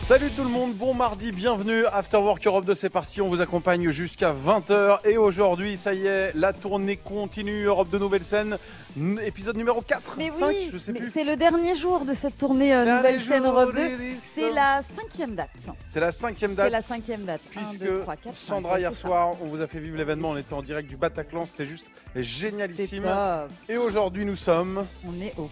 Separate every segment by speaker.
Speaker 1: Salut tout le monde, bon mardi, bienvenue. After Work Europe 2, c'est parti. On vous accompagne jusqu'à 20h. Et aujourd'hui, ça y est, la tournée continue. Europe de Nouvelle Scène, n- épisode numéro 4,
Speaker 2: Mais
Speaker 1: 5,
Speaker 2: oui,
Speaker 1: je sais
Speaker 2: mais
Speaker 1: plus.
Speaker 2: c'est le dernier jour de cette tournée euh,
Speaker 1: Dernier
Speaker 2: Nouvelle
Speaker 1: jour
Speaker 2: Scène Europe
Speaker 1: des
Speaker 2: 2.
Speaker 1: listes.
Speaker 2: C'est la cinquième date.
Speaker 1: C'est la cinquième date.
Speaker 2: C'est la cinquième date. Un,
Speaker 1: Puisque
Speaker 2: deux, trois, quatre, cinq,
Speaker 1: Sandra,
Speaker 2: ouais,
Speaker 1: hier
Speaker 2: c'est ça.
Speaker 1: soir, on vous a fait vivre l'événement. On était en direct du Bataclan, c'était juste
Speaker 2: C'est
Speaker 1: génialissime.
Speaker 2: top.
Speaker 1: Et aujourd'hui, nous sommes.
Speaker 2: On est au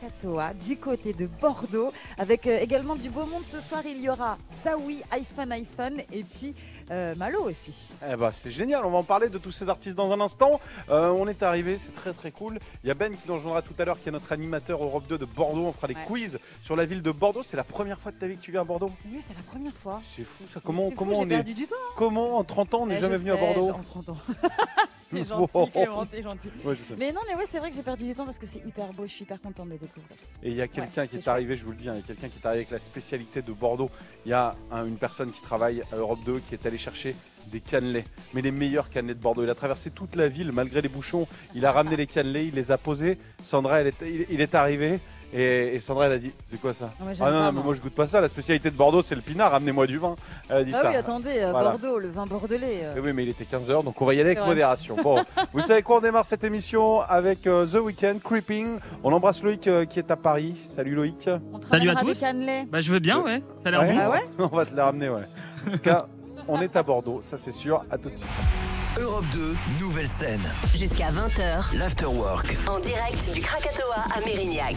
Speaker 2: Krakatoa, du côté de Bordeaux, avec euh, également du beau monde. Ce soir, il y aura Zawi, iPhone, iPhone, et puis euh, Malo aussi.
Speaker 1: Eh ben, c'est génial, on va en parler de tous ces artistes dans un instant. Euh, on est arrivé, c'est très très cool. Il y a Ben qui nous rejoindra tout à l'heure, qui est notre animateur Europe 2 de Bordeaux. On fera des
Speaker 2: Ouais.
Speaker 1: quiz sur la ville de Bordeaux. C'est la première fois de ta vie que tu viens à Bordeaux
Speaker 2: Oui, c'est la première fois.
Speaker 1: C'est fou ça. Comment,
Speaker 2: C'est fou,
Speaker 1: comment,
Speaker 2: J'ai
Speaker 1: on est,
Speaker 2: perdu du temps.
Speaker 1: comment en 30 ans on n'est
Speaker 2: Eh,
Speaker 1: jamais
Speaker 2: je
Speaker 1: venu à
Speaker 2: sais,
Speaker 1: Bordeaux
Speaker 2: En 30 ans. T'es
Speaker 1: Wow.
Speaker 2: gentil, Clément, t'es gentil.
Speaker 1: Ouais, je sais.
Speaker 2: Mais non, mais ouais, c'est vrai que j'ai perdu du temps parce que c'est hyper beau. Je suis hyper contente de découvrir.
Speaker 1: Et il y a quelqu'un
Speaker 2: Ouais,
Speaker 1: qui est,
Speaker 2: c'est
Speaker 1: arrivé, je vous le dis, hein, il y a quelqu'un qui est arrivé avec la spécialité de Bordeaux. Il y a hein, une personne qui travaille à Europe 2 qui est allée chercher des cannelés, mais les meilleurs cannelés de Bordeaux. Il a traversé toute la ville malgré les bouchons. Il a ramené les cannelés, il les a posés. Sandra, elle est, il, il est arrivé et, et Sandra, elle a dit C'est quoi ça
Speaker 2: Ah, moi, j'aime
Speaker 1: Ah non,
Speaker 2: pas,
Speaker 1: non, mais
Speaker 2: moi.
Speaker 1: moi je goûte pas ça. La spécialité de Bordeaux, c'est le pinard. Ramenez-moi du vin. Elle a dit
Speaker 2: Ah
Speaker 1: ça.
Speaker 2: oui, attendez, euh,
Speaker 1: hein. Voilà.
Speaker 2: Bordeaux, le vin bordelais. euh,
Speaker 1: Eh Oui, mais il était 15h, donc on va y aller avec
Speaker 2: C'est vrai.
Speaker 1: modération. Bon, vous savez quoi, on démarre cette émission avec euh, The Weeknd, Creeping. On embrasse Loïc euh, qui est à Paris. Salut Loïc.
Speaker 2: on
Speaker 3: Salut à
Speaker 2: travaillera avec
Speaker 3: tous.
Speaker 2: Hanley.
Speaker 3: Bah je veux bien, ouais. Ça a l'air
Speaker 1: Ouais.
Speaker 3: bon.
Speaker 2: Ah ouais
Speaker 1: On va te la ramener, ouais. En tout cas, on est à Bordeaux, ça c'est sûr. À tout de suite.
Speaker 4: Europe 2, nouvelle scène.
Speaker 5: Jusqu'à 20h,
Speaker 4: L'After Work.
Speaker 5: en direct du Krakatoa à Mérignac.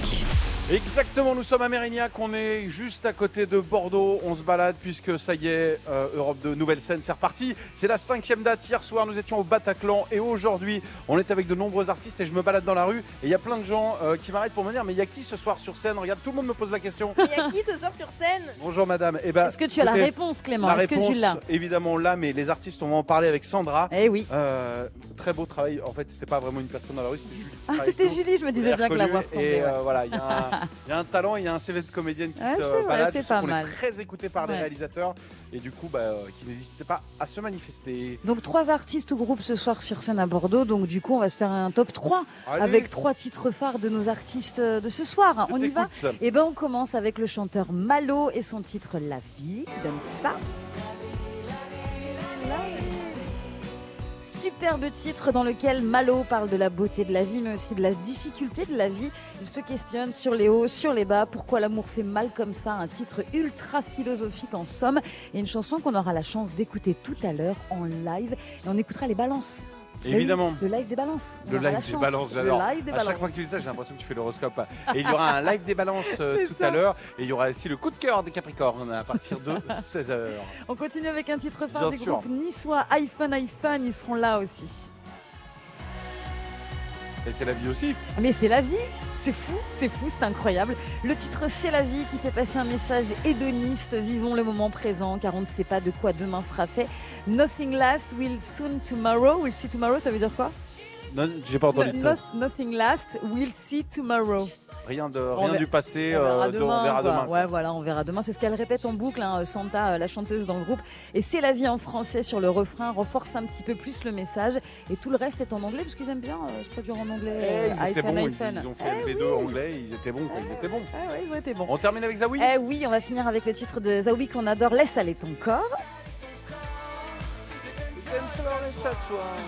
Speaker 1: Exactement, nous sommes à Mérignac, on est juste à côté de Bordeaux, on se balade puisque ça y est, euh, Europe de nouvelle scène, c'est reparti. C'est la cinquième date, hier soir nous étions au Bataclan et aujourd'hui on est avec de nombreux artistes et je me balade dans la rue et il y a plein de gens euh, qui m'arrêtent pour me dire mais il y a qui ce soir sur scène Regarde, tout le monde me pose la question.
Speaker 6: Il y a qui ce soir sur scène
Speaker 1: Bonjour madame, eh ben,
Speaker 2: Est-ce que tu as la
Speaker 1: écoutez,
Speaker 2: réponse, Clément
Speaker 1: la
Speaker 2: Est-ce que tu
Speaker 1: réponse,
Speaker 2: l'as
Speaker 1: évidemment là, mais les artistes on va en parler avec Sandra.
Speaker 2: Eh oui.
Speaker 1: Euh, très beau travail, en fait c'était pas vraiment une personne dans la rue, c'était Julie. qui
Speaker 2: Ah,
Speaker 1: travaillait
Speaker 2: c'était
Speaker 1: avec nous.
Speaker 2: Julie, je me disais
Speaker 1: Elle
Speaker 2: bien que la
Speaker 1: reconnue
Speaker 2: voix
Speaker 1: Et
Speaker 2: ressemblait. ouais.
Speaker 1: euh, voilà, il y, a un- il y a un talent, il y a un CV de comédienne qui
Speaker 2: Ouais,
Speaker 1: se
Speaker 2: c'est vrai,
Speaker 1: balade.
Speaker 2: c'est
Speaker 1: je sais
Speaker 2: pas
Speaker 1: qu'on
Speaker 2: mal.
Speaker 1: est très écouté par les
Speaker 2: Ouais.
Speaker 1: réalisateurs et du coup, bah, euh, qui n'hésitaient pas à se manifester.
Speaker 2: Donc trois artistes ou groupes ce soir sur scène à Bordeaux. Donc du coup, on va se faire un top 3
Speaker 1: Allez,
Speaker 2: avec trois titres phares de nos artistes euh, de ce soir.
Speaker 1: je
Speaker 2: On y va
Speaker 1: t'écoute.
Speaker 2: Et ben on commence avec le chanteur Malo et son titre La vie qui donne ça. Superbe titre dans lequel Malo parle de la beauté de la vie, mais aussi de la difficulté de la vie. Il se questionne sur les hauts, sur les bas, pourquoi l'amour fait mal comme ça. Un titre ultra philosophique en somme, et une chanson qu'on aura la chance d'écouter tout à l'heure en live. Et on écoutera les balances.
Speaker 1: Évidemment.
Speaker 2: Le live des balances. On
Speaker 1: Le
Speaker 2: aura la
Speaker 1: live des
Speaker 2: chance.
Speaker 1: balances,
Speaker 2: Le
Speaker 1: j'adore.
Speaker 2: live des
Speaker 1: À chaque
Speaker 2: balances.
Speaker 1: fois que tu dis ça, j'ai l'impression que tu fais l'horoscope. Et il y aura un live des balances euh,
Speaker 2: C'est
Speaker 1: tout
Speaker 2: ça.
Speaker 1: à l'heure. Et il y aura aussi le coup de cœur des Capricornes à partir de 16h.
Speaker 2: On continue avec un titre phare
Speaker 1: Bien
Speaker 2: du
Speaker 1: sûr.
Speaker 2: groupe niçois iPhone iPhone, ils seront là aussi.
Speaker 1: Et c'est la vie aussi.
Speaker 2: Mais c'est la vie, c'est fou, c'est fou, c'est incroyable. Le titre C'est la vie qui fait passer un message hédoniste, vivons le moment présent car on ne sait pas de quoi demain sera fait. Nothing lasts will soon tomorrow, will see tomorrow, ça veut dire quoi
Speaker 1: Non, j'ai pas entendu.
Speaker 2: No- Nothing lasts will see tomorrow.
Speaker 1: Rien, de,
Speaker 2: On
Speaker 1: rien
Speaker 2: verra-
Speaker 1: du passé,
Speaker 2: On verra
Speaker 1: euh, de- on verra
Speaker 2: quoi.
Speaker 1: demain.
Speaker 2: Ouais, voilà, on verra demain. C'est ce qu'elle répète en boucle, hein, Santa, euh, la chanteuse dans le groupe. Et c'est la vie en français sur le refrain, renforce un petit peu plus le message. Et tout le reste est en anglais, parce qu'ils aiment bien euh, se produire en anglais.
Speaker 1: Eh,
Speaker 2: euh,
Speaker 1: ils étaient
Speaker 2: iPhone,
Speaker 1: bons, ils,
Speaker 2: iPhone.
Speaker 1: ils ont fait les deux anglais, ils étaient bons, quoi, ils étaient bons.
Speaker 2: Ah ouais, ils ont été bons.
Speaker 1: On termine avec Zawi
Speaker 2: Eh oui, on va finir avec le titre de Zawi qu'on adore, Laisse aller ton corps.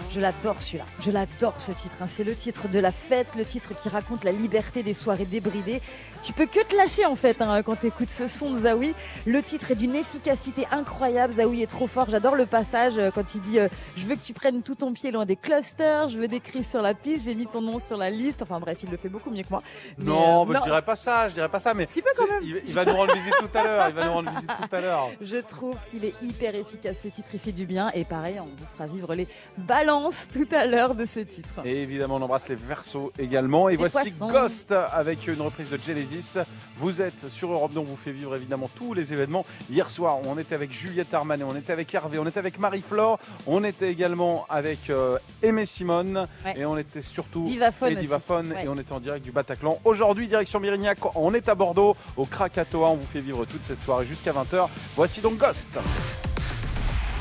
Speaker 2: Je l'adore celui-là, je l'adore ce titre. hein. C'est le titre de la fête, le titre qui raconte la liberté des soirées débridées. Tu peux que te lâcher en fait hein, quand t'écoutes ce son de Zawi. Le titre est d'une efficacité incroyable. Zawi est trop fort. J'adore le passage euh, quand il dit euh, Je veux que tu prennes tout ton pied loin des clusters, je veux des cris sur la piste, j'ai mis ton nom sur la liste. Enfin bref, il le fait beaucoup mieux que moi. Mais,
Speaker 1: Non,
Speaker 2: euh,
Speaker 1: bah, je dirais pas ça, je dirais pas ça, mais
Speaker 2: Petit peu quand
Speaker 1: c'est-
Speaker 2: même.
Speaker 1: Il, il va nous rendre visite tout à l'heure, il va nous rendre visite tout à l'heure.
Speaker 2: Je trouve qu'il est hyper efficace. Ce titre, il fait du bien. Et pareil, on vous fera vivre les balances tout à l'heure de ce titre.
Speaker 1: Et évidemment, on embrasse les Verseaux également. Et
Speaker 2: Les
Speaker 1: voici
Speaker 2: Poissons.
Speaker 1: Ghost avec une reprise de Genesis. Vous êtes sur Europe 2, on vous fait vivre évidemment tous les événements. Hier soir, on était avec Juliette Armanet, on était avec Hervé, on était avec Marie-Flore, on était également avec euh, Aimé Simone
Speaker 2: Ouais.
Speaker 1: et on était surtout
Speaker 2: Divaphone
Speaker 1: et
Speaker 2: aussi.
Speaker 1: Divaphone
Speaker 2: Ouais.
Speaker 1: et on était en direct du Bataclan. Aujourd'hui, direction Mérignac, on est à Bordeaux, au Krakatoa. On vous fait vivre toute cette soirée jusqu'à 20h. Voici donc Ghost.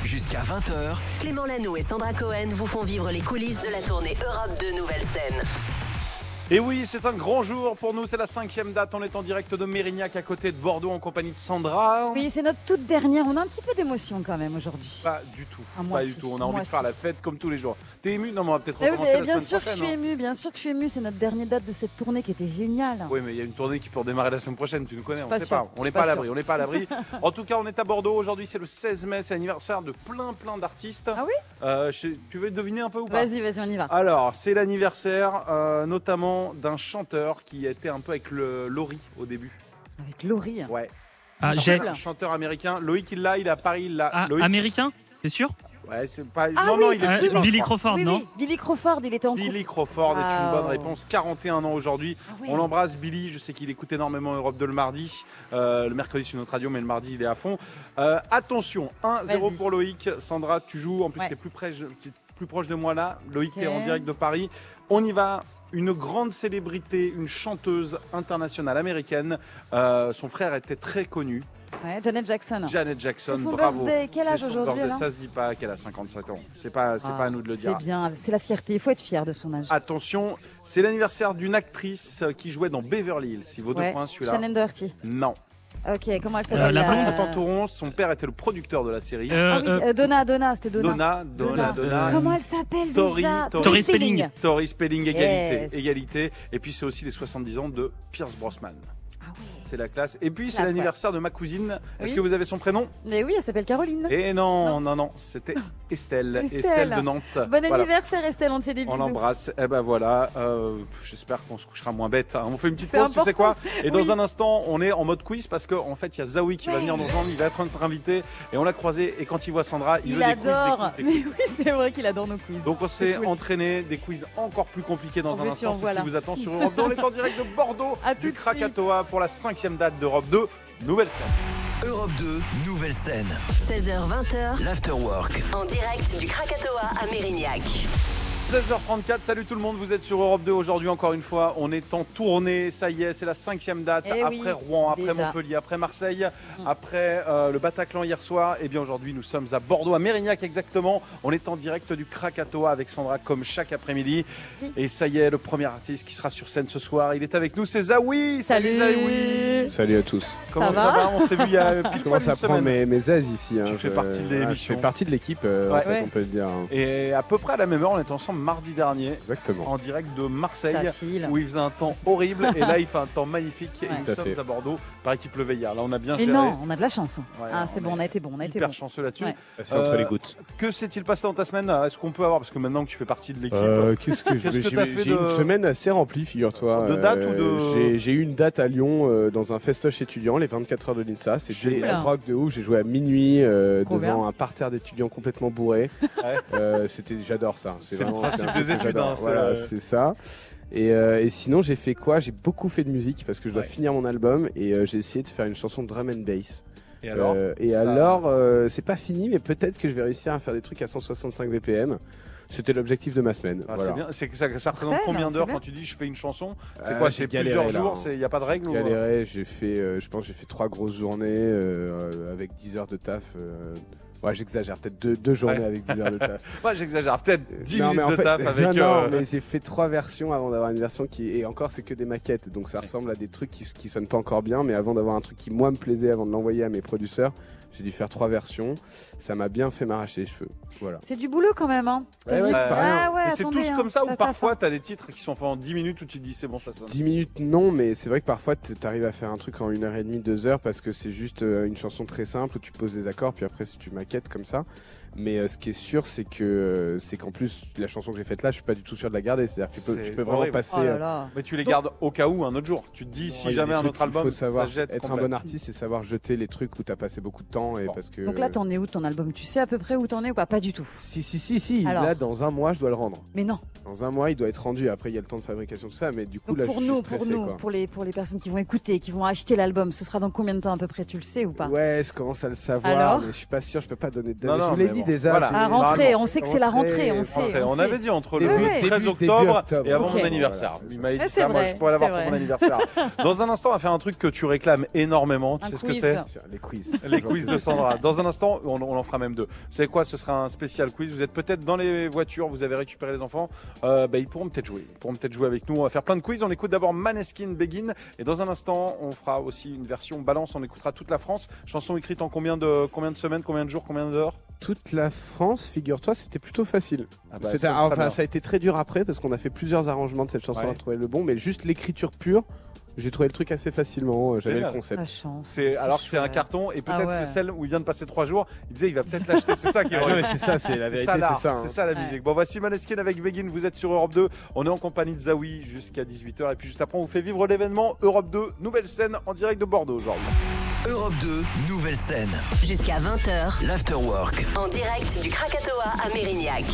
Speaker 4: Jusqu'à 20h,
Speaker 5: Clément Lano et Sandra Cohen vous font vivre les coulisses de la tournée Europe de Nouvelle Scène.
Speaker 1: Et oui, c'est un grand jour pour nous. C'est la cinquième date. On est en direct de Mérignac à côté de Bordeaux en compagnie de Sandra.
Speaker 2: Oui, c'est notre toute dernière. On a un petit peu d'émotion quand même aujourd'hui.
Speaker 1: Pas du tout.
Speaker 2: Ah, moi
Speaker 1: pas
Speaker 2: si,
Speaker 1: du tout. On a
Speaker 2: moi
Speaker 1: envie de faire
Speaker 2: si.
Speaker 1: la fête comme tous les jours. T'es ému Non, mais on va peut-être
Speaker 2: Eh oui,
Speaker 1: recommencer
Speaker 2: mais
Speaker 1: la
Speaker 2: bien
Speaker 1: semaine
Speaker 2: sûr que je
Speaker 1: prochaine.
Speaker 2: suis
Speaker 1: hein.
Speaker 2: émue, bien sûr que je suis émue. C'est notre dernière date de cette tournée qui était géniale.
Speaker 1: Oui, mais il y a une tournée qui peut redémarrer la semaine prochaine, tu nous connais, on
Speaker 2: pas
Speaker 1: sait
Speaker 2: sûre,
Speaker 1: pas. On
Speaker 2: je
Speaker 1: n'est
Speaker 2: suis
Speaker 1: pas à
Speaker 2: pas
Speaker 1: l'abri, on n'est pas à l'abri. en tout cas, on est à Bordeaux aujourd'hui, c'est le 16 mai, c'est l'anniversaire de plein plein d'artistes.
Speaker 2: Ah oui
Speaker 1: Euh, je sais- Tu veux deviner un peu ou pas
Speaker 2: Vas-y, vas-y, on y va.
Speaker 1: Alors, c'est l'anniversaire euh, notamment d'un chanteur qui était un peu avec le Laurie au début.
Speaker 2: Avec Laurie.
Speaker 1: Ouais.
Speaker 3: Ah, j'ai.
Speaker 2: Cool.
Speaker 1: Un chanteur américain, Loïc il l'a, il est à Paris, il l'a.
Speaker 3: Ah,
Speaker 1: Loïc-
Speaker 3: américain, c'est sûr
Speaker 1: Ouais, c'est pas.
Speaker 2: Ah
Speaker 1: non,
Speaker 2: oui,
Speaker 1: non, il est
Speaker 3: Euh,
Speaker 1: philippin, je
Speaker 3: Billy
Speaker 1: crois.
Speaker 3: Crawford,
Speaker 2: oui,
Speaker 3: non
Speaker 2: oui, Billy Crawford, il était en couple.
Speaker 1: Billy Crawford est une
Speaker 2: Wow.
Speaker 1: bonne réponse. 41 ans aujourd'hui.
Speaker 2: Ah oui.
Speaker 1: On l'embrasse, Billy. Je sais qu'il écoute énormément Europe 2 le mardi. Euh, le mercredi, c'est une autre radio, mais le mardi, il est à fond. Euh, attention, 1-0
Speaker 2: Vas-y.
Speaker 1: pour Loïc. Sandra, tu joues. En plus,
Speaker 2: Ouais.
Speaker 1: tu es plus près- je- t'es plus proche de moi là. Loïc
Speaker 2: Ok.
Speaker 1: est en direct de Paris. On y va. Une grande célébrité, une chanteuse internationale américaine. Euh, son frère était très connu.
Speaker 2: Ouais, Janet Jackson.
Speaker 1: Janet Jackson,
Speaker 2: C'est son
Speaker 1: bravo.
Speaker 2: birthday. Quel
Speaker 1: C'est
Speaker 2: âge
Speaker 1: son
Speaker 2: aujourd'hui,
Speaker 1: birthday.
Speaker 2: alors
Speaker 1: Ça se dit pas qu'elle a 57 ans. C'est pas, c'est
Speaker 2: Ah,
Speaker 1: pas à nous de le dire. Ah,
Speaker 2: C'est bien, c'est la fierté. Il faut être fier de son âge.
Speaker 1: Attention, c'est l'anniversaire d'une actrice euh, qui jouait dans Beverly Hills. Il vaut deux
Speaker 2: Ouais.
Speaker 1: points celui-là.
Speaker 2: Shannon Doherty.
Speaker 1: Non.
Speaker 2: Ok, comment elle s'appelle
Speaker 3: Euh,
Speaker 2: Ah
Speaker 3: la
Speaker 1: Elle
Speaker 2: la-
Speaker 3: blonde
Speaker 1: est en Toron, son père était le producteur de la série.
Speaker 2: Ah
Speaker 3: Euh,
Speaker 2: oui,
Speaker 3: euh,
Speaker 2: euh, Donna, Donna, c'était Donna.
Speaker 1: Donna, Donna,
Speaker 2: Donna. Euh,
Speaker 1: Donna.
Speaker 2: Comment elle s'appelle
Speaker 1: Tori,
Speaker 2: déjà
Speaker 1: Tori
Speaker 3: Spelling.
Speaker 1: Tori Spelling, égalité.
Speaker 2: Yes.
Speaker 1: égalité. Et puis c'est aussi les 70 ans de Pierce Brosnan.
Speaker 2: Ah oui.
Speaker 1: C'est la classe. Et puis c'est
Speaker 2: Classe,
Speaker 1: l'anniversaire de ma cousine. Est-ce
Speaker 2: Oui.
Speaker 1: que vous avez son prénom
Speaker 2: Mais oui, elle s'appelle Caroline.
Speaker 1: Eh non, non, non, c'était Estelle. Estelle.
Speaker 2: Estelle.
Speaker 1: de Nantes.
Speaker 2: Bon
Speaker 1: Voilà.
Speaker 2: anniversaire Estelle, on te fait des
Speaker 1: On
Speaker 2: bisous.
Speaker 1: l'embrasse. Eh ben voilà, euh, j'espère qu'on se couchera moins bête. hein. On fait une petite
Speaker 2: C'est
Speaker 1: pause, tu sais quoi
Speaker 2: important.
Speaker 1: Et dans
Speaker 2: Oui.
Speaker 1: un instant, on est en mode quiz parce qu'en en fait, il y a Zawi qui va
Speaker 2: Ouais.
Speaker 1: venir nous rejoindre. Il va être notre invité et on l'a croisé. Et quand il voit Sandra, il,
Speaker 2: Il
Speaker 1: veut des quiz, des
Speaker 2: adore.
Speaker 1: quiz, des
Speaker 2: Mais
Speaker 1: quiz.
Speaker 2: oui, c'est vrai qu'il adore nos quiz.
Speaker 1: Donc on s'est
Speaker 2: C'est cool.
Speaker 1: entraîné des quiz encore plus compliqués dans
Speaker 2: En
Speaker 1: un
Speaker 2: veux-tu,
Speaker 1: instant.
Speaker 2: en
Speaker 1: C'est
Speaker 2: voilà.
Speaker 1: ce qui vous attend sur Europe 2. On est en direct de Bordeaux,
Speaker 2: À tout
Speaker 1: du
Speaker 2: de suite.
Speaker 1: Krakatoa pour la cinquième date d'Europe 2. Nouvelle scène.
Speaker 4: Europe 2, nouvelle scène.
Speaker 5: 16h20h,
Speaker 4: L'afterwork.
Speaker 5: en direct du Krakatoa à Mérignac.
Speaker 1: 16h34, salut tout le monde, vous êtes sur Europe 2 aujourd'hui encore une fois, on est en tournée, ça y est, c'est la cinquième date,
Speaker 2: Eh
Speaker 1: après
Speaker 2: oui,
Speaker 1: Rouen, après
Speaker 2: déjà. Mm.
Speaker 1: Montpellier, après Marseille, après euh, le Bataclan hier soir, et bien aujourd'hui nous sommes à Bordeaux, à Mérignac exactement, on est en direct du Krakatoa avec Sandra comme chaque après-midi,
Speaker 2: Oui.
Speaker 1: et ça y est, le premier artiste qui sera sur scène ce soir, il est avec nous, c'est Zawi Zawi
Speaker 6: Salut à tous.
Speaker 1: Comment ça,
Speaker 2: va
Speaker 1: va On s'est vu il y a pile
Speaker 6: Je commence
Speaker 1: poil
Speaker 6: à
Speaker 1: une
Speaker 6: prendre mes,
Speaker 1: semaine.
Speaker 6: mes aises ici. hein.
Speaker 1: Tu fais
Speaker 6: Je-
Speaker 1: partie de
Speaker 6: voilà, Je
Speaker 1: l'émission.
Speaker 6: fais partie de l'équipe, euh, en
Speaker 1: Ouais.
Speaker 6: fait,
Speaker 2: Ouais.
Speaker 6: on peut le dire. hein.
Speaker 1: Et à peu près à la même heure, on est ensemble mardi dernier,
Speaker 6: Exactement.
Speaker 1: en direct de Marseille.
Speaker 2: Ça file.
Speaker 1: où il faisait un temps horrible et là il fait un temps magnifique et
Speaker 2: Ouais.
Speaker 1: nous
Speaker 6: Tout à
Speaker 1: sommes
Speaker 6: fait.
Speaker 1: à Bordeaux. Pareil qu'il pleuvait hier. Là on a bien
Speaker 2: Mais
Speaker 1: géré.
Speaker 2: non, on a de la chance.
Speaker 1: Ouais,
Speaker 2: ah, c'est
Speaker 1: on
Speaker 2: bon,
Speaker 1: est
Speaker 2: on a été bon, on a été
Speaker 1: Hyper
Speaker 2: bon.
Speaker 1: chanceux là-dessus.
Speaker 2: Ouais.
Speaker 6: C'est entre
Speaker 1: Euh,
Speaker 6: les gouttes.
Speaker 1: Que s'est-il passé dans ta semaine Est-ce qu'on peut avoir parce que maintenant que tu fais partie de l'équipe, hein.
Speaker 6: Euh, Qu'est-ce que je
Speaker 1: Qu'est-ce
Speaker 6: vais-
Speaker 1: que
Speaker 6: j'ai
Speaker 1: t'as fait
Speaker 6: j'ai
Speaker 1: de-
Speaker 6: une semaine assez remplie, figure-toi.
Speaker 1: De date ou
Speaker 6: Euh,
Speaker 1: de-
Speaker 6: j'ai- J'ai eu une date à Lyon euh, dans un festoche étudiant, les 24 heures de l'INSA. C'était
Speaker 2: Génial.
Speaker 6: un rock de ouf. J'ai joué à minuit euh,
Speaker 2: Trop
Speaker 6: devant un parterre d'étudiants complètement bourrés.
Speaker 1: Ouais.
Speaker 6: Euh, C'était, j'adore ça.
Speaker 1: C'est le
Speaker 6: vraiment-
Speaker 1: principe
Speaker 6: c'est un
Speaker 1: des
Speaker 6: truc que
Speaker 1: études,
Speaker 6: j'adore.
Speaker 1: hein, c'est le-
Speaker 6: Voilà, c'est ça. Et, euh, et sinon, j'ai fait quoi J'ai beaucoup fait de musique parce que je dois
Speaker 1: Ouais.
Speaker 6: finir mon album et euh, j'ai essayé de faire une chanson drum and bass.
Speaker 1: et alors
Speaker 6: Euh, et
Speaker 1: Ça-
Speaker 6: alors, euh, c'est pas fini, mais peut-être que je vais réussir à faire des trucs à 165 VPM. C'était l'objectif de ma semaine.
Speaker 1: Ah,
Speaker 6: voilà.
Speaker 1: C'est bien. C'est que ça, ça représente
Speaker 2: Mortel,
Speaker 1: combien
Speaker 2: hein,
Speaker 1: d'heures
Speaker 2: c'est
Speaker 1: quand tu dis je fais une chanson C'est
Speaker 6: Ah,
Speaker 1: quoi
Speaker 6: j'ai
Speaker 1: C'est
Speaker 6: galéré,
Speaker 1: plusieurs
Speaker 6: là,
Speaker 1: jours.
Speaker 6: hein.
Speaker 1: Il n'y a pas de règle ou-
Speaker 6: Galéré, j'ai fait, euh, je pense, que j'ai fait trois grosses journées euh, avec 10 heures de taf. euh, ouais, j'exagère, peut-être deux, deux journées
Speaker 1: Ouais.
Speaker 6: avec 10 heures de taf.
Speaker 1: Ouais, j'exagère. Peut-être 10
Speaker 6: Non, mais
Speaker 1: minutes
Speaker 6: en
Speaker 1: de
Speaker 6: fait-
Speaker 1: taf avec.
Speaker 6: Non, non,
Speaker 1: euh,
Speaker 6: mais j'ai fait trois versions avant d'avoir une version qui. Et encore, c'est que des maquettes, donc ça ressemble à des trucs qui, qui sonnent pas encore bien. Mais avant d'avoir un truc qui, moi, me plaisait, avant de l'envoyer à mes producteurs, j'ai dû faire trois versions. Ça m'a bien fait m'arracher les cheveux. Voilà.
Speaker 2: C'est du boulot quand même, hein.
Speaker 6: Ouais, ouais,
Speaker 2: T'as
Speaker 1: c'est
Speaker 2: dit-
Speaker 1: pas
Speaker 6: rien.
Speaker 2: ah ouais,
Speaker 1: mais c'est
Speaker 2: attendez,
Speaker 1: tous
Speaker 2: hein,
Speaker 1: comme ça, ou
Speaker 2: tape,
Speaker 1: parfois
Speaker 2: hein.
Speaker 1: t'as des titres qui sont faits en 10 minutes où tu te dis c'est bon ça sonne.
Speaker 6: 10 minutes, non, mais c'est vrai que parfois tu arrives à faire un truc en 1h30, 2h parce que c'est juste euh, une chanson très simple où tu poses les accords, puis après si tu maquettes comme ça. Mais euh, ce qui est sûr, c'est que euh, c'est qu'en plus, la chanson que j'ai faite là, je suis pas du tout sûr de la garder. C'est-à-dire que tu peux,
Speaker 1: C'est
Speaker 6: tu peux vraiment
Speaker 1: horrible.
Speaker 6: passer.
Speaker 2: Oh là
Speaker 6: euh,
Speaker 2: là.
Speaker 1: Mais tu les
Speaker 2: Donc-
Speaker 1: gardes au cas où un autre jour. Tu te dis
Speaker 6: il
Speaker 1: si
Speaker 6: y a des
Speaker 1: jamais un
Speaker 6: trucs
Speaker 1: autre
Speaker 6: qu'il
Speaker 1: album
Speaker 6: faut savoir
Speaker 1: ça jette
Speaker 6: être un
Speaker 1: complètement.
Speaker 6: bon artiste et savoir jeter les trucs où t'as passé beaucoup de temps et
Speaker 1: Bon.
Speaker 6: parce que.
Speaker 2: Donc là, t'en es où de ton album Tu sais à peu près où t'en es ou pas Pas du tout.
Speaker 6: Si, si, si, si.
Speaker 2: Alors.
Speaker 6: Là, dans un mois, je dois le rendre.
Speaker 2: Mais non.
Speaker 6: Dans un mois, il doit être rendu. Après, il y a le temps de fabrication, tout ça. Mais du coup,
Speaker 2: Donc
Speaker 6: là,
Speaker 2: pour
Speaker 6: je
Speaker 2: nous,
Speaker 6: suis
Speaker 2: pour
Speaker 6: stressé,
Speaker 2: nous,
Speaker 6: quoi.
Speaker 2: pour les pour les personnes qui vont écouter, qui vont acheter l'album, ce sera dans combien de temps à peu près Tu le sais ou pas
Speaker 6: Ouais, je commence à le savoir,
Speaker 2: Alors
Speaker 6: mais je suis pas sûr, je peux pas donner de
Speaker 1: Non,
Speaker 6: date.
Speaker 1: non,
Speaker 6: Je vous l'ai
Speaker 1: mais
Speaker 6: dit
Speaker 1: pense.
Speaker 3: déjà,
Speaker 1: Voilà.
Speaker 3: c'est-
Speaker 2: À rentrer,
Speaker 1: Normalement.
Speaker 2: on sait que c'est la rentrée, on sait.
Speaker 1: Rentrée. On
Speaker 2: sait.
Speaker 1: avait dit entre le
Speaker 2: Début-
Speaker 1: 13
Speaker 3: début- début
Speaker 1: octobre,
Speaker 3: octobre.
Speaker 1: et avant
Speaker 2: Ok.
Speaker 1: mon anniversaire.
Speaker 3: Voilà,
Speaker 1: Il m'a dit
Speaker 2: Ah, c'est
Speaker 1: ça, moi
Speaker 2: vrai,
Speaker 1: je pourrais l'avoir
Speaker 2: c'est
Speaker 1: pour mon
Speaker 2: vrai.
Speaker 1: anniversaire. Dans un instant, on va faire un truc que tu réclames énormément. Tu
Speaker 2: Un
Speaker 1: sais ce que
Speaker 2: quiz.
Speaker 1: c'est
Speaker 6: Les quiz.
Speaker 1: Les quiz de Sandra. Dans un instant, on, on en fera même deux. Vous savez quoi Ce sera un spécial quiz. Vous êtes peut-être dans les voitures, vous avez récupéré les enfants. Euh, bah, ils pourront peut-être jouer. Ils pourront peut-être jouer avec nous. On va faire plein de quiz. On écoute d'abord Maneskin Begin. Et dans un instant, on fera aussi une version balance. On écoutera toute la France. Chanson écrite en combien de, combien de semaines, combien de jours, combien d'heures
Speaker 6: Toute la France, figure-toi, c'était plutôt facile.
Speaker 1: ah
Speaker 6: C'était- ah, enfin, ça a été très dur après parce qu'on a fait plusieurs arrangements de cette chanson
Speaker 1: Ouais.
Speaker 6: à trouver le bon, mais juste l'écriture pure, j'ai trouvé le truc assez facilement. euh, J'avais
Speaker 1: Génial.
Speaker 6: le concept.
Speaker 2: La Ah, chance.
Speaker 1: C'est alors que c'est un
Speaker 2: chouette.
Speaker 1: carton et peut-être
Speaker 2: Ah ouais.
Speaker 1: que celle où il vient de passer trois jours, il disait il va peut-être l'acheter. C'est ça qui est
Speaker 6: Ah non,
Speaker 1: horrible.
Speaker 6: mais c'est ça, c'est la
Speaker 1: C'est
Speaker 6: vérité,
Speaker 1: ça,
Speaker 6: c'est
Speaker 1: l'art,
Speaker 6: ça. hein.
Speaker 1: c'est ça la
Speaker 2: Ouais.
Speaker 1: musique. Bon, voici Maneskin avec Begin. Vous êtes sur Europe 2. On est en compagnie de Zawi jusqu'à 18h. Et puis juste après, on vous fait vivre l'événement Europe 2, nouvelle scène en direct de Bordeaux aujourd'hui.
Speaker 4: Europe 2, nouvelle scène.
Speaker 5: Jusqu'à 20h,
Speaker 4: L'afterwork.
Speaker 5: en direct du Krakatoa à Mérignac.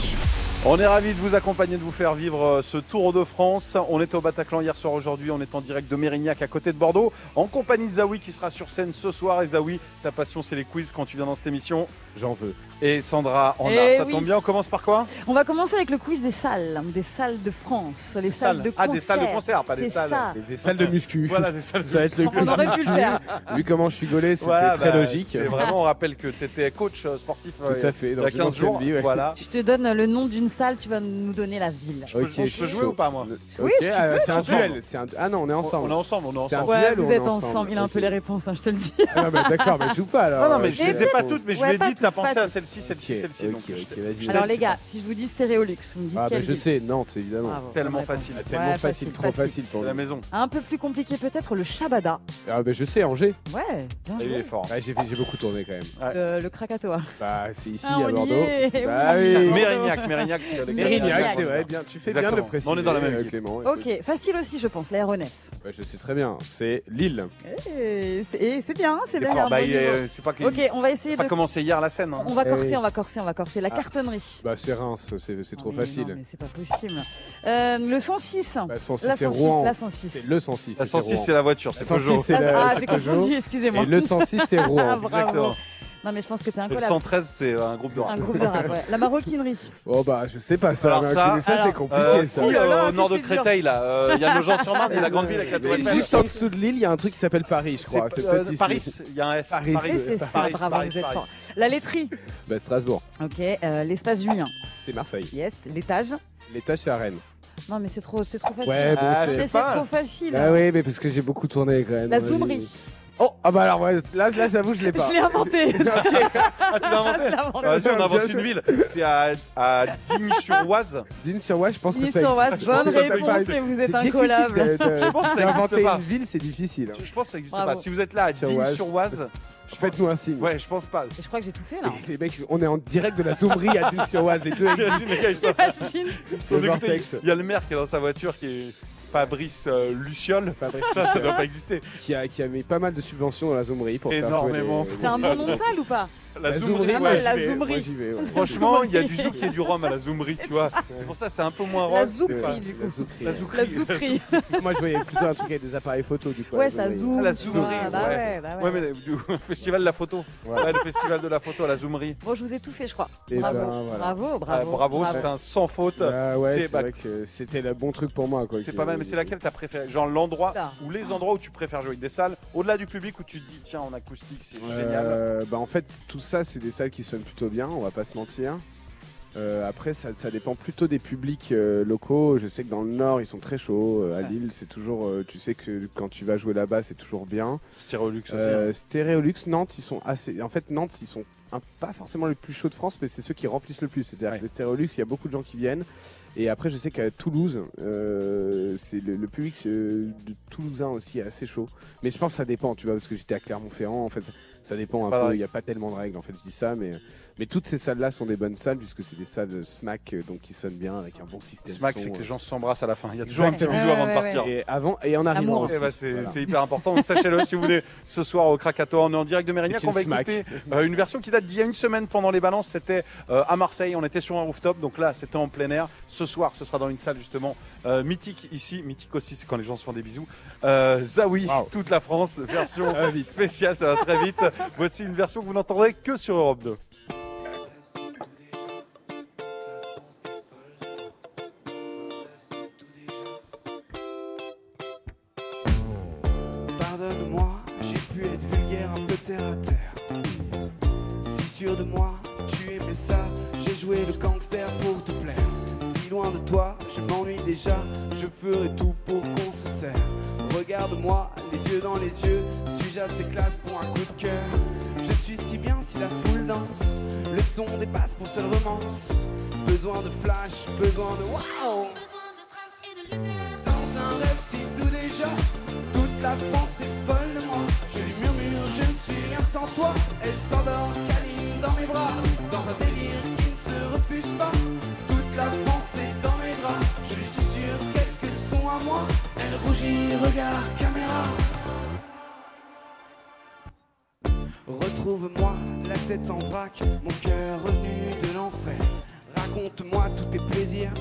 Speaker 1: On est ravis de vous accompagner, de vous faire vivre euh, ce Tour de France. On était au Bataclan hier soir, aujourd'hui, on est en direct de Mérignac à côté de Bordeaux, en compagnie de Zawi qui sera sur scène ce soir. Et Zawi, ta passion, c'est les quiz quand tu viens dans cette émission.
Speaker 6: J'en veux.
Speaker 1: Et Sandra en
Speaker 2: Eh
Speaker 1: a. Ça
Speaker 2: oui.
Speaker 1: tombe bien, on commence par quoi
Speaker 2: On va commencer avec le quiz des salles, des salles de France, les salles, de
Speaker 1: Ah,
Speaker 2: concert.
Speaker 1: des salles de concert, pas des
Speaker 2: C'est
Speaker 1: salles.
Speaker 2: ça.
Speaker 6: Et Des salles de muscu.
Speaker 1: Voilà, des salles de
Speaker 6: Ça va être le
Speaker 2: On aurait pu le faire.
Speaker 6: Vu comment je suis gaulé, c'était
Speaker 1: Voilà,
Speaker 6: très
Speaker 1: bah,
Speaker 6: logique.
Speaker 1: C'est vraiment, on rappelle que tu étais coach euh, sportif euh,
Speaker 6: Tout à fait.
Speaker 1: il y
Speaker 6: dans
Speaker 1: a
Speaker 6: une
Speaker 1: 15
Speaker 6: ancienne
Speaker 1: jours.
Speaker 6: vie, ouais.
Speaker 1: Voilà.
Speaker 2: Je te donne le nom d'une salle, tu vas nous donner la ville.
Speaker 1: Je peux-
Speaker 6: Ok,
Speaker 1: on- je
Speaker 6: je
Speaker 1: peux
Speaker 6: suis
Speaker 1: jouer
Speaker 6: chaud.
Speaker 1: ou pas, moi
Speaker 6: Le-
Speaker 1: Tu
Speaker 6: Ok,
Speaker 1: peux,
Speaker 6: ah,
Speaker 1: tu
Speaker 6: c'est
Speaker 1: peux,
Speaker 6: un
Speaker 1: ensemble.
Speaker 6: duel. c'est un- Ah non, on est
Speaker 1: On
Speaker 6: ensemble.
Speaker 1: est ensemble, on est
Speaker 6: C'est un
Speaker 1: ensemble.
Speaker 2: Ouais,
Speaker 6: duel ou
Speaker 2: vous
Speaker 6: on est
Speaker 2: êtes ensemble.
Speaker 6: ensemble
Speaker 2: Il a un
Speaker 6: Ok.
Speaker 2: peu les réponses, hein, je te le dis.
Speaker 6: Ah non, mais d'accord, mais je joue pas alors. euh,
Speaker 1: Non, non, mais je
Speaker 2: Et
Speaker 1: les ai pas
Speaker 2: peut-être-
Speaker 1: toutes, mais je
Speaker 2: ouais,
Speaker 1: lui ai
Speaker 2: pas
Speaker 1: dit, t'as
Speaker 2: toutes,
Speaker 1: pensé
Speaker 2: pas
Speaker 1: à
Speaker 2: toutes.
Speaker 1: celle-ci, celle-ci, celle-ci.
Speaker 6: Ah, Ok,
Speaker 1: donc
Speaker 6: ok,
Speaker 1: je t'ai-
Speaker 6: vas-y.
Speaker 1: je
Speaker 2: Alors
Speaker 1: t'ai-
Speaker 2: les gars, si je vous dis Stéréolux, vous me dites
Speaker 6: Ah, bah
Speaker 2: quelle
Speaker 6: je
Speaker 2: ville.
Speaker 6: sais, Nantes, évidemment.
Speaker 2: Bravo,
Speaker 1: Tellement
Speaker 2: bonne réponse.
Speaker 1: facile.
Speaker 6: Ah, tellement
Speaker 2: Ouais,
Speaker 6: facile, trop facile pour
Speaker 1: de la
Speaker 6: nous.
Speaker 1: maison.
Speaker 2: Un peu plus compliqué peut-être le Shabada.
Speaker 6: Ah, bah je sais, Angers.
Speaker 2: Ouais, bien
Speaker 1: Il est
Speaker 2: joué.
Speaker 1: fort.
Speaker 6: Ouais, j'ai fait- j'ai beaucoup tourné quand même.
Speaker 2: Euh, le Krakatoa.
Speaker 6: Bah, c'est ici,
Speaker 2: Ah,
Speaker 6: à
Speaker 2: on y
Speaker 6: Bordeaux.
Speaker 2: est,
Speaker 6: Bah
Speaker 2: oui.
Speaker 6: oui.
Speaker 1: Mérignac, Mérignac, c'est les gars.
Speaker 6: Mérignac,
Speaker 2: Mérignac,
Speaker 6: c'est vrai, bien, tu fais bien de
Speaker 1: Exactement.
Speaker 6: le préciser.
Speaker 1: On est dans la même
Speaker 6: euh,
Speaker 1: ville.
Speaker 6: Clément. écoute.
Speaker 2: Ok, facile aussi je pense, l'aéronef.
Speaker 6: Bah, je sais très bien, c'est Lille.
Speaker 2: Eh, c'est eh, c'est bien, c'est
Speaker 1: Il est
Speaker 2: bien. il y a
Speaker 1: fort.
Speaker 2: un
Speaker 1: Bah,
Speaker 2: bon
Speaker 1: il
Speaker 2: niveau.
Speaker 6: euh,
Speaker 1: est- C'est pas que- il
Speaker 2: Ok, on va essayer
Speaker 1: a pas
Speaker 2: de...
Speaker 1: commencé hier la scène. hein.
Speaker 2: On va
Speaker 6: Eh
Speaker 2: corser,
Speaker 6: oui.
Speaker 2: on va corser, on va corser. La
Speaker 6: Ah.
Speaker 2: cartonnerie.
Speaker 6: Bah, c'est Reims, c'est c'est trop
Speaker 2: Oh, mais
Speaker 6: facile.
Speaker 2: non, mais c'est pas possible. Euh, le 106.
Speaker 6: Bah, 106,
Speaker 2: la
Speaker 6: c'est
Speaker 2: 106,
Speaker 6: Rouen.
Speaker 2: la 106.
Speaker 6: C'est le 106.
Speaker 1: La
Speaker 6: c'est
Speaker 1: 106,
Speaker 6: Rouen.
Speaker 1: c'est la voiture,
Speaker 6: La
Speaker 1: c'est
Speaker 6: 106,
Speaker 1: Peugeot.
Speaker 6: c'est la-
Speaker 2: Ah,
Speaker 6: c'est
Speaker 2: j'ai
Speaker 6: Peugeot.
Speaker 2: confondu, excusez-moi.
Speaker 6: Et le 106, c'est
Speaker 2: Ah,
Speaker 6: Rouen.
Speaker 2: bravo.
Speaker 1: Exactement.
Speaker 2: Non, mais je pense que t'es un
Speaker 1: Et le
Speaker 2: collab.
Speaker 1: 113, c'est un groupe de rap.
Speaker 2: Un groupe de rap, ouais. La maroquinerie.
Speaker 6: Oh, bah, je sais pas ça.
Speaker 1: Alors
Speaker 6: mais
Speaker 1: ça-
Speaker 6: incliner ça, c'est
Speaker 2: alors,
Speaker 6: compliqué.
Speaker 1: Euh,
Speaker 6: ça.
Speaker 1: si,
Speaker 2: Oh là
Speaker 1: euh,
Speaker 2: là,
Speaker 1: au nord de
Speaker 2: qu'est-ce que c'est
Speaker 1: Créteil, là, euh, il y a nos gens sur marne et la grande ville avec la
Speaker 6: Mais
Speaker 1: toile.
Speaker 6: juste en dessous de Lille, il y a un truc qui s'appelle Paris, je crois. C'est peut-être
Speaker 1: Euh,
Speaker 6: ici.
Speaker 1: Paris, il y a un S.
Speaker 6: Paris.
Speaker 2: Et c'est ça,
Speaker 1: Paris,
Speaker 2: bravo,
Speaker 1: Paris, Ah,
Speaker 2: vous êtes
Speaker 1: Paris.
Speaker 2: fort. La laiterie.
Speaker 6: Bah, Strasbourg.
Speaker 2: Ok, euh, l'espace Julien.
Speaker 6: C'est Marseille.
Speaker 2: Yes, l'étage.
Speaker 6: L'étage, c'est à Rennes.
Speaker 2: Non, mais c'est trop, c'est trop facile.
Speaker 6: Ouais, bon,
Speaker 1: Ah,
Speaker 2: mais
Speaker 6: c'est.
Speaker 1: c'est-
Speaker 2: c'est
Speaker 1: pas
Speaker 2: trop facile.
Speaker 6: Ah, oui, mais parce que j'ai beaucoup tourné quand même.
Speaker 2: La
Speaker 6: dans
Speaker 2: zoomerie.
Speaker 6: vie. Oh, ah, bah alors, ouais, là, là j'avoue, je l'ai pas.
Speaker 2: Je l'ai inventé.
Speaker 1: Ah, tu l'as inventé
Speaker 2: Je l'ai inventé.
Speaker 1: Vas-y, on
Speaker 6: Bien
Speaker 1: invente
Speaker 6: sûr.
Speaker 1: une ville. C'est à, à Digne-sur-Oise.
Speaker 6: Digne sur Oise, je pense que
Speaker 2: Denis
Speaker 6: ça
Speaker 2: sur Oise,
Speaker 6: existe.
Speaker 2: bonne
Speaker 6: Je pense que ça
Speaker 2: réponse
Speaker 6: existe.
Speaker 2: et vous
Speaker 6: C'est
Speaker 2: êtes
Speaker 6: difficile
Speaker 2: incollable.
Speaker 6: de- de-
Speaker 1: Je pense que ça
Speaker 6: D'inventer
Speaker 1: existe pas.
Speaker 6: une ville, c'est difficile.
Speaker 1: Je pense que ça n'existe
Speaker 2: Bravo.
Speaker 1: pas. Si vous êtes là à
Speaker 6: Sur
Speaker 1: Digne-sur-Oise,
Speaker 6: Je- Faites-nous un signe.
Speaker 1: ouais, je pense pas.
Speaker 2: Je crois que j'ai tout fait là.
Speaker 6: Et Les mecs, on est en direct de la zoomerie à Digne sur Oise, les deux. existent.
Speaker 1: J'imagine les gars, ils sont-
Speaker 2: T'imagines
Speaker 6: C'est
Speaker 1: On
Speaker 6: le
Speaker 1: écoutait-
Speaker 6: Vortex.
Speaker 1: Il y a le maire qui est dans sa voiture qui est Fabrice euh, Luciole.
Speaker 6: Fabrice
Speaker 1: Ça, ça doit pas exister.
Speaker 6: qui a, qui a mis pas mal de subventions dans la zoomerie pour
Speaker 1: Énormément.
Speaker 6: faire
Speaker 2: C'est un bon nom de salle ou pas
Speaker 1: La,
Speaker 6: La
Speaker 1: Zoumerie,
Speaker 6: Zoumerie,
Speaker 1: ouais,
Speaker 2: la
Speaker 1: je vais-
Speaker 2: Zoumerie.
Speaker 6: Moi, j'y vais, ouais.
Speaker 1: Franchement, il y a du zouk et du rhum à la Zoumerie, tu vois. C'est pour ça que c'est un peu moins rhum.
Speaker 2: La
Speaker 1: c'est
Speaker 2: Zoumerie,
Speaker 1: pas-
Speaker 2: du
Speaker 6: La
Speaker 2: coup.
Speaker 6: zoumerie,
Speaker 1: La
Speaker 6: ouais.
Speaker 2: La
Speaker 1: Zoumerie.
Speaker 2: zouperie.
Speaker 6: Moi, je voyais plutôt un truc avec des appareils photo, du coup. à la
Speaker 2: Ouais, ça
Speaker 6: zoomerie.
Speaker 2: zoome.
Speaker 1: Ah, La
Speaker 2: tu
Speaker 1: Zoumerie,
Speaker 2: vois, bah
Speaker 1: ouais.
Speaker 2: ouais, bah ouais.
Speaker 1: Ouais, mais le le festival de la photo.
Speaker 6: Ouais.
Speaker 1: Ouais, le festival de la photo à la Zoumerie.
Speaker 2: Bon, je vous ai tout fait, je crois.
Speaker 6: Eh
Speaker 2: Bravo,
Speaker 6: ben, voilà.
Speaker 2: bravo,
Speaker 1: Ah,
Speaker 2: bravo.
Speaker 1: Bravo, c'est un sans faute.
Speaker 6: Ah ouais,
Speaker 1: C'est-
Speaker 6: c'est
Speaker 1: bah,
Speaker 6: vrai que c'était le bon truc pour moi. quoi,
Speaker 1: C'est
Speaker 6: que-
Speaker 1: pas mal, mais c'est laquelle t'as préféré Genre l'endroit
Speaker 2: Ça.
Speaker 1: ou les endroits où tu préfères jouer avec des salles, au-delà du public où tu te dis tiens en acoustique c'est génial.
Speaker 6: Euh, bah en fait tout ça c'est des salles qui sonnent plutôt bien, on va pas se mentir. Euh, après ça, ça dépend plutôt des publics euh, locaux. Je sais que dans le nord ils sont très chauds. Euh, à
Speaker 2: Ouais.
Speaker 6: Lille c'est toujours, euh, tu sais que quand tu vas jouer là-bas c'est toujours bien.
Speaker 1: Styrolux aussi.
Speaker 6: Euh, Stéréolux, Nantes, ils sont assez. En fait, Nantes, ils sont un- pas forcément les plus chauds de France, mais c'est ceux qui remplissent le plus. C'est-à-dire
Speaker 1: Ouais.
Speaker 6: que le Stéréolux, il y a beaucoup de gens qui viennent. Et après, je sais qu'à Toulouse, euh, c'est le, le public euh, de Toulousain aussi est assez chaud. Mais je pense que ça dépend, tu vois, parce que j'étais à Clermont-Ferrand, en fait, ça dépend un
Speaker 1: Pas de
Speaker 6: peu.
Speaker 1: règles.
Speaker 6: Il n'y a pas tellement de règles, en fait, je dis ça, mais mais toutes ces salles-là sont des bonnes salles puisque c'est des salles smack, euh, donc qui sonnent bien avec un bon système.
Speaker 1: Smack
Speaker 6: son,
Speaker 1: c'est que les
Speaker 6: euh.
Speaker 1: gens s'embrassent à la fin. Il y a toujours un petit
Speaker 6: Exactement.
Speaker 1: bisou avant de
Speaker 2: Ouais, ouais,
Speaker 1: partir.
Speaker 6: Et avant et en arrivant.
Speaker 2: Amour.
Speaker 6: aussi.
Speaker 1: Eh ben, c'est
Speaker 6: Voilà.
Speaker 1: c'est hyper important. Donc sachez-le si vous voulez ce soir au Krakatoa. On est en direct de Mérignac.
Speaker 6: It's in
Speaker 1: On va
Speaker 6: smack.
Speaker 1: écouter euh, une version qui date d'il y a une semaine pendant les balances. C'était euh, à Marseille. On était sur un rooftop. Donc là, c'était en plein air. Ce soir, ce sera dans une salle justement euh, mythique ici. Mythique aussi, c'est quand les gens se font des bisous. Euh, Zawi,
Speaker 6: Wow.
Speaker 1: toute la France, version spéciale. Ça va très vite. Voici une version que vous n'entendrez que sur Europe 2.
Speaker 3: pardonne-moi, j'ai pu être vulgaire, un peu terre à terre. Si sûr de moi, tu aimais ça, j'ai joué le gangster pour te plaire. Si loin de toi, je m'ennuie déjà, je ferai tout pour qu'on se serre. Regarde-moi, les yeux dans les yeux, suis-je assez classe pour un coup de cœur Je suis si bien si la foule danse, le son dépasse pour seule romance. Besoin de flash, besoin de waouh dans un rêve si doux déjà Toute la France est folle de moi Je lui murmure je ne suis rien sans toi Elle s'endort câline dans mes bras Dans un délire qui ne se refuse pas Toute la France est dans mes draps Je lui susurre quelques sons à moi Elle rougit, regard, caméra Retrouve-moi la tête en vrac, mon cœur revenu de l'enfer. Raconte-moi tous tes plaisirs,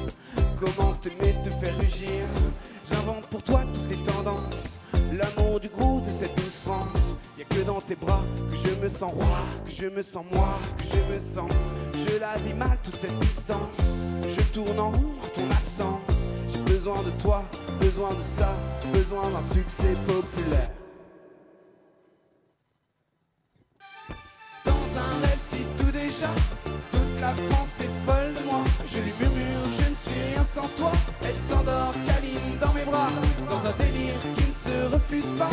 Speaker 3: comment t'aimer te faire rugir. J'invente pour toi toutes les tendances, l'amour du gros de cette douce France. Y a que dans tes bras que je me sens roi, que je me sens moi, que je me sens. Je la vis mal toute cette distance, je tourne en rond à ton absence. J'ai besoin de toi, besoin de ça, besoin d'un succès populaire. dans un rêve si tout déjà Toute la France est folle de moi Je lui murmure je ne suis rien sans toi Elle s'endort câline dans mes bras Dans un délire qui ne se refuse pas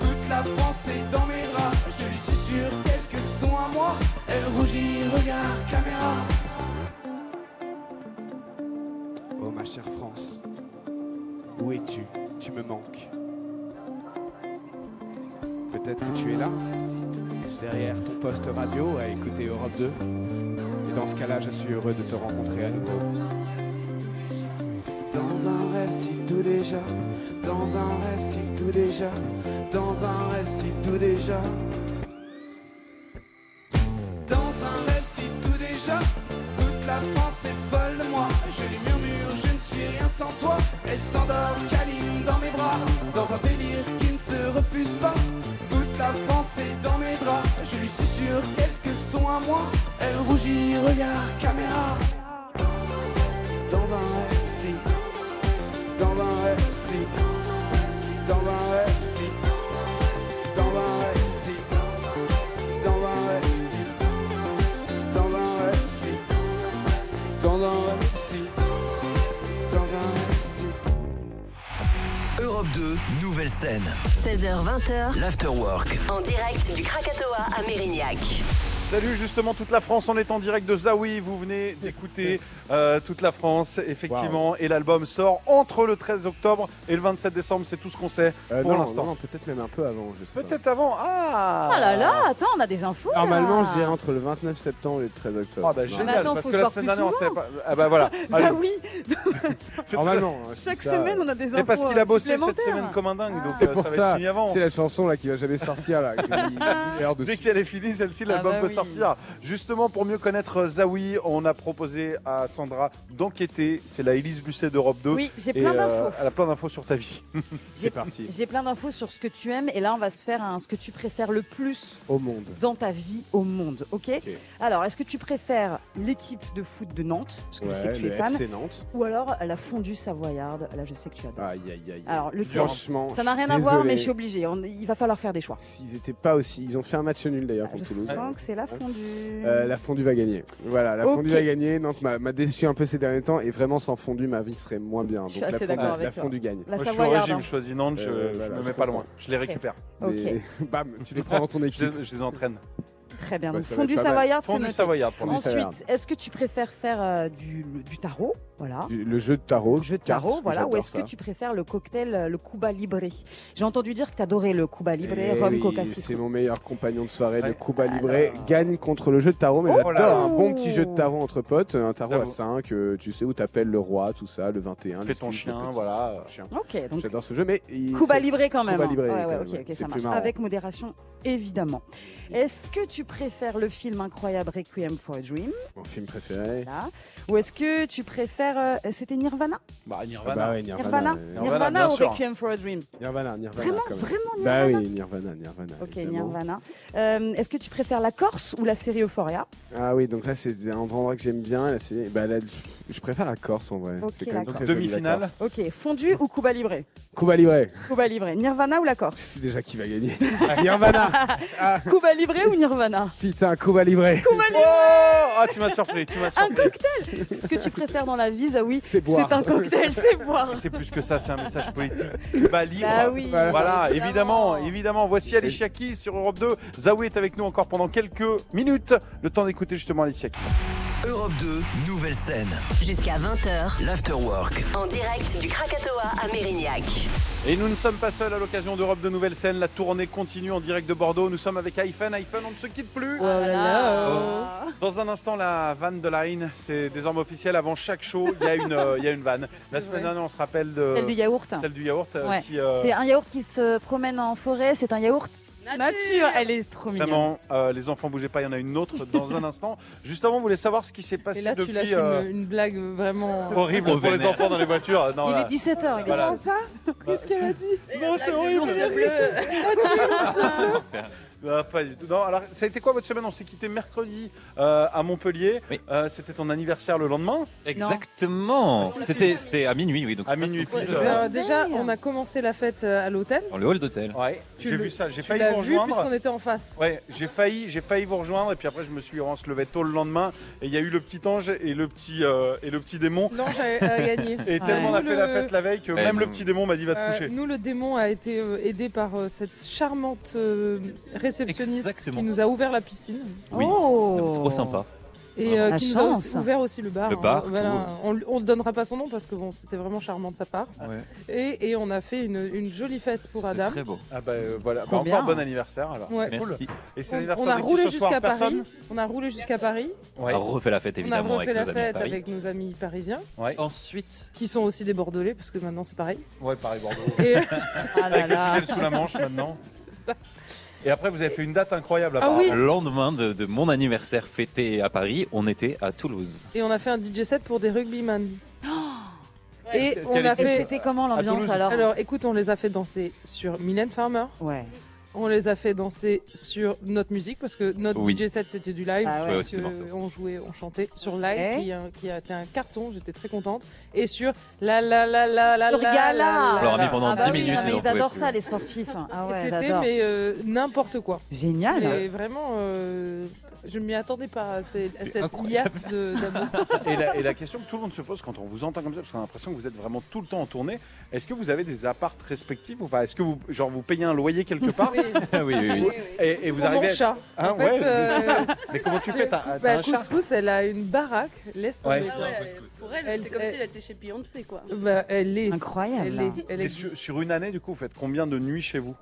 Speaker 3: Toute la France est dans mes draps Je lui susurre quelques sons à moi Elle rougit, regard, caméra Oh ma chère France Où es-tu Tu me manques Peut-être que tu es là derrière ton poste radio à écouter Europe 2. Et dans ce cas-là, je suis heureux de te rencontrer à nouveau. Dans un rêve si tout déjà, dans un rêve si tout déjà, dans un rêve si tout déjà. Dans un rêve si tout déjà, toute la France est folle de moi. Je lui murmure, je ne suis rien sans toi. Elle s'endort câline dans mes bras, dans un délire qui ne se refuse pas. Toute la France est dans mes draps, je lui susurre quelques sons à moi. Elle rougit, regarde, caméra. Dans un rêve si, dans un rêve si, dans un rêve si, dans un rêve si, dans un rêve si, dans un rêve si, dans un rêve si, dans un rêve si.
Speaker 4: Europe 2, nouvelle scène.
Speaker 5: 16h20h,
Speaker 4: L'afterwork.
Speaker 5: en direct du Krakatoa à Mérignac.
Speaker 1: Salut justement toute la France, on est en direct de Zawi, vous venez d'écouter euh, toute la France effectivement et l'album sort entre le 13 octobre et le 27 décembre, c'est tout ce qu'on sait
Speaker 6: Euh,
Speaker 1: pour
Speaker 6: non,
Speaker 1: l'instant.
Speaker 6: non, non, peut-être même un peu avant. je sais pas.
Speaker 1: Peut-être avant, ah
Speaker 2: Oh là là, attends, on a des infos. là.
Speaker 6: Normalement, je dirais entre le 29 septembre et le 13 octobre.
Speaker 1: Ah bah
Speaker 6: Non.
Speaker 1: génial,
Speaker 2: Mais attends,
Speaker 1: parce
Speaker 2: faut
Speaker 1: que
Speaker 2: se
Speaker 1: la
Speaker 2: voir
Speaker 1: semaine
Speaker 2: plus
Speaker 1: dernière on
Speaker 2: souvent.
Speaker 1: savait pas. Ah bah voilà. Allez,
Speaker 2: Bah oui,
Speaker 1: c'est
Speaker 6: Normalement, hein,
Speaker 2: chaque
Speaker 6: c'est ça.
Speaker 2: semaine on a des infos.
Speaker 1: C'est parce qu'il a
Speaker 2: euh,
Speaker 1: bossé cette
Speaker 2: supplémentaires.
Speaker 1: semaine comme un dingue, donc
Speaker 2: Ah.
Speaker 1: euh,
Speaker 6: C'est
Speaker 1: ça
Speaker 6: pour
Speaker 1: va être
Speaker 6: ça.
Speaker 1: fini avant.
Speaker 6: C'est la chanson là qui va jamais sortir là. qui- qui meurt dessus.
Speaker 1: Dès qu'elle est finie, celle-ci, l'album
Speaker 2: bah
Speaker 1: peut
Speaker 2: oui.
Speaker 1: sortir. Justement, pour mieux connaître Zawi, on a proposé à Sandra d'enquêter. C'est la Élise Lucet d'Europe 2.
Speaker 2: Oui, j'ai
Speaker 1: Et
Speaker 2: plein
Speaker 1: euh,
Speaker 2: d'infos.
Speaker 1: elle a plein d'infos sur ta vie.
Speaker 6: C'est parti.
Speaker 2: J'ai plein d'infos sur ce que tu aimes et là on va se faire un ce que tu préfères le plus
Speaker 6: Au monde.
Speaker 2: dans ta vie au monde, ok Alors est-ce que tu préfères l'équipe de foot de Nantes parce que je sais
Speaker 6: Ouais,
Speaker 2: que tu es
Speaker 6: le
Speaker 2: fan,
Speaker 6: FC Nantes.
Speaker 2: ou alors la fondue savoyarde Là je sais que tu adores.
Speaker 6: Aïe aïe aïe.
Speaker 2: Alors le
Speaker 6: Franchement,
Speaker 2: ça n'a rien à voir, mais je suis obligée. On- il va falloir faire des choix.
Speaker 6: S'ils étaient pas aussi, ils ont fait un match nul d'ailleurs
Speaker 2: Ah, Je
Speaker 6: contre Toulouse.
Speaker 2: sens que c'est la fondue.
Speaker 6: Euh, la fondue va gagner. Voilà, la
Speaker 2: Ok.
Speaker 6: fondue va gagner. Nantes m'a m'a déçu un peu ces derniers temps et vraiment sans fondue ma vie serait moins bien. Donc
Speaker 2: Je suis
Speaker 6: la
Speaker 2: assez
Speaker 6: fondue,
Speaker 2: d'accord
Speaker 6: la
Speaker 2: avec toi.
Speaker 6: fondue gagne.
Speaker 2: La
Speaker 1: Moi, je suis au
Speaker 2: savoyarde.
Speaker 1: régime,
Speaker 2: hein.
Speaker 1: je choisis Nantes, je,
Speaker 6: Euh,
Speaker 1: je
Speaker 6: voilà,
Speaker 1: me
Speaker 6: je
Speaker 1: mets pas
Speaker 6: comprends.
Speaker 1: loin. Je les récupère.
Speaker 6: Mais- Bam, tu les prends dans ton
Speaker 1: Je,
Speaker 6: équipe.
Speaker 1: je les entraîne.
Speaker 2: Très bien.
Speaker 6: Bah,
Speaker 2: Donc,
Speaker 6: ça va être
Speaker 2: fondue
Speaker 6: pas mal.
Speaker 2: savoyarde, c'est
Speaker 1: Fondue
Speaker 2: noté.
Speaker 1: savoyarde pour
Speaker 6: Fondue
Speaker 1: l'instant.
Speaker 6: savoyarde.
Speaker 2: Ensuite, est-ce que tu préfères faire euh, du, du tarot Voilà.
Speaker 6: Du- Le jeu de tarot.
Speaker 2: jeu de
Speaker 6: cartes,
Speaker 2: tarot, voilà. Ou
Speaker 6: j'adore
Speaker 2: est-ce que
Speaker 6: ça.
Speaker 2: tu préfères le cocktail, euh, le Cuba Libre J'ai entendu dire que t'adorais le Cuba Libre,
Speaker 6: Eh
Speaker 2: rhum,
Speaker 6: oui,
Speaker 2: coca
Speaker 6: C'est mon meilleur compagnon de soirée,
Speaker 1: Ouais.
Speaker 6: le Cuba Libre. Gagne contre le jeu de tarot, mais
Speaker 1: Oh
Speaker 6: j'adore
Speaker 1: là
Speaker 2: là.
Speaker 6: un bon petit jeu de tarot entre potes, un tarot
Speaker 1: J'avoue.
Speaker 6: à 5, euh, tu sais où t'appelles le roi, tout ça, le 21.
Speaker 1: Fais
Speaker 6: le
Speaker 1: ton
Speaker 6: petit,
Speaker 1: chien,
Speaker 6: le petit,
Speaker 1: voilà.
Speaker 6: ton chien.
Speaker 2: Ok, donc
Speaker 6: J'adore ce jeu, mais. il-
Speaker 2: Cuba
Speaker 6: ça-
Speaker 2: Libre quand même.
Speaker 6: Cuba
Speaker 2: hein.
Speaker 6: Libre,
Speaker 2: ouais, ouais,
Speaker 6: quand
Speaker 2: ok,
Speaker 6: même,
Speaker 2: ok,
Speaker 6: c'est
Speaker 2: ça
Speaker 6: plus
Speaker 2: marche.
Speaker 6: marrant.
Speaker 2: Avec modération, évidemment. Est-ce que tu préfères le film incroyable Requiem for a Dream
Speaker 6: Mon film préféré.
Speaker 2: là Ou est-ce que tu préfères. euh, C'était Nirvana
Speaker 1: Bah,
Speaker 6: Ah
Speaker 1: Nirvana.
Speaker 6: bah ouais,
Speaker 2: Nirvana
Speaker 6: Nirvana.
Speaker 2: Nirvana,
Speaker 6: Nirvana,
Speaker 1: bien
Speaker 2: ou
Speaker 1: sûr.
Speaker 2: Requiem for a Dream
Speaker 6: Nirvana, Nirvana,
Speaker 2: Vraiment,
Speaker 6: quand même.
Speaker 2: vraiment
Speaker 6: Bah
Speaker 2: Nirvana
Speaker 6: oui, Nirvana, Nirvana.
Speaker 2: Ok,
Speaker 6: évidemment.
Speaker 2: Nirvana. Euh, Est-ce que tu préfères la Corse ou la série Euphoria
Speaker 6: Ah oui, donc là, c'est un endroit que j'aime bien. Là, c'est bah, là, Je préfère la Corse en vrai.
Speaker 7: Ok,
Speaker 6: C'est quand même
Speaker 7: d'accord.
Speaker 6: très joli, la
Speaker 1: Demi-finale.
Speaker 6: Corse.
Speaker 7: Ok, fondu ou Cuba Libre
Speaker 6: Cuba Libre.
Speaker 7: Cuba Libre, Nirvana ou la Corse
Speaker 6: C'est déjà qui va gagner. Nirvana.
Speaker 1: Ah.
Speaker 7: Cuba Libre ou Nirvana
Speaker 6: Putain, Cuba Libre.
Speaker 1: Oh Ah, tu m'as surpris, tu m'as
Speaker 7: Un
Speaker 1: surpris.
Speaker 7: cocktail Ce que tu préfères dans la vie, Zawi,
Speaker 6: C'est boire.
Speaker 7: un cocktail, c'est boire.
Speaker 1: C'est plus que ça, c'est un message politique. Cuba libre.
Speaker 2: Bah oui.
Speaker 1: Voilà, évidemment,
Speaker 7: évidemment.
Speaker 1: évidemment. Voici Alicia Keys sur Europe 2. Zawi est avec nous encore pendant quelques minutes. Le temps d'écouter justement Alicia Keys.
Speaker 4: Europe 2, nouvelle scène.
Speaker 5: Jusqu'à 20h,
Speaker 4: L'afterwork.
Speaker 5: en direct du Krakatoa à Mérignac.
Speaker 1: Et nous ne sommes pas seuls à l'occasion d'Europe de Nouvelle Scène. La tournée continue en direct de Bordeaux. Nous sommes avec iPhone. iPhone, on ne se quitte plus.
Speaker 2: Oh là là.
Speaker 1: Dans un instant, la vanne de Line, c'est désormais officiel. Avant chaque show, il y a une, euh, il y a une vanne. La
Speaker 7: C'est
Speaker 1: semaine
Speaker 7: vrai.
Speaker 1: dernière, on se rappelle de
Speaker 2: Oh. Celle du yaourt.
Speaker 1: celle du yaourt euh,
Speaker 2: Ouais.
Speaker 1: qui euh,
Speaker 2: C'est un yaourt qui se promène en forêt, c'est un yaourt
Speaker 7: Nature, elle est trop mignonne.
Speaker 1: Vraiment, euh, les enfants bougez pas, il y en a une autre dans un instant. Juste avant, vous voulez savoir ce qui s'est
Speaker 8: Et
Speaker 1: passé
Speaker 8: là, tu
Speaker 1: depuis.
Speaker 8: lâches
Speaker 1: euh,
Speaker 8: une, une blague vraiment.
Speaker 1: Horrible pour les
Speaker 4: vénère.
Speaker 1: enfants dans les voitures. Non,
Speaker 2: Il
Speaker 1: là.
Speaker 2: est 17h, il est
Speaker 1: Voilà.
Speaker 7: Comment ça Qu'est-ce qu'elle a dit
Speaker 1: Non, c'est horrible. Ah, pas du tout. Non, alors, ça a été quoi votre semaine On s'est quitté mercredi euh, à Montpellier.
Speaker 9: Oui.
Speaker 1: Euh, C'était ton anniversaire le lendemain.
Speaker 9: Exactement.
Speaker 1: Ah, si,
Speaker 9: C'était c'était à minuit, oui. Donc
Speaker 1: À
Speaker 9: ça,
Speaker 1: minuit
Speaker 9: c'est-
Speaker 1: pile.
Speaker 9: c'est-
Speaker 8: Alors,
Speaker 2: Ouais.
Speaker 8: Ah, déjà, on a commencé la fête euh, à l'hôtel.
Speaker 9: Dans le hall d'hôtel.
Speaker 1: Ouais.
Speaker 8: Tu
Speaker 1: J'ai
Speaker 8: le-
Speaker 1: vu ça. J'ai
Speaker 8: Tu
Speaker 1: failli
Speaker 8: l'as
Speaker 1: vous
Speaker 8: vu
Speaker 1: rejoindre.
Speaker 8: puisqu'on était en face.
Speaker 1: Ouais, j'ai failli, j'ai failli vous rejoindre et puis après je me suis on se levait tôt le lendemain et il y a eu le petit ange et le petit euh, et le petit démon
Speaker 8: L'ange a, a gagné.
Speaker 1: et tellement on a
Speaker 8: Nous,
Speaker 1: fait
Speaker 8: le-
Speaker 1: la fête la veille que
Speaker 9: Ouais,
Speaker 1: même le
Speaker 9: non.
Speaker 1: petit démon m'a dit va te
Speaker 8: Euh,
Speaker 1: coucher.
Speaker 8: nous, le démon a été euh, aidé par euh, cette charmante euh, réceptionniste
Speaker 9: Exactement.
Speaker 8: qui nous a ouvert la piscine
Speaker 9: Oui.
Speaker 2: Oh
Speaker 9: Trop sympa.
Speaker 8: et euh,
Speaker 2: La
Speaker 8: qui nous a
Speaker 2: chance.
Speaker 8: aussi- ouvert aussi le bar. Euh,
Speaker 9: Le bar,
Speaker 8: voilà.
Speaker 9: tout.
Speaker 8: on, on le donnera pas son nom parce que bon, c'était vraiment charmant de sa part.
Speaker 9: Ouais.
Speaker 8: Et, et on a fait une, une jolie fête pour
Speaker 9: C'était
Speaker 8: Adam.
Speaker 9: très beau.
Speaker 1: Ah bah euh, voilà,
Speaker 2: Trop
Speaker 1: Bah,
Speaker 2: bien.
Speaker 1: encore bon anniversaire alors.
Speaker 8: Ouais.
Speaker 1: C'est cool.
Speaker 9: Merci.
Speaker 1: Et c'est
Speaker 8: On, on
Speaker 1: l'anniversaire
Speaker 8: a
Speaker 1: de qui
Speaker 8: roulé
Speaker 1: ce soir
Speaker 8: jusqu'à Paris.
Speaker 1: Personne Ah,
Speaker 8: On a roulé jusqu'à Paris.
Speaker 1: Ouais.
Speaker 9: On a refait la fête
Speaker 8: On a
Speaker 9: évidemment
Speaker 8: refait
Speaker 9: avec nos
Speaker 8: la
Speaker 9: amis à
Speaker 8: fête
Speaker 9: Paris.
Speaker 8: avec nos amis parisiens,
Speaker 1: ouais.
Speaker 9: Ensuite,
Speaker 8: qui sont aussi des Bordelais, parce que maintenant c'est pareil.
Speaker 1: Ouais, Paris Bordeaux.
Speaker 8: Et-
Speaker 2: Ah là
Speaker 1: Avec le
Speaker 2: là.
Speaker 1: tunnel sous la Manche maintenant.
Speaker 8: c'est ça.
Speaker 1: Et après vous avez fait une date incroyable
Speaker 8: Ah oui.
Speaker 1: apparemment.
Speaker 9: le lendemain de, de mon anniversaire fêté à Paris, on était à Toulouse.
Speaker 8: Et on a fait un DJ set pour des rugbyman.
Speaker 2: Oh
Speaker 8: Et
Speaker 1: Quelle-
Speaker 8: on
Speaker 1: quelle
Speaker 8: a
Speaker 2: Et
Speaker 8: fait.
Speaker 2: c'était comment l'ambiance
Speaker 1: Toulouse.
Speaker 2: alors
Speaker 8: Alors écoute, on les a fait danser sur Mylène Farmer.
Speaker 2: Ouais.
Speaker 8: On les a fait danser sur notre musique parce que notre
Speaker 9: Oui.
Speaker 8: DJ set c'était du live.
Speaker 2: Ah ouais.
Speaker 9: Ouais,
Speaker 8: parce
Speaker 9: aussi des
Speaker 8: que
Speaker 9: morceaux.
Speaker 8: on jouait, on chantait sur live
Speaker 2: Ouais.
Speaker 8: qui, a, qui a été un carton. J'étais très contente. Et sur la la la la la
Speaker 2: Sur
Speaker 8: la,
Speaker 2: Gala.
Speaker 8: la, la,
Speaker 9: On leur a mis
Speaker 8: la.
Speaker 9: pendant
Speaker 2: Ah bah
Speaker 9: 10
Speaker 2: oui,
Speaker 9: minutes,
Speaker 2: non, mais
Speaker 9: ils en
Speaker 2: ils adorent
Speaker 9: pouvaient
Speaker 2: ça
Speaker 9: plus.
Speaker 2: les sportifs. Ah
Speaker 8: Et
Speaker 2: ouais,
Speaker 8: c'était
Speaker 2: j'adore. Ah,
Speaker 8: mais euh, n'importe quoi.
Speaker 2: Génial.
Speaker 8: Mais vraiment, euh, je ne m'y attendais pas à, ces- à cette
Speaker 9: incroyable.
Speaker 8: liasse de- d'amour.
Speaker 1: Et la, et la question que tout le monde se pose quand on vous entend comme ça, parce qu'on a l'impression que vous êtes vraiment tout le temps en tournée, est-ce que vous avez des apparts respectifs ou pas Est-ce que vous, genre, vous payez un loyer quelque part
Speaker 9: Ah oui, oui, oui.
Speaker 1: et, et vous
Speaker 8: Pour
Speaker 1: arrivez.
Speaker 8: mon
Speaker 1: à-
Speaker 8: chat.
Speaker 1: Hein,
Speaker 8: en fait,
Speaker 1: ouais, mais c'est
Speaker 8: euh,
Speaker 1: ça. Mais comment tu fais T'as t'as
Speaker 8: Bah,
Speaker 1: un chat
Speaker 8: Couscous, elle a une baraque. Laisse tomber.
Speaker 1: Ouais.
Speaker 10: Ah ouais, elle- pour elle,
Speaker 8: Elle-
Speaker 10: c'est comme
Speaker 8: elle-
Speaker 10: si elle était chez Beyoncé, quoi.
Speaker 8: Bah, elle est.
Speaker 2: Incroyable.
Speaker 8: Elle est. Elle
Speaker 1: Et
Speaker 8: est-
Speaker 1: sur, sur une année, du coup, vous faites combien de nuits chez vous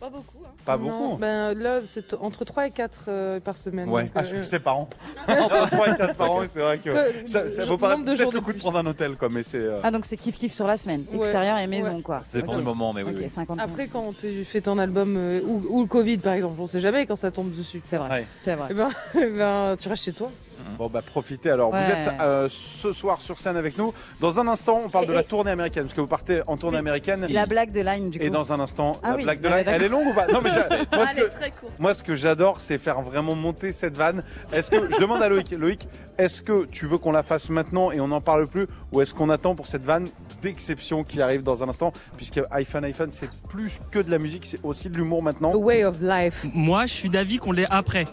Speaker 10: Pas beaucoup, hein.
Speaker 1: Pas
Speaker 8: Non,
Speaker 1: beaucoup
Speaker 8: ben, là, c'est entre 3 et 4 par semaine.
Speaker 9: Ouais.
Speaker 8: donc,
Speaker 1: Ah,
Speaker 8: euh,
Speaker 1: je crois que c'était par an. Entre 3 et 4 par an, et c'est vrai que.
Speaker 8: que-
Speaker 1: Ça, ça
Speaker 8: je-
Speaker 1: vaut pas
Speaker 8: nombre de jours
Speaker 1: peut-être
Speaker 8: de
Speaker 1: le coup de
Speaker 8: plus.
Speaker 1: prendre un hôtel, quoi, mais c'est. euh,
Speaker 2: Ah donc c'est kiff kiff sur la semaine,
Speaker 8: Ouais.
Speaker 2: extérieur et maison quoi.
Speaker 9: C'est bon
Speaker 2: Ok.
Speaker 9: le moment, mais oui.
Speaker 2: Ok,
Speaker 9: oui.
Speaker 2: 50
Speaker 8: Après, quand tu fais ton album euh, ou, ou le Covid, par exemple, on sait jamais quand ça tombe dessus.
Speaker 2: c'est vrai.
Speaker 1: Ouais.
Speaker 2: C'est vrai.
Speaker 8: Eh ben, eh ben, tu restes chez toi.
Speaker 1: Bon, bah profitez alors. Vous
Speaker 2: Ouais.
Speaker 1: êtes euh, ce soir sur scène avec nous. Dans un instant, on parle
Speaker 2: Et-
Speaker 1: de la tournée américaine, parce que vous partez en tournée américaine.
Speaker 2: Et La blague de Line du coup.
Speaker 1: Et dans un instant,
Speaker 2: Ah
Speaker 1: la
Speaker 2: oui,
Speaker 1: blague de
Speaker 2: bah,
Speaker 1: la... Elle est longue ou pas Non, mais j'a- moi,
Speaker 10: Ah,
Speaker 1: ce
Speaker 10: elle est
Speaker 1: que,
Speaker 10: très courte.
Speaker 1: moi, ce que j'adore, c'est faire vraiment monter cette vanne. Est-ce que je demande à Loïc, Loïc, est-ce que tu veux qu'on la fasse maintenant et on n'en parle plus, ou est-ce qu'on attend pour cette vanne d'exception qui arrive dans un instant, puisque iPhone iPhone, c'est plus que de la musique, c'est aussi de l'humour maintenant.
Speaker 8: The way of life.
Speaker 11: Moi, je suis d'avis qu'on l'est après.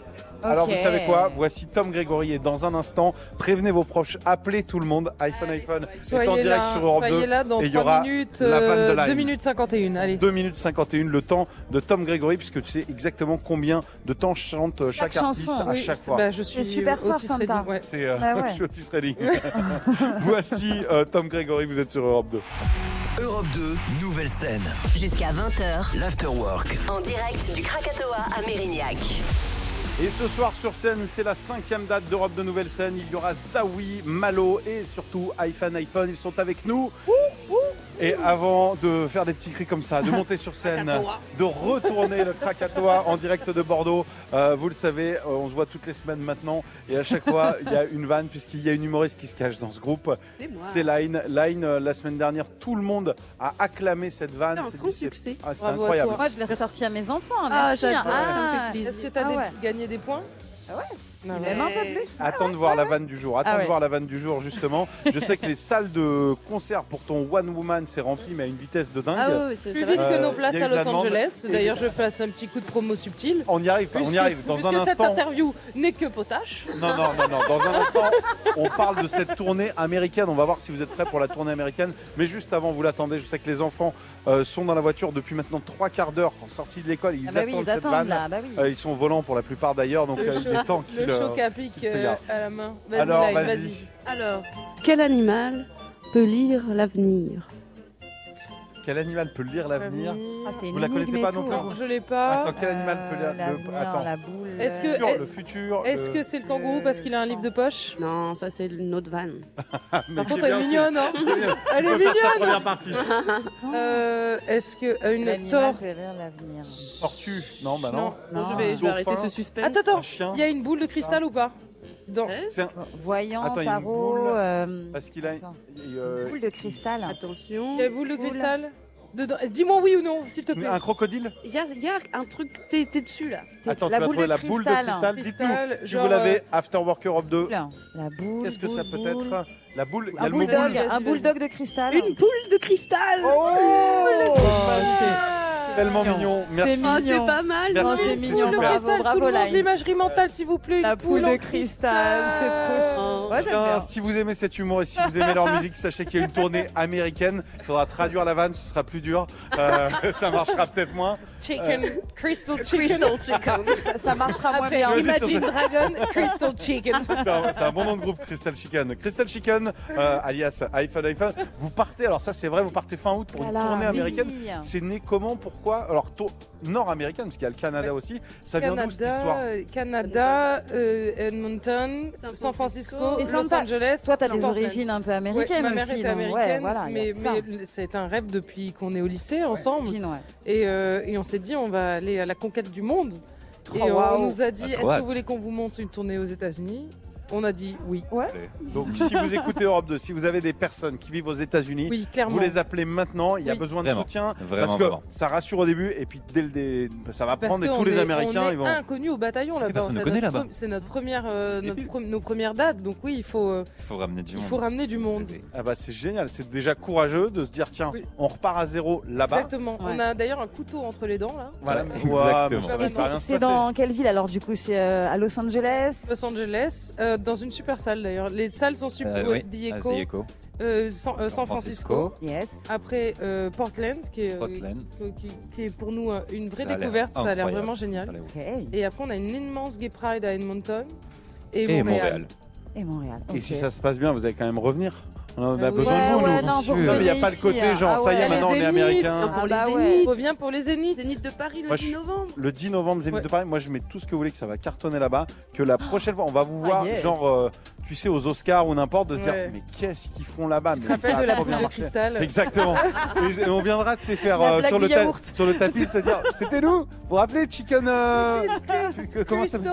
Speaker 1: Alors
Speaker 2: Ok.
Speaker 1: vous savez quoi Voici Tom Grégory et dans un instant, prévenez vos proches, appelez tout le monde. iPhone
Speaker 10: Allez,
Speaker 1: iPhone
Speaker 10: ça
Speaker 1: est en
Speaker 8: Soyez
Speaker 1: direct
Speaker 8: là,
Speaker 1: sur Europe 2.
Speaker 8: soyez là dans
Speaker 1: et il y
Speaker 8: 3
Speaker 1: aura
Speaker 8: minutes,
Speaker 1: la vanne de
Speaker 8: euh,
Speaker 1: Lime.
Speaker 8: 2 minutes 51. Allez.
Speaker 1: 2 minutes 51, le temps de Tom Grégory, puisque tu sais exactement combien de temps chante euh, chaque,
Speaker 2: Chaque
Speaker 1: artiste
Speaker 2: chanson,
Speaker 1: à
Speaker 8: Oui,
Speaker 1: chaque
Speaker 8: c'est-
Speaker 1: fois.
Speaker 8: bah, je suis
Speaker 2: C'est super fort,
Speaker 8: Otis
Speaker 2: Santa.
Speaker 8: Redding, ouais.
Speaker 1: C'est euh,
Speaker 2: Bah ouais.
Speaker 1: je suis Otis Redding. Voici euh, Tom Grégory, vous êtes sur Europe 2.
Speaker 4: Europe 2, nouvelle scène.
Speaker 5: Jusqu'à 20h,
Speaker 4: L'afterwork.
Speaker 5: en direct du Krakatoa à Mérignac.
Speaker 1: Et ce soir sur scène, c'est la cinquième date d'Europe de Nouvelle Scène. Il y aura Zawi, Malo et surtout iPhone iPhone. Ils sont avec nous. Et avant de faire des petits cris comme ça, de monter sur scène, de retourner le Krakatoa en direct de Bordeaux, euh, vous le savez, euh, on se voit toutes les semaines maintenant. Et à chaque fois, il y a une vanne puisqu'il y a une humoriste qui se cache dans ce groupe.
Speaker 10: C'est moi.
Speaker 1: C'est Line. Line, euh, la semaine dernière, tout le monde a acclamé cette vanne.
Speaker 10: C'est un
Speaker 1: C'est-
Speaker 10: franc
Speaker 1: c'est-
Speaker 10: succès.
Speaker 1: Ah, c'est
Speaker 8: Bravo à
Speaker 1: incroyable.
Speaker 8: toi.
Speaker 2: Moi je l'ai ressorti à mes enfants. hein,
Speaker 10: Ah,
Speaker 2: merci.
Speaker 10: j'adore, ça me fait
Speaker 2: Ah.
Speaker 10: plaisir.
Speaker 8: Est-ce que tu as
Speaker 2: Ah ouais.
Speaker 8: gagné des points Non,
Speaker 2: même ben, un peu plus.
Speaker 1: Attends de voir la vanne du jour. Attends
Speaker 2: Ah ouais.
Speaker 1: de voir la vanne du jour, justement. Je sais que les salles de concert pour ton One Woman s'est rempli, mais à une vitesse de dingue.
Speaker 8: Ah ouais, ouais, c'est- Plus vite que nos places
Speaker 1: il y a
Speaker 8: à
Speaker 1: eu de la
Speaker 8: Los
Speaker 1: demande.
Speaker 8: Angeles. D'ailleurs, je passe un petit coup de promo subtil.
Speaker 1: On y arrive, on y
Speaker 8: Puisque-
Speaker 1: arrive. Dans un
Speaker 8: puisque cette
Speaker 1: instant.
Speaker 8: interview n'est que potache.
Speaker 1: Non, non, non, non. Dans un instant, on parle de cette tournée américaine. On va voir si vous êtes prêts pour la tournée américaine. Mais juste avant, vous l'attendez. Je sais que les enfants euh, sont dans la voiture depuis maintenant trois quarts d'heure, en sortie de l'école. Ils
Speaker 2: Ah bah oui,
Speaker 1: attendent
Speaker 2: ils
Speaker 1: cette
Speaker 2: attendent,
Speaker 1: vanne.
Speaker 2: là, bah oui.
Speaker 1: Euh, ils sont volants pour la plupart d'ailleurs, donc
Speaker 8: le
Speaker 1: euh, il
Speaker 8: choc-
Speaker 1: est temps qu'ils.
Speaker 8: le
Speaker 1: euh,
Speaker 8: choc à pic
Speaker 1: qu'ils se
Speaker 8: euh,
Speaker 1: garent.
Speaker 8: à la main. Vas-y,
Speaker 1: Alors,
Speaker 8: Line,
Speaker 1: vas-y.
Speaker 8: vas-y.
Speaker 10: Alors, quel animal peut lire l'avenir
Speaker 1: Quel animal peut lire l'avenir
Speaker 8: Ah,
Speaker 2: c'est
Speaker 1: Vous la connaissez pas non plus
Speaker 2: hein.
Speaker 8: Non, je l'ai pas.
Speaker 1: Ah, Attends, quel animal peut lire
Speaker 8: Oh
Speaker 1: le... Attends.
Speaker 8: Est-ce que
Speaker 1: Sur
Speaker 8: est-
Speaker 1: le futur
Speaker 8: Euh, Est-ce
Speaker 1: le-
Speaker 8: que c'est le kangourou parce qu'il a un livre de poche
Speaker 10: Non, ça c'est une autre vanne.
Speaker 1: Mais
Speaker 8: Par
Speaker 1: qui
Speaker 8: contre,
Speaker 1: est
Speaker 8: elle est
Speaker 1: bien
Speaker 8: mignonne, hein
Speaker 1: aussi. Tu
Speaker 8: Elle est
Speaker 1: peux faire sa première
Speaker 8: mignonne
Speaker 1: partie.
Speaker 8: Euh, Est-ce que euh, une tortue
Speaker 2: l'avenir.
Speaker 1: Tortue Non, bah non.
Speaker 8: Non.
Speaker 10: Je vais, je vais arrêter
Speaker 1: Dauphin.
Speaker 10: ce suspense. Hein
Speaker 8: Attends, attends,
Speaker 1: Un chien.
Speaker 8: il y a une boule de cristal ou pas Dans.
Speaker 3: Hein
Speaker 1: C'est un-
Speaker 2: Voyant,
Speaker 1: Attends, il y a une
Speaker 2: tarot,
Speaker 1: boule.
Speaker 2: euh,
Speaker 1: Parce qu'il a.
Speaker 2: Attends.
Speaker 1: il- euh,
Speaker 2: boule de cristal.
Speaker 10: Attention.
Speaker 8: Il y a une boule de
Speaker 10: Oula.
Speaker 8: cristal dedans. Dis-moi oui ou non, s'il te plaît.
Speaker 1: Un crocodile
Speaker 10: Il y a, il y a un truc, t'es t'es dessus là.
Speaker 1: Attends,
Speaker 2: la
Speaker 1: tu vas
Speaker 2: boule
Speaker 1: trouver
Speaker 2: de
Speaker 1: la boule de
Speaker 2: cristal.
Speaker 1: cristal.
Speaker 8: Cristal,
Speaker 1: Dites-nous si
Speaker 8: genre,
Speaker 1: vous l'avez,
Speaker 8: euh,
Speaker 1: After Work Europe 2.
Speaker 2: La boule.
Speaker 1: Qu'est-ce que ça
Speaker 2: boule,
Speaker 1: peut
Speaker 2: boule.
Speaker 1: être La boule, il y a
Speaker 2: Un
Speaker 1: le mot
Speaker 8: bulldog.
Speaker 2: bulldog,
Speaker 1: boule.
Speaker 8: Vas-y,
Speaker 2: un
Speaker 8: vas-y,
Speaker 2: bulldog de cristal. Oh,
Speaker 10: Une boule de cristal.
Speaker 1: Oh,
Speaker 8: Ah.
Speaker 1: Tellement mignon, merci.
Speaker 10: Oh, c'est
Speaker 2: mignon.
Speaker 10: pas mal.
Speaker 1: Merci.
Speaker 2: Oh,
Speaker 10: non
Speaker 2: c'est
Speaker 1: c'est
Speaker 2: mignon,
Speaker 8: Boule de
Speaker 1: super.
Speaker 8: cristal,
Speaker 2: bravo, bravo,
Speaker 8: tout le monde,
Speaker 2: Line.
Speaker 8: l'imagerie mentale, s'il vous plaît.
Speaker 2: La
Speaker 8: une
Speaker 2: boule
Speaker 8: en Euh,
Speaker 2: de cristal, c'est trop
Speaker 10: Oh.
Speaker 2: Moi, j'aime
Speaker 1: Eh Bien,
Speaker 2: bien.
Speaker 1: si vous aimez cet humour et si vous aimez leur musique, sachez qu'il y a une tournée américaine. Il faudra traduire la vanne, ce sera plus dur. Euh, ça marchera peut-être moins.
Speaker 8: Chicken, crystal chicken.
Speaker 10: Crystal chicken.
Speaker 2: Ça marchera moins
Speaker 8: Après,
Speaker 2: bien.
Speaker 1: Vas-y,
Speaker 8: Imagine
Speaker 1: sur
Speaker 8: Dragon, Crystal Chicken.
Speaker 1: C'est un, c'est un bon nom de groupe, Crystal Chicken. Crystal Chicken, euh, alias iPhone iPhone. Vous partez, alors ça c'est vrai, vous partez fin août pour une
Speaker 2: Voilà,
Speaker 1: tournée américaine.
Speaker 2: oui.
Speaker 1: C'est né comment, pourquoi Alors to- nord-américaine, parce qu'il y a le Canada
Speaker 8: Ouais.
Speaker 1: aussi. Ça vient d'où cette histoire
Speaker 8: euh, Canada, euh, Edmonton, San Francisco,
Speaker 2: Et
Speaker 8: Los
Speaker 2: Santa-
Speaker 8: Angeles.
Speaker 2: Toi, t'as des
Speaker 8: Portland.
Speaker 2: origines un peu
Speaker 8: Ouais,
Speaker 2: américaines
Speaker 8: ma mère
Speaker 2: aussi.
Speaker 8: était
Speaker 2: donc, ouais,
Speaker 8: américaine,
Speaker 2: voilà, il y a
Speaker 8: mais,
Speaker 2: ça.
Speaker 8: mais c'est un rêve depuis qu'on est au lycée ensemble.
Speaker 2: Origine, ouais.
Speaker 8: Et, euh, et on s'est dit, on va aller à la conquête du monde.
Speaker 2: Oh,
Speaker 8: et euh,
Speaker 2: waouh.
Speaker 8: on nous a dit,
Speaker 9: Ah,
Speaker 8: est-ce
Speaker 9: trop
Speaker 8: que
Speaker 9: hâte.
Speaker 8: vous voulez qu'on vous monte une tournée aux États-Unis On a dit oui.
Speaker 1: Donc si vous écoutez Europe 2, si vous avez des personnes qui vivent aux États-Unis,
Speaker 8: Oui, clairement.
Speaker 1: vous les appelez maintenant. Il y a
Speaker 8: Oui.
Speaker 1: besoin de
Speaker 9: Vraiment.
Speaker 1: soutien.
Speaker 9: Vraiment,
Speaker 1: parce que
Speaker 9: vraiment.
Speaker 1: ça rassure au début et puis dès le dé... ça va
Speaker 8: Parce
Speaker 1: prendre et
Speaker 8: qu'on
Speaker 1: tous les
Speaker 8: est-
Speaker 1: Américains
Speaker 8: on est
Speaker 1: ils vont.
Speaker 8: inconnus au bataillon là-bas.
Speaker 9: personne ne
Speaker 8: C'est
Speaker 9: ben, connaît
Speaker 8: notre
Speaker 9: là-bas.
Speaker 8: pre- C'est notre première, euh, notre pre- nos premières dates. Donc oui, il faut, euh,
Speaker 9: Il faut ramener du
Speaker 8: il
Speaker 9: monde.
Speaker 8: faut ramener du monde.
Speaker 1: Ah bah c'est génial, c'est déjà courageux de se dire tiens,
Speaker 8: Oui.
Speaker 1: on repart à zéro là-bas.
Speaker 8: Exactement.
Speaker 2: Ouais.
Speaker 8: On a d'ailleurs un couteau entre les dents là.
Speaker 1: Voilà,
Speaker 9: Ouais,
Speaker 1: mais-
Speaker 9: exactement.
Speaker 1: Ouah, mais
Speaker 9: Et
Speaker 1: ça
Speaker 8: c'est-
Speaker 1: va
Speaker 2: Et
Speaker 1: pas
Speaker 2: c'est
Speaker 1: rien se
Speaker 2: c'est
Speaker 1: passer.
Speaker 2: dans quelle ville alors du coup C'est euh, à Los Angeles
Speaker 8: Los Angeles, euh, dans une super salle d'ailleurs. Les salles sont super.
Speaker 9: Euh,
Speaker 8: ouais,
Speaker 9: oui, à
Speaker 8: Diego,
Speaker 9: The Echo,
Speaker 8: euh, San, euh, San Francisco.
Speaker 2: Yes.
Speaker 8: Après euh, Portland, qui est, euh,
Speaker 9: Portland.
Speaker 8: qui, qui- qui est pour nous euh, une vraie
Speaker 9: Ça a l'air
Speaker 8: découverte. Ça a l'air
Speaker 9: incroyable.
Speaker 8: vraiment
Speaker 9: Ça a
Speaker 8: génial.
Speaker 9: l'air ouf.
Speaker 2: Ok.
Speaker 8: Et après, on a une immense Gay Pride à Edmonton et,
Speaker 9: Et
Speaker 8: Montréal.
Speaker 9: Montréal.
Speaker 2: Et Montréal.
Speaker 1: Et
Speaker 2: ok.
Speaker 1: si ça se passe bien, vous allez quand même revenir. On a
Speaker 8: Ah oui.
Speaker 1: besoin de vous,
Speaker 2: Ouais, ouais,
Speaker 1: nous.
Speaker 2: non, faut
Speaker 1: Non, mais il n'y a
Speaker 2: revenir
Speaker 1: pas le
Speaker 2: ici,
Speaker 1: côté
Speaker 2: hein.
Speaker 1: genre
Speaker 2: Ah
Speaker 1: ça y est,
Speaker 2: ouais.
Speaker 1: maintenant on est
Speaker 8: Zénith.
Speaker 1: américain.
Speaker 10: Pour
Speaker 2: Ah
Speaker 10: les
Speaker 2: bah ouais.
Speaker 10: Zéniths.
Speaker 8: On revient pour les Zéniths.
Speaker 10: Zénith de Paris le
Speaker 1: Moi,
Speaker 10: 10
Speaker 1: je-
Speaker 10: novembre.
Speaker 1: Le 10 novembre, Zénith
Speaker 8: Ouais.
Speaker 1: de Paris, moi je mets tout ce que vous voulez que ça va cartonner là-bas. Que la prochaine fois, on va vous voir,
Speaker 2: yes.
Speaker 1: genre, euh, tu sais, aux Oscars ou n'importe, de se dire,
Speaker 8: Ouais.
Speaker 1: mais qu'est-ce qu'ils font là-bas
Speaker 8: Tu te
Speaker 1: Mais ça
Speaker 8: rappelles
Speaker 1: a
Speaker 9: Ah,
Speaker 8: de la
Speaker 1: trop
Speaker 8: boule
Speaker 1: bien
Speaker 8: de
Speaker 1: marché.
Speaker 8: cristal
Speaker 1: Exactement. Et je- et on viendra de se faire
Speaker 2: La
Speaker 1: euh,
Speaker 2: blague
Speaker 1: sur,
Speaker 2: du
Speaker 1: le ta-
Speaker 2: yaourt.
Speaker 1: sur le tapis, se dire, c'était nous Vous vous rappelez, Chicken. euh, comment ça s'appelle
Speaker 8: Crystal.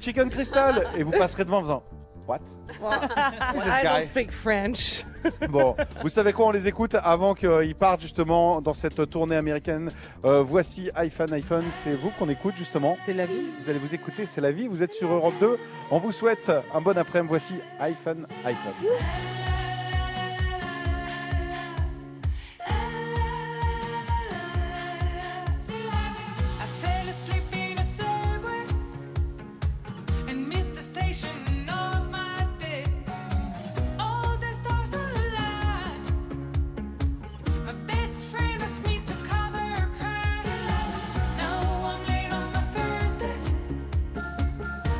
Speaker 1: Chicken Crystal Et vous passerez devant en faisant, what Who's this
Speaker 8: I
Speaker 1: guy
Speaker 8: don't speak French.
Speaker 1: Bon, vous savez quoi, on les écoute avant qu'ils partent justement dans cette tournée américaine. Euh, voici iPhone, iPhone, c'est vous qu'on écoute justement.
Speaker 8: C'est la vie.
Speaker 1: Vous allez vous écouter, c'est la vie, vous êtes sur Europe 2. On vous souhaite un bon après-midi, voici iPhone, iPhone.
Speaker 12: I fell asleep in a subway and missed the station of my day. All the stars are alive. My best friend asked me to cover her crime. Now I'm late on my first day.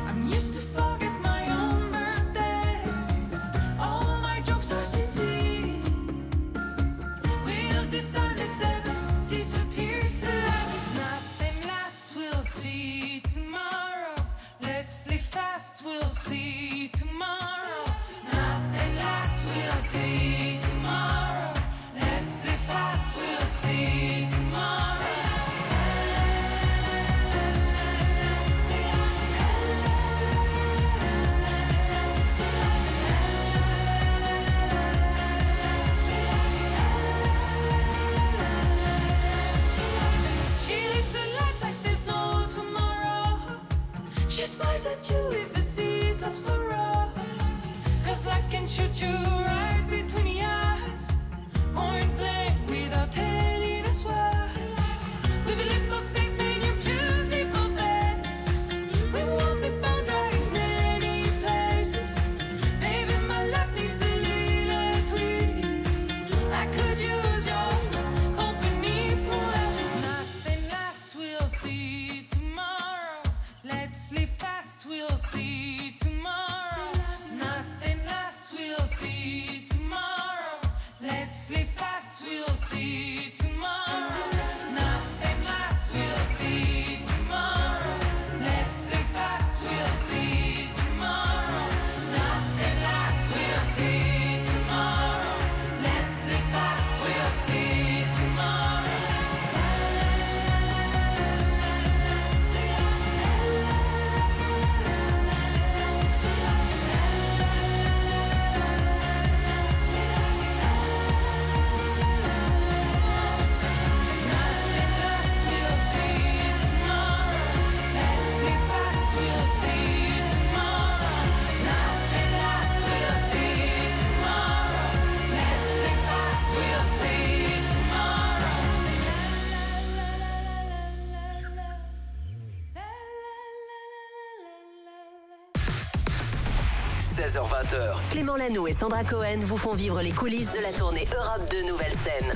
Speaker 12: I'm used to forget my own birthday. All my jokes of sorrow. Cause life can shoot you right between the eyes. Point blank without telling us why. With a leap of faith in your beautiful face. We won't be bound right in many places. Maybe my life needs a little tweak. I could use your company pull up. Nothing lasts, we'll see tomorrow. Let's sleep fast, we'll see tomorrow. Nothing lasts, we'll see tomorrow. Let's sleep fast, we'll see tomorrow. Nothing lasts, we'll see tomorrow. Let's sleep fast, we'll see tomorrow. Nothing lasts, we'll see tomorrow. Let's sleep fast, we'll see tomorrow.
Speaker 4: h 20 h
Speaker 5: Clément Lano et Sandra Cohen vous font vivre les coulisses de la tournée Europe de Nouvelle Scène.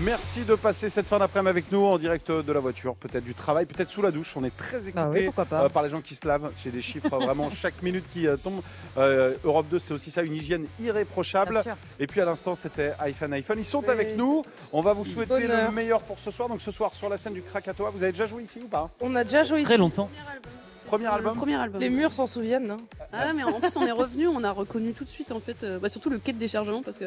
Speaker 1: Merci de passer cette fin d'après-midi avec nous en direct de la voiture, peut-être du travail, peut-être sous la douche. On est très
Speaker 2: Bah oui,
Speaker 1: écouté
Speaker 2: pourquoi pas.
Speaker 1: par les gens qui se lavent. J'ai des chiffres euh, vraiment chaque minute qui euh, tombe. Euh, Europe 2, c'est aussi ça, une hygiène irréprochable.
Speaker 13: Bien sûr.
Speaker 1: Et puis à l'instant, c'était iPhone iPhone. Ils sont avec nous. On va vous souhaiter
Speaker 8: Bonheur.
Speaker 1: le meilleur pour ce soir. Donc ce soir, sur la scène du Krakatoa, vous avez déjà joué ici ou pas
Speaker 8: On a déjà joué
Speaker 1: Très
Speaker 8: ici.
Speaker 1: longtemps. Premier album
Speaker 8: Les murs s'en souviennent. hein.
Speaker 10: Ah ouais, mais en plus on est revenu, on a reconnu tout de suite en fait, euh, bah, surtout le quai de déchargement parce que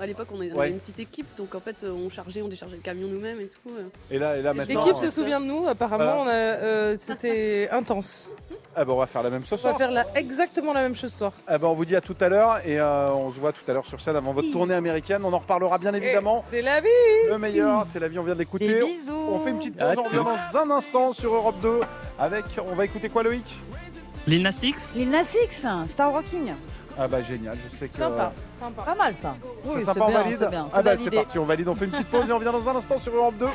Speaker 10: à l'époque on est- on
Speaker 1: Ouais.
Speaker 10: avait une petite équipe donc en fait euh, on chargeait, on déchargeait le camion nous-mêmes et tout. euh.
Speaker 1: Et là, et là maintenant. euh,
Speaker 8: L'équipe se souvient de nous, apparemment,
Speaker 1: Voilà.
Speaker 8: on a, euh, c'était intense.
Speaker 1: Ah ben, on va faire la même ce
Speaker 8: On
Speaker 1: soir.
Speaker 8: va faire la- exactement la même chose ce soir.
Speaker 1: Eh ben, on vous dit à tout à l'heure et euh, on se voit tout à l'heure sur scène avant votre
Speaker 8: Oui.
Speaker 1: tournée américaine. On en reparlera bien évidemment.
Speaker 8: C'est la vie
Speaker 2: Euh,
Speaker 1: Le meilleur, c'est la vie, on vient de l'écouter.
Speaker 8: Des bisous.
Speaker 1: On fait une petite
Speaker 11: À
Speaker 1: pause, on revient
Speaker 11: tous.
Speaker 1: dans un instant sur Europe 2 avec. On va écouter quoi, Loïc
Speaker 11: Lil Nas X
Speaker 2: Lil Nas X, Star Rocking.
Speaker 1: Ah bah génial, je sais que.
Speaker 8: sympa.
Speaker 13: Ah,
Speaker 2: Pas mal ça.
Speaker 1: C'est sympa, on valide Ah bah c'est parti, on valide, on fait une petite pause et on revient dans un instant sur Europe 2.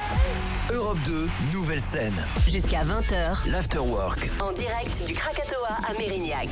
Speaker 4: Europe 2, nouvelle scène.
Speaker 5: Jusqu'à 20h.
Speaker 4: L'afterwork.
Speaker 5: En direct du Krakatoa à Mérignac.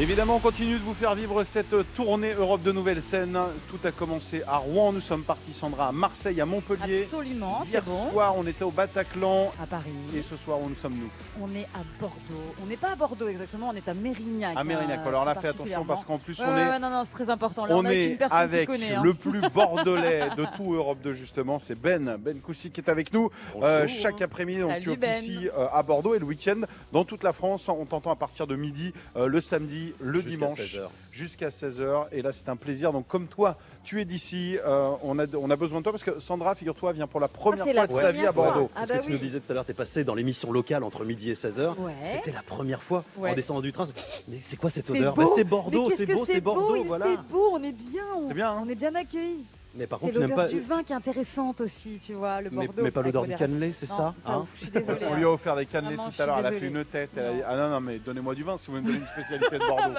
Speaker 1: Évidemment, on continue de vous faire vivre cette tournée Europe de nouvelle scène. Tout a commencé à Rouen, nous sommes partis, Sandra, à Marseille, à Montpellier.
Speaker 2: Absolument, c'est
Speaker 1: Hier
Speaker 2: bon.
Speaker 1: soir, on était au Bataclan.
Speaker 2: À Paris.
Speaker 1: Et ce soir, où nous sommes nous
Speaker 2: On est à Bordeaux. On n'est pas à Bordeaux exactement, on est à Mérignac.
Speaker 1: À Mérignac.
Speaker 2: euh,
Speaker 1: Alors là,
Speaker 2: plus
Speaker 1: fais attention parce qu'en plus,
Speaker 2: particulièrement.
Speaker 1: on
Speaker 2: Ouais,
Speaker 1: est-
Speaker 2: ouais, non, non, c'est très important. Là, on, est avec une personne qui
Speaker 1: avec
Speaker 2: connaît, hein.
Speaker 1: le plus bordelais de tout Europe 2 justement, c'est Ben, Ben Koussy qui est avec nous Euh, chaque après-midi. Donc
Speaker 2: Salut, Ben.
Speaker 1: tu officies euh, à Bordeaux et le week-end dans toute la France. On t'entend à partir de midi, euh, le samedi, le
Speaker 9: Jusqu'à
Speaker 1: dimanche,
Speaker 9: 16h.
Speaker 1: jusqu'à 16h. Et là c'est un plaisir. Donc comme toi, tu es d'ici, euh, on, a, on a besoin de toi parce que Sandra, figure-toi, vient pour la première fois de sa vie à Bordeaux.
Speaker 8: Ah
Speaker 13: C'est ce
Speaker 8: bah
Speaker 13: que tu nous disais tout à l'heure, t'es passé dans l'émission locale entre midi et 16h.
Speaker 2: Ouais.
Speaker 8: Eh
Speaker 13: C'était la première fois
Speaker 2: Ouais.
Speaker 13: en descendant du train. c'est- Mais c'est quoi cette
Speaker 2: C'est
Speaker 13: odeur
Speaker 2: beau.
Speaker 13: Bah, C'est Bordeaux,
Speaker 2: Mais
Speaker 13: c'est
Speaker 2: qu'est-ce
Speaker 13: beau,
Speaker 2: que
Speaker 13: c'est
Speaker 2: beau,
Speaker 13: Bordeaux,
Speaker 2: il
Speaker 13: voilà.
Speaker 2: fait beau, on est bien, on,
Speaker 13: C'est bien,
Speaker 1: hein
Speaker 2: on est bien accueillis.
Speaker 13: Mais par
Speaker 2: C'est
Speaker 13: contre, tu n'aimes
Speaker 2: l'odeur
Speaker 13: pas.
Speaker 2: du vin qui est intéressante aussi, tu vois, le
Speaker 13: Mais-
Speaker 2: Bordeaux.
Speaker 13: Mais pas l'odeur du
Speaker 2: avec
Speaker 13: cannelé, c'est
Speaker 2: Non,
Speaker 13: ça
Speaker 2: pas
Speaker 13: hein
Speaker 2: ouf, je suis désolée.
Speaker 1: On lui a offert des cannelés
Speaker 2: Vraiment, je
Speaker 1: tout
Speaker 2: suis
Speaker 1: à l'heure, elle a fait
Speaker 2: désolée.
Speaker 1: une tête. Elle a dit, ah non, non, mais donnez-moi du vin si vous voulez me donner une spécialité de Bordeaux.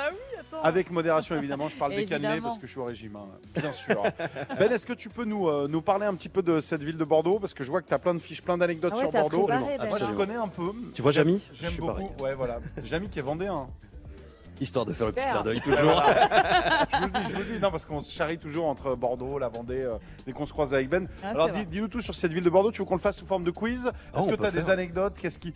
Speaker 1: Avec modération, évidemment, je parle des cannelés
Speaker 2: Évidemment.
Speaker 1: parce que je suis au régime, hein, bien sûr. ben, est-ce que tu peux nous, euh, nous parler un petit peu de cette ville de Bordeaux Parce que je vois que tu as plein de fiches, plein d'anecdotes
Speaker 2: Ah ouais,
Speaker 1: sur
Speaker 2: t'as
Speaker 1: Bordeaux.
Speaker 2: préparé, Ben.
Speaker 1: Moi, je
Speaker 13: Absolument.
Speaker 1: connais un peu.
Speaker 13: Tu vois Jamy Je
Speaker 1: J'aime
Speaker 13: suis
Speaker 1: beaucoup.
Speaker 13: pareil.
Speaker 1: Ouais, voilà. Jamy qui est vendéen.
Speaker 13: Histoire de faire le petit
Speaker 1: Super.
Speaker 13: clin d'œil
Speaker 1: Ouais,
Speaker 13: toujours.
Speaker 1: Ah, voilà. je vous le dis, je vous le dis. Non, parce qu'on se charrie toujours entre Bordeaux, la Vendée, euh, dès qu'on se croise avec Ben.
Speaker 13: Ah,
Speaker 1: Alors,
Speaker 13: c'est
Speaker 1: dis-
Speaker 13: vrai.
Speaker 1: dis-nous tout sur cette ville de Bordeaux. Tu veux qu'on le fasse sous forme de quiz
Speaker 13: Ah,
Speaker 1: Est-ce
Speaker 13: on
Speaker 1: que
Speaker 13: peut
Speaker 1: tu as des
Speaker 13: faire.
Speaker 1: anecdotes Qu'est-ce qui.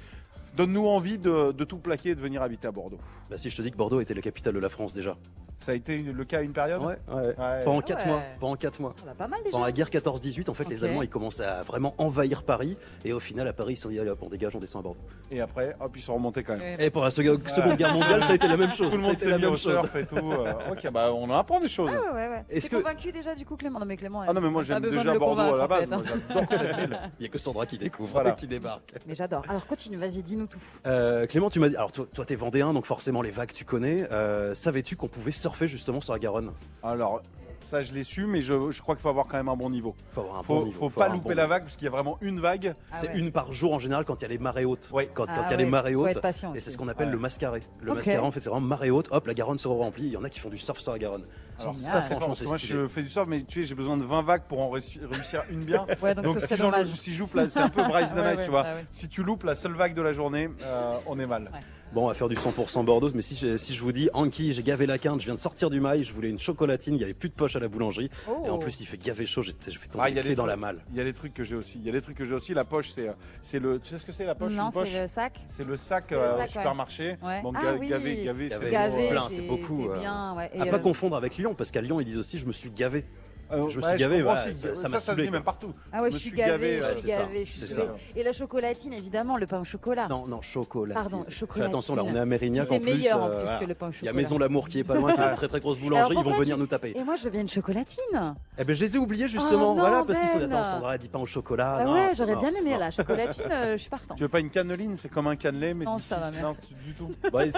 Speaker 1: Donne-nous envie de, de tout plaquer et de venir habiter à Bordeaux.
Speaker 13: Bah, si je te dis que Bordeaux était la capitale de la France déjà.
Speaker 1: Ça a été une- le cas à une
Speaker 8: Ah
Speaker 1: période
Speaker 13: Ouais,
Speaker 1: Ouais.
Speaker 13: Pendant 4
Speaker 1: Ouais.
Speaker 13: mois. Pendant 4 mois.
Speaker 2: Pas mal déjà.
Speaker 13: Pendant la guerre 14-18, en fait,
Speaker 2: Ok.
Speaker 13: les Allemands ils commencent à vraiment envahir Paris. Et au final, à Paris, ils se sont dit allez, hop, on dégage, on descend à Bordeaux.
Speaker 1: Et après, hop, ils sont remontés quand même.
Speaker 13: Et pour la seconde Seconde Guerre mondiale, ça a été la même chose.
Speaker 1: Tout le
Speaker 13: Ça a
Speaker 1: monde
Speaker 13: été
Speaker 1: s'est
Speaker 13: la
Speaker 1: mis
Speaker 13: même
Speaker 1: au
Speaker 13: chose.
Speaker 1: surf et tout. euh, ok, bah on en apprend des choses.
Speaker 2: Ah ouais, ouais, ouais.
Speaker 13: Est-ce
Speaker 2: T'es
Speaker 13: que-
Speaker 2: convaincu déjà du coup Clément Non mais Clément.
Speaker 1: Ah non, mais moi,
Speaker 2: pas
Speaker 1: j'aime
Speaker 2: besoin
Speaker 1: déjà
Speaker 2: de le
Speaker 1: Bordeaux à la
Speaker 2: convaincre, en
Speaker 1: base,
Speaker 2: fait, hein.
Speaker 1: moi, j'adore.
Speaker 13: Il n'y a que Sandra qui découvre,
Speaker 1: Voilà.
Speaker 13: qui débarque.
Speaker 2: Mais j'adore. Alors continue, vas-y, dis-nous tout.
Speaker 13: Euh, Clément, tu m'as dit, alors toi, toi t'es vendéen, donc forcément les vagues tu connais. Euh, Savais-tu qu'on pouvait surfer justement sur la Garonne
Speaker 1: Alors, Ça, je l'ai su, mais je, je crois qu'il faut avoir quand même un bon niveau.
Speaker 13: Faut avoir un
Speaker 1: faut,
Speaker 13: bon niveau,
Speaker 1: faut
Speaker 13: faut
Speaker 1: pas
Speaker 13: avoir un bon
Speaker 1: louper la
Speaker 13: niveau.
Speaker 1: vague, parce qu'il y a vraiment une vague.
Speaker 13: C'est une par jour en général quand il y a les marées hautes. Quand, quand
Speaker 1: Ah
Speaker 13: il y a les
Speaker 1: ouais,
Speaker 13: marées
Speaker 1: faut
Speaker 13: hautes.
Speaker 1: être patient
Speaker 13: Et c'est
Speaker 1: aussi.
Speaker 13: ce qu'on appelle
Speaker 1: Ouais.
Speaker 13: le mascaré. Le
Speaker 1: Ok.
Speaker 13: mascaré, en fait, c'est vraiment marée haute. Hop, la Garonne se remplit. Il y en a qui font du surf sur la Garonne.
Speaker 1: Alors ça c'est fort,
Speaker 13: franchement,
Speaker 1: parce que
Speaker 13: c'est
Speaker 1: moi
Speaker 13: stylé.
Speaker 1: je fais du surf mais tu sais j'ai besoin de 20 vagues pour en réussi- réussir une bien.
Speaker 13: Ouais, donc ce
Speaker 1: si,
Speaker 13: serait
Speaker 1: j'en-
Speaker 13: dommage.
Speaker 1: si je loupe là c'est un peu Bryce de
Speaker 13: Ouais, ouais,
Speaker 1: tu vois.
Speaker 13: bah ouais.
Speaker 1: Si tu loupes la seule vague de la journée euh, on est mal.
Speaker 13: Bon, on va faire du 100% Bordeaux, mais si je, si je vous dis, Anki, j'ai gavé la quinte, je viens de sortir du mail, je voulais une chocolatine, il n'y avait plus de poche à la boulangerie. Et en plus, il fait gaver chaud, j'ai j'ai fait tomber
Speaker 1: Ah,
Speaker 13: les clés
Speaker 1: des
Speaker 13: dans la
Speaker 1: trucs-
Speaker 13: malle.
Speaker 1: Il y a des trucs que j'ai aussi. Il y a des trucs que j'ai aussi. La poche, c'est euh, c'est le. Tu sais ce que c'est la poche
Speaker 2: Non,
Speaker 1: une
Speaker 2: c'est
Speaker 1: poche
Speaker 2: le sac.
Speaker 1: C'est le sac
Speaker 2: le
Speaker 1: euh,
Speaker 2: sac,
Speaker 1: au
Speaker 2: ouais.
Speaker 1: supermarché.
Speaker 2: Ouais.
Speaker 1: Bon,
Speaker 2: Ah
Speaker 1: ga-
Speaker 2: oui.
Speaker 1: gavé, gavé,
Speaker 13: Gavé,
Speaker 1: c'est
Speaker 2: Gavé,
Speaker 13: plein,
Speaker 2: c'est
Speaker 13: c'est beaucoup,
Speaker 2: c'est
Speaker 13: euh.
Speaker 2: bien, ouais. Et,
Speaker 13: à pas
Speaker 2: euh,
Speaker 13: confondre avec Lyon, parce qu'à Lyon, ils disent aussi, je me suis gavé.
Speaker 1: Euh,
Speaker 13: je me
Speaker 1: ouais,
Speaker 13: suis
Speaker 1: je
Speaker 13: gavé,
Speaker 1: comprends
Speaker 13: voilà,
Speaker 1: aussi,
Speaker 13: ça
Speaker 1: ça,
Speaker 13: ça m'a
Speaker 1: ça se
Speaker 13: saoulé,
Speaker 1: dit
Speaker 13: quoi.
Speaker 1: même partout.
Speaker 2: Ah ouais, je suis gavé,
Speaker 13: ouais,
Speaker 2: je suis
Speaker 13: c'est ça,
Speaker 2: gavé, je suis
Speaker 13: c'est ça.
Speaker 2: gavé. Et la chocolatine, évidemment, le pain au chocolat.
Speaker 13: Non, non, chocolatine.
Speaker 2: Pardon, chocolatine.
Speaker 13: Fais attention, là, on est à Mérignac
Speaker 2: C'est
Speaker 13: en plus.
Speaker 2: meilleur en
Speaker 13: euh,
Speaker 2: plus
Speaker 13: voilà.
Speaker 2: que le pain au
Speaker 13: Il y a
Speaker 2: chocolat.
Speaker 13: Maison Lamour qui est pas loin, qui est une très très grosse boulangerie,
Speaker 2: Ah. Alors,
Speaker 13: ils vont
Speaker 2: pourquoi
Speaker 13: venir
Speaker 2: tu-
Speaker 13: nous taper.
Speaker 2: Et moi, je veux bien une chocolatine.
Speaker 13: Eh ben, je les ai oubliés justement,
Speaker 2: Oh non,
Speaker 13: voilà, parce qu'ils sont.
Speaker 2: Ben.
Speaker 13: Attends, Sandra, elle dit pain au chocolat.
Speaker 2: Ah
Speaker 13: non,
Speaker 2: ouais,
Speaker 13: c'est
Speaker 2: j'aurais
Speaker 13: mort,
Speaker 2: bien
Speaker 13: c'est
Speaker 2: aimé
Speaker 13: mort.
Speaker 2: la chocolatine, euh, je suis partante.
Speaker 1: Tu veux pas une canneline C'est comme un cannelé, mais
Speaker 2: Non,
Speaker 1: d'ici-
Speaker 2: ça va, merci.
Speaker 1: non, tu- du tout.
Speaker 13: Bah, ils-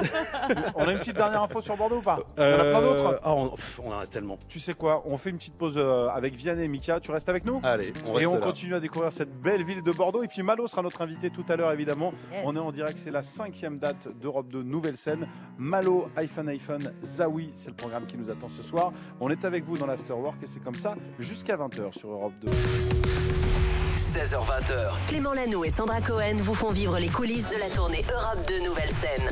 Speaker 1: on a une petite dernière info sur Bordeaux ou pas On a
Speaker 13: Euh,
Speaker 1: plein d'autres.
Speaker 13: ah, on, pff, on en a tellement.
Speaker 1: Tu sais quoi On fait une petite pause euh, avec Vianney et Mika. Tu restes avec nous
Speaker 13: Allez, Ah, on
Speaker 1: Et
Speaker 13: reste
Speaker 1: on
Speaker 13: là.
Speaker 1: continue à découvrir cette belle ville de Bordeaux. Et puis Malo sera notre invité tout à l'heure, évidemment.
Speaker 13: Yes.
Speaker 1: On est en direct, c'est la cinquième date d'Europe de Nouvelle Scène. Malo, iPhone, iPhone, Zawi, c'est le programme qui nous attend ce soir. On est avec vous dans l'Afterwork et c'est comme ça jusqu'à 20h sur Europe 2.
Speaker 5: 16h20h. Clément Lanoux et Sandra Cohen vous font vivre les coulisses de la tournée Europe de Nouvelle Scène.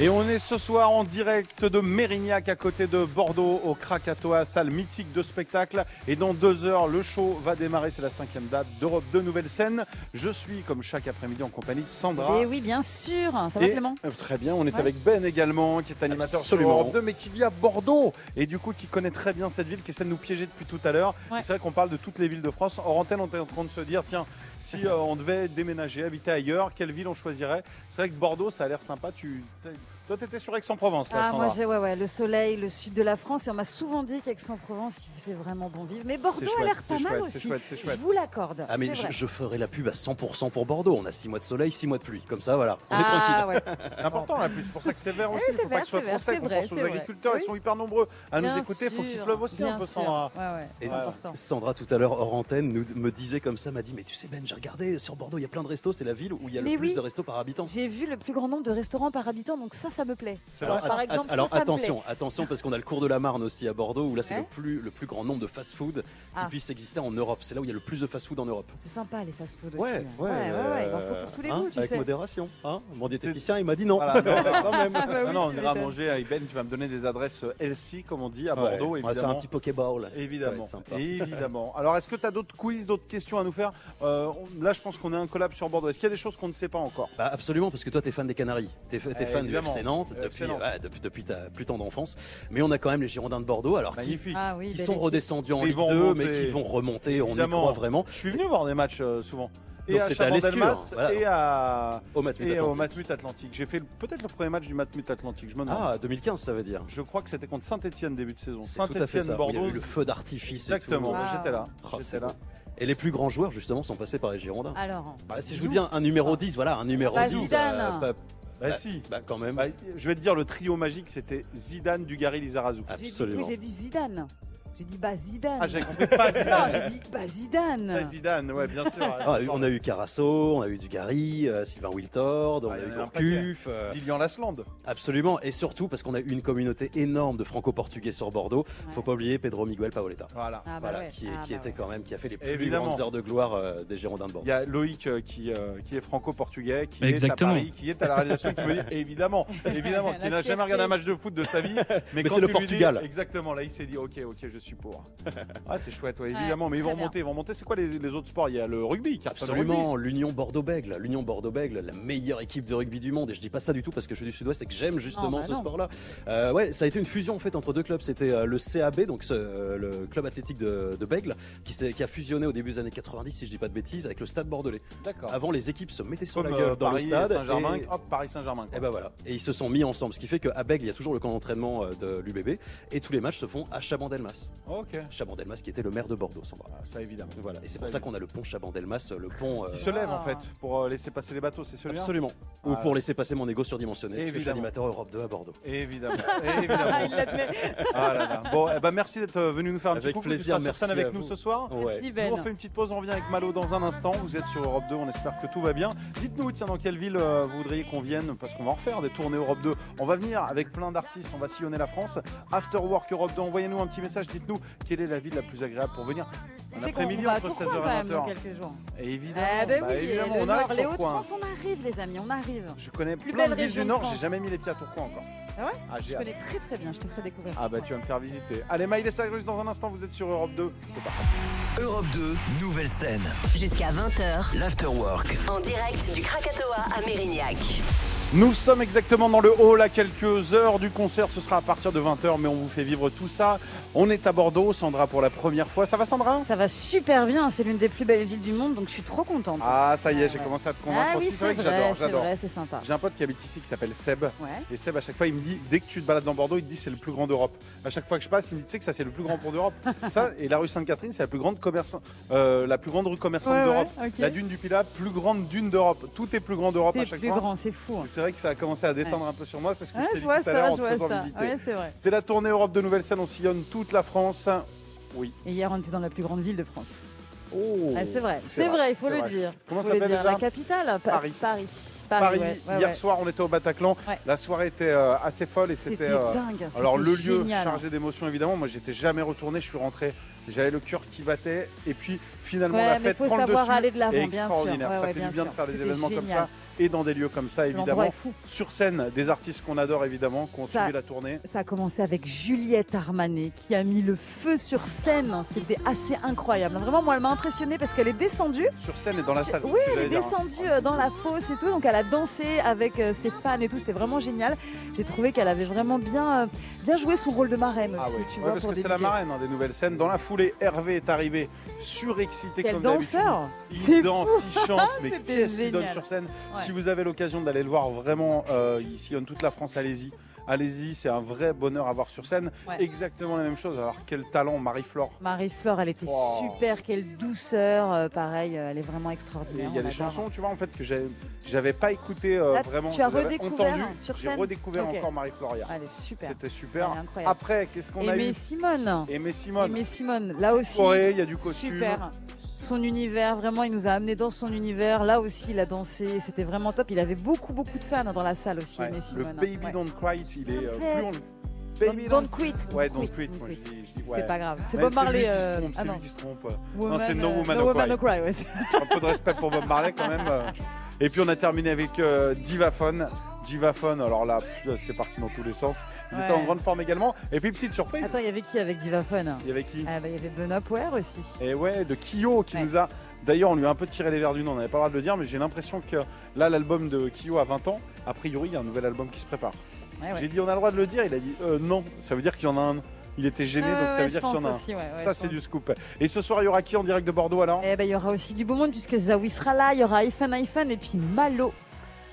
Speaker 1: Et on est ce soir en direct de Mérignac à côté de Bordeaux au Krakatoa, salle mythique de spectacle. Et dans deux heures, le show va démarrer. C'est la cinquième date d'Europe de Nouvelle Scène. Je suis comme chaque après-midi en compagnie de Sandra.
Speaker 13: Ah.
Speaker 2: Et Eh oui, bien sûr. Ça va,
Speaker 1: Et-
Speaker 2: Clément
Speaker 1: euh, Très bien, on est
Speaker 2: Ouais.
Speaker 1: avec Ben également, qui est animateur
Speaker 13: Absolument.
Speaker 1: sur Europe 2, mais qui vit à Bordeaux, et du coup qui connaît très bien cette ville, qui essaie de nous piéger depuis tout à l'heure. Et C'est vrai qu'on parle de toutes les villes de France. Hors antenne, on était en train de se dire, tiens, si euh, on devait déménager, habiter ailleurs, quelle ville on choisirait C'est vrai que Bordeaux, ça a l'air sympa. Tu, t'es- toi, t'étais sur Aix-en-Provence, là,
Speaker 2: Ah,
Speaker 1: Sandra.
Speaker 2: moi, j'ai ouais, ouais, le soleil, le sud de la France. Et on m'a souvent dit qu'Aix-en-Provence, c'est vraiment bon vivre. Mais Bordeaux
Speaker 13: chouette,
Speaker 2: a l'air
Speaker 13: c'est
Speaker 2: pas mal
Speaker 13: chouette, c'est
Speaker 2: aussi.
Speaker 13: chouette, c'est chouette.
Speaker 2: Je vous l'accorde.
Speaker 13: Ah mais
Speaker 2: c'est
Speaker 13: je,
Speaker 2: vrai.
Speaker 13: je ferai la pub à 100% pour Bordeaux. On a 6 mois de soleil, 6 mois de pluie. Comme ça, voilà, on est
Speaker 2: Ah,
Speaker 13: tranquille.
Speaker 1: C'est important la pluie, c'est pour ça que c'est vert
Speaker 2: Eh,
Speaker 1: aussi. Il
Speaker 2: c'est
Speaker 1: faut pas
Speaker 2: vert,
Speaker 1: que ce soit
Speaker 2: c'est vert, c'est
Speaker 1: trop sec. On
Speaker 2: vrai,
Speaker 1: pense aux
Speaker 2: c'est vrai.
Speaker 1: agriculteurs, ils sont hyper nombreux à nous
Speaker 2: Bien
Speaker 1: écouter. Il faut qu'il
Speaker 2: sûr,
Speaker 1: pleuve aussi un
Speaker 2: bien
Speaker 1: peu
Speaker 2: sûr.
Speaker 1: sans.
Speaker 2: Ouais, ouais,
Speaker 13: Et
Speaker 2: c'est
Speaker 13: S-
Speaker 2: important.
Speaker 13: Sandra tout à l'heure hors antenne nous, me disait comme ça, m'a dit mais tu sais Ben, j'ai regardé sur Bordeaux, il y a plein de restos, c'est la ville où il y a le
Speaker 2: Mais
Speaker 13: plus
Speaker 2: oui.
Speaker 13: de restos par habitant.
Speaker 2: J'ai vu le plus grand nombre de restaurants par habitant, donc ça, ça me plaît.
Speaker 13: Alors,
Speaker 2: Par
Speaker 13: att-
Speaker 2: exemple,
Speaker 13: alors
Speaker 2: ça, ça me plaît.
Speaker 13: attention, attention parce qu'on a le cours de la Marne aussi à Bordeaux où là c'est
Speaker 2: Ouais.
Speaker 13: le plus le plus grand nombre de fast-food
Speaker 2: Ah.
Speaker 13: qui puisse exister en Europe. C'est là où il y a le plus de fast-food en Europe.
Speaker 2: C'est sympa les fast-food aussi.
Speaker 13: Ouais, ouais,
Speaker 2: ouais, ouais, il en faut
Speaker 13: euh,
Speaker 2: pour tous les
Speaker 13: hein,
Speaker 2: goûts, tu
Speaker 13: avec
Speaker 2: sais.
Speaker 13: modération. hein. Mon diététicien il m'a dit non.
Speaker 1: Voilà, non, non,
Speaker 13: Quand même.
Speaker 1: Non, non, on ira manger avec Ben. Tu vas me donner des adresses euh, healthy, comme on dit, à
Speaker 13: Ouais,
Speaker 1: Bordeaux.
Speaker 13: on va se faire
Speaker 1: évidemment.
Speaker 13: un petit Pokéball. Ça va
Speaker 1: Évidemment.
Speaker 13: être sympa.
Speaker 1: Évidemment. Alors, est-ce que tu as d'autres quiz, d'autres questions à nous faire Euh, on- Là, je pense qu'on est un collab sur Bordeaux. Est-ce qu'il y a des choses qu'on ne sait pas encore
Speaker 13: Bah absolument, parce que toi, t'es fan des Canaries. T'es fa- t'es
Speaker 1: Eh,
Speaker 13: fan
Speaker 1: évidemment.
Speaker 13: du FC Nantes
Speaker 1: Euh,
Speaker 13: depuis,
Speaker 1: FC Nantes.
Speaker 13: ouais, depuis, depuis ta plus tendre enfance. Mais on a quand même les Girondins de Bordeaux, alors qui,
Speaker 1: Magnifique.
Speaker 2: Ah oui,
Speaker 13: qui
Speaker 2: belle
Speaker 13: sont
Speaker 2: équipe.
Speaker 13: redescendus en
Speaker 1: Ils
Speaker 13: Ligue 2,
Speaker 1: vont remonter.
Speaker 13: mais qui vont remonter.
Speaker 1: Évidemment.
Speaker 13: On y croit vraiment.
Speaker 1: Je suis venu voir des matchs euh, souvent. Et
Speaker 13: Donc,
Speaker 1: à
Speaker 13: c'était à
Speaker 1: Chabandelmas
Speaker 13: l'Escure, voilà.
Speaker 1: et à
Speaker 13: Au Matmut
Speaker 1: et au
Speaker 13: Atlantique.
Speaker 1: Matmut Atlantique. J'ai fait le- peut-être le premier match du Matmut Atlantique. Je me demande.
Speaker 13: Ah, 2015, ça veut dire.
Speaker 1: Je crois que c'était contre Saint-Etienne début de saison.
Speaker 13: C'est tout à fait ça. où Il y a
Speaker 1: Saint-Etienne-Bordeaux.
Speaker 13: eu le feu d'artifice. et tout.
Speaker 1: Exactement.
Speaker 2: Wow.
Speaker 1: J'étais là.
Speaker 13: Oh,
Speaker 1: J'étais
Speaker 13: c'est
Speaker 1: là.
Speaker 13: beau. Et les plus grands joueurs, justement, sont passés par les Girondins.
Speaker 2: Alors,
Speaker 13: Bah, si je vous dis un, un numéro 10, voilà, un numéro
Speaker 2: Bah,
Speaker 13: 10.
Speaker 2: Zidane.
Speaker 13: pas-
Speaker 1: Bah,
Speaker 13: bah,
Speaker 1: si.
Speaker 13: Bah, quand même.
Speaker 1: Bah, je vais te dire le trio magique, c'était Zidane, Dugarry, Lizarazu.
Speaker 13: Ah.
Speaker 2: j'ai dit, oui, j'ai dit Zidane. J'ai dit bah Zidane.
Speaker 1: Ah, j'avais compris pas
Speaker 2: Non,
Speaker 1: Zidane.
Speaker 2: j'ai dit bah Zidane.
Speaker 1: Pas Zidane, ouais, bien sûr. ouais,
Speaker 13: Ah,
Speaker 1: c'est fort.
Speaker 13: on a eu Carasso, on a eu Dugarry, euh, Sylvain Wiltord, on
Speaker 1: Ah,
Speaker 13: a
Speaker 1: il y
Speaker 13: eu
Speaker 1: en a un
Speaker 13: Gourcuff.
Speaker 1: paquet.
Speaker 13: euh,
Speaker 1: Lilian Lasland.
Speaker 13: Absolument, et surtout parce qu'on a eu une communauté énorme de franco-portugais sur Bordeaux. Faut pas oublier Pedro Miguel Paoletta.
Speaker 1: Voilà.
Speaker 2: Ah bah ouais.
Speaker 13: qui, est-
Speaker 2: Ah
Speaker 13: qui
Speaker 2: bah
Speaker 13: était quand même, qui a fait les plus
Speaker 1: Évidemment.
Speaker 13: grandes heures de gloire euh, des Girondins de Bordeaux.
Speaker 1: Il y a Loïc euh, qui, euh, qui est franco-portugais, qui
Speaker 13: Exactement.
Speaker 1: est à Paris, qui est à la réalisation, qui me dit évidemment, évidemment, qui n'a jamais regardé un match de foot de sa vie.
Speaker 13: Mais
Speaker 1: quand
Speaker 13: c'est le
Speaker 1: tu lui dis-
Speaker 13: Portugal.
Speaker 1: exactement, là il s'est dit ok, ok, je suis pour. Ah, c'est chouette, ouais,
Speaker 13: Ouais,
Speaker 1: évidemment, mais ils vont
Speaker 13: très bien.
Speaker 1: remonter, ils vont remonter. C'est quoi les, les autres sports Il y a le rugby, qui cartonne au
Speaker 13: Absolument,
Speaker 1: rugby.
Speaker 13: l'Union Bordeaux-Bègle, l'Union Bordeaux-Bègle, la meilleure équipe de rugby du monde. Et je dis pas ça du tout parce que je suis du Sud-Ouest et que j'aime justement
Speaker 1: Oh, bah
Speaker 13: ce
Speaker 1: non.
Speaker 13: sport-là. Euh, ouais, ça a été une fusion en fait entre deux clubs. C'était euh, le CAB, donc ce- euh, le club athlétique de, de Bègle, qui, s'est- qui a fusionné au début des années 90, si je dis pas de bêtises, avec le Stade Bordelais.
Speaker 1: D'accord.
Speaker 13: Avant, les équipes se mettaient sur
Speaker 1: Comme,
Speaker 13: la gueule
Speaker 1: euh,
Speaker 13: dans
Speaker 1: Paris
Speaker 13: le stade.
Speaker 1: Saint-Germain,
Speaker 13: et-
Speaker 1: hop, Paris Saint-Germain. quoi.
Speaker 13: Et ben voilà. Et ils se sont mis ensemble, ce qui fait qu'à Bègle, il y a toujours le camp d'entraînement euh, de l'UBB. Et tous les matchs se font à Chabandelmas.
Speaker 1: Ok.
Speaker 13: Chabandelmas qui était le maire de Bordeaux, sans
Speaker 1: Ça évidemment.
Speaker 13: Voilà. Et c'est
Speaker 1: Ça,
Speaker 13: pour Ah, ça qu'on
Speaker 1: évidemment.
Speaker 13: a le pont Chabandelmas, le pont. euh,
Speaker 1: Il se lève
Speaker 2: Ah.
Speaker 1: en fait pour euh, laisser passer les bateaux, c'est celui-là
Speaker 13: Absolument. Ou
Speaker 1: Ah,
Speaker 13: pour laisser passer mon ego surdimensionné. Parce que je suis
Speaker 1: Évidemment.
Speaker 13: animateur Europe 2 à Bordeaux.
Speaker 1: Évidemment. évidemment. Ah là là. Bon, eh ben, merci d'être venu nous faire un petit
Speaker 13: Avec
Speaker 1: coucou.
Speaker 13: plaisir,
Speaker 1: tu seras sur
Speaker 13: merci
Speaker 1: scène avec
Speaker 13: à
Speaker 1: nous
Speaker 13: vous.
Speaker 1: ce soir.
Speaker 13: Merci, Ouais.
Speaker 1: Nous,
Speaker 13: Ben.
Speaker 1: on fait une petite pause, on revient avec Malo dans un instant. Vous êtes sur Europe 2, on espère que tout va bien. Dites-nous, tiens, dans quelle ville euh, vous voudriez qu'on vienne Parce qu'on va en refaire des tournées Europe 2. On va venir avec plein d'artistes, on va sillonner la France. After Work Europe 2, envoyez-nous un petit message. Dites-nous quelle est la ville la plus agréable pour venir. Un
Speaker 2: C'est qu'on
Speaker 1: après-midi
Speaker 2: va à
Speaker 1: entre
Speaker 2: Tourcoing
Speaker 1: 16h
Speaker 2: quand
Speaker 1: et
Speaker 2: même
Speaker 1: 20h.
Speaker 2: dans quelques jours.
Speaker 1: Et évidemment,
Speaker 2: Ah bah
Speaker 1: bah
Speaker 2: oui, et
Speaker 1: évidemment,
Speaker 2: le
Speaker 1: on
Speaker 2: Nord,
Speaker 1: arrive
Speaker 2: les
Speaker 1: Tourcoing.
Speaker 2: Hauts-de-France, on arrive les amis, on arrive.
Speaker 1: Je connais
Speaker 2: Plus
Speaker 1: plein de
Speaker 2: belle
Speaker 1: villes
Speaker 2: région
Speaker 1: du
Speaker 2: de
Speaker 1: Nord,
Speaker 2: France.
Speaker 1: j'ai jamais mis les pieds à Tourcoing encore.
Speaker 2: Ah ouais
Speaker 1: Ah, j'ai
Speaker 2: Je
Speaker 1: hâte.
Speaker 2: connais très très bien, je te ferai découvrir.
Speaker 1: Ah bah tu vas me faire visiter. Allez, Maïlé Sagrus dans un instant, vous êtes sur Europe 2. C'est parti.
Speaker 4: Europe 2, nouvelle scène.
Speaker 5: Jusqu'à 20h.
Speaker 4: L'afterwork.
Speaker 5: En direct du Krakatoa à Mérignac.
Speaker 1: Nous sommes exactement dans le hall à quelques heures du concert. Ce sera à partir de 20h, mais on vous fait vivre tout ça. On est à Bordeaux, Sandra pour la première fois. Ça va, Sandra
Speaker 2: Ça va super bien, c'est l'une des plus belles villes du monde, donc je suis trop contente.
Speaker 1: Ah, ça y est, j'ai commencé à te convaincre
Speaker 2: Ah oui,
Speaker 1: aussi.
Speaker 2: c'est
Speaker 1: que
Speaker 2: vrai,
Speaker 1: j'adore,
Speaker 2: c'est
Speaker 1: j'adore.
Speaker 2: vrai, c'est sympa.
Speaker 1: J'ai un pote qui habite ici qui s'appelle Seb. Et Seb, à chaque fois, il me dit dès que tu te balades dans Bordeaux, il te dit c'est le plus grand d'Europe. À chaque fois que je passe, il me dit tu sais que ça, c'est le plus grand pont d'Europe. ça, et la rue Sainte-Catherine, c'est la plus grande commerçant, euh, la plus grande rue commerçante
Speaker 2: Ouais,
Speaker 1: d'Europe.
Speaker 2: ouais, ok.
Speaker 1: La dune du Pilat, plus grande dune d'Europe. Tout est plus grand d'Europe à
Speaker 2: C'est
Speaker 1: chaque
Speaker 2: plus
Speaker 1: fois.
Speaker 2: grand, c'est fou. hein.
Speaker 1: C'est vrai que ça a commencé à déteindre
Speaker 2: Ouais.
Speaker 1: un peu sur moi, c'est ce que
Speaker 2: Ouais,
Speaker 1: je t'ai
Speaker 2: je
Speaker 1: dit
Speaker 2: vois
Speaker 1: tout à l'heure
Speaker 2: ça, je
Speaker 1: en te
Speaker 2: vois
Speaker 1: faisant
Speaker 2: ça.
Speaker 1: visiter.
Speaker 2: Ouais, c'est vrai.
Speaker 1: C'est la tournée Europe de Nouvelle Scène, on sillonne toute la France. Oui.
Speaker 2: Et hier, on était dans la plus grande ville de France.
Speaker 1: Oh.
Speaker 2: Ah, c'est vrai,
Speaker 1: C'est
Speaker 2: c'est
Speaker 1: vrai,
Speaker 2: vrai, il faut
Speaker 1: c'est
Speaker 2: le
Speaker 1: vrai.
Speaker 2: dire.
Speaker 1: Comment
Speaker 2: Faut le
Speaker 1: s'appelle
Speaker 2: dire.
Speaker 1: déjà
Speaker 2: La capitale hein, Pa-
Speaker 1: Paris.
Speaker 2: Paris.
Speaker 1: Paris,
Speaker 2: ouais, ouais,
Speaker 1: hier
Speaker 2: ouais.
Speaker 1: soir on était au Bataclan, la soirée était euh, assez folle et c'était... euh,
Speaker 2: C'était dingue, hein.
Speaker 1: alors
Speaker 2: c'était
Speaker 1: le lieu
Speaker 2: génial. hein.
Speaker 1: chargé d'émotions évidemment, moi j'étais jamais retourné, je suis rentré, j'avais le cœur qui battait et puis finalement
Speaker 2: hein. Ouais,
Speaker 1: la
Speaker 2: mais
Speaker 1: fête
Speaker 2: faut
Speaker 1: prend le
Speaker 2: savoir
Speaker 1: dessus
Speaker 2: aller de l'avant,
Speaker 1: et
Speaker 2: bien sûr.
Speaker 1: extraordinaire,
Speaker 2: Ouais,
Speaker 1: ça
Speaker 2: ouais,
Speaker 1: fait
Speaker 2: bien
Speaker 1: du bien de
Speaker 2: sûr.
Speaker 1: faire des
Speaker 2: C'était
Speaker 1: événements comme
Speaker 2: génial.
Speaker 1: ça et dans des lieux comme ça évidemment.
Speaker 2: L'endroit est fou.
Speaker 1: Sur scène, des artistes qu'on adore évidemment, qui ont
Speaker 2: Ça-
Speaker 1: suivi la tournée.
Speaker 2: Ça a commencé avec Juliette Armanet qui a mis le feu sur scène. C'était assez incroyable. Vraiment, moi, elle m'a impressionnée parce qu'elle est descendue.
Speaker 1: Sur scène et dans la salle. c'est
Speaker 2: Oui,
Speaker 1: ce que
Speaker 2: elle est
Speaker 1: j'allais dire, hein.
Speaker 2: descendue euh, dans la fosse et tout. Donc, elle a dansé avec euh, ses fans et tout. C'était vraiment génial. J'ai trouvé qu'elle avait vraiment bien, euh, bien joué son rôle de marraine
Speaker 1: Ah
Speaker 2: aussi.
Speaker 1: ouais.
Speaker 2: Tu
Speaker 1: Ouais,
Speaker 2: vois,
Speaker 1: parce
Speaker 2: pour
Speaker 1: que c'est la
Speaker 2: débuter.
Speaker 1: marraine hein, des nouvelles scènes. Dans la foulée, Hervé est arrivé surexcité
Speaker 2: Quel
Speaker 1: comme d'habitude.
Speaker 2: danseur
Speaker 1: Il
Speaker 2: C'est
Speaker 1: danse,
Speaker 2: fou.
Speaker 1: il chante, mais
Speaker 2: C'était
Speaker 1: qu'est-ce qu'il donne
Speaker 2: génial.
Speaker 1: sur scène
Speaker 2: Ouais.
Speaker 1: Si vous avez l'occasion d'aller le voir, vraiment, euh, il sillonne toute la France, allez-y. Allez-y, c'est un vrai bonheur à voir sur scène.
Speaker 2: Ouais.
Speaker 1: Exactement la même chose. Alors quel talent, Marie-Flore.
Speaker 2: Marie-Flore, elle était
Speaker 1: Wow.
Speaker 2: super. Quelle douceur. euh, pareil, euh, elle est vraiment
Speaker 1: Et
Speaker 2: extraordinaire.
Speaker 1: il y a
Speaker 2: on
Speaker 1: des
Speaker 2: l'adore.
Speaker 1: chansons, tu vois, en fait, que j'avais- j'avais pas écouté euh,
Speaker 2: Là,
Speaker 1: vraiment.
Speaker 2: tu as
Speaker 1: je les avais
Speaker 2: redécouvert,
Speaker 1: entendues.
Speaker 2: hein, sur
Speaker 1: J'ai
Speaker 2: scène
Speaker 1: redécouvert
Speaker 2: Ok.
Speaker 1: encore Marie-Flore hier.
Speaker 2: Elle est super.
Speaker 1: C'était super.
Speaker 2: Elle est incroyable.
Speaker 1: Après, qu'est-ce qu'on a
Speaker 2: Aimé
Speaker 1: eu
Speaker 2: Simone.
Speaker 1: Aimé Simone.
Speaker 2: Aimé Simone, là aussi.
Speaker 1: Corée, il y a du costume.
Speaker 2: Super. Son univers, vraiment, il nous a amené dans son univers. Là aussi, il a dansé. C'était vraiment top. Il avait beaucoup, beaucoup de fans dans la salle aussi,
Speaker 1: Ouais,
Speaker 2: Aimé
Speaker 1: le
Speaker 2: Simone.
Speaker 1: Baby Don't Cry, il est euh, plus on le-
Speaker 2: Don't- don't quit, don't
Speaker 1: ouais, don't
Speaker 2: quit,
Speaker 1: quit.
Speaker 2: don't
Speaker 1: moi, je
Speaker 2: quit.
Speaker 1: dis- je dis,
Speaker 2: C'est
Speaker 1: ouais.
Speaker 2: pas grave. C'est
Speaker 1: Ouais,
Speaker 2: Bob Marley,
Speaker 1: lui qui se
Speaker 2: euh,
Speaker 1: trompe,
Speaker 2: ah
Speaker 1: C'est lui
Speaker 2: non.
Speaker 1: qui se trompe. non,
Speaker 2: Woman,
Speaker 1: c'est No
Speaker 2: euh,
Speaker 1: Woman,
Speaker 2: No
Speaker 1: No
Speaker 2: Woman, No
Speaker 1: Cry.
Speaker 2: Cry, ouais, c'est-
Speaker 1: Un peu de respect pour Bob Marley quand même. euh. Et puis on a terminé avec euh, Divaphone. Divaphone, alors là, pff, c'est parti dans tous les sens. Il était
Speaker 2: Ouais.
Speaker 1: en grande forme également. Et puis petite surprise.
Speaker 2: Attends, il y avait qui avec Divaphone
Speaker 1: Il y avait qui
Speaker 2: Ah, bah, Il y avait Benoît Poer aussi.
Speaker 1: Et ouais, de Kyo qui nous a. D'ailleurs, on lui a un peu tiré les verres du nez, on n'avait pas le droit de le dire, mais j'ai l'impression que là, l'album de Kyo à 20 ans, a priori, il y a un nouvel album qui se prépare.
Speaker 2: Ah Ouais, ouais.
Speaker 1: J'ai dit, on a le droit de le dire, il a dit, euh, non, ça veut dire qu'il y en a un. Il était gêné,
Speaker 2: Ah,
Speaker 1: donc ça
Speaker 2: ouais,
Speaker 1: veut
Speaker 2: je
Speaker 1: dire qu'il y en a un.
Speaker 2: pense aussi, ouais, ouais,
Speaker 1: ça,
Speaker 2: je
Speaker 1: c'est
Speaker 2: pense.
Speaker 1: du scoop. Et ce soir, il y aura qui en direct de Bordeaux alors
Speaker 2: Eh ben, il y aura aussi du beau monde puisque Zawi sera là. Il y aura iPhone, iPhone et puis Malo.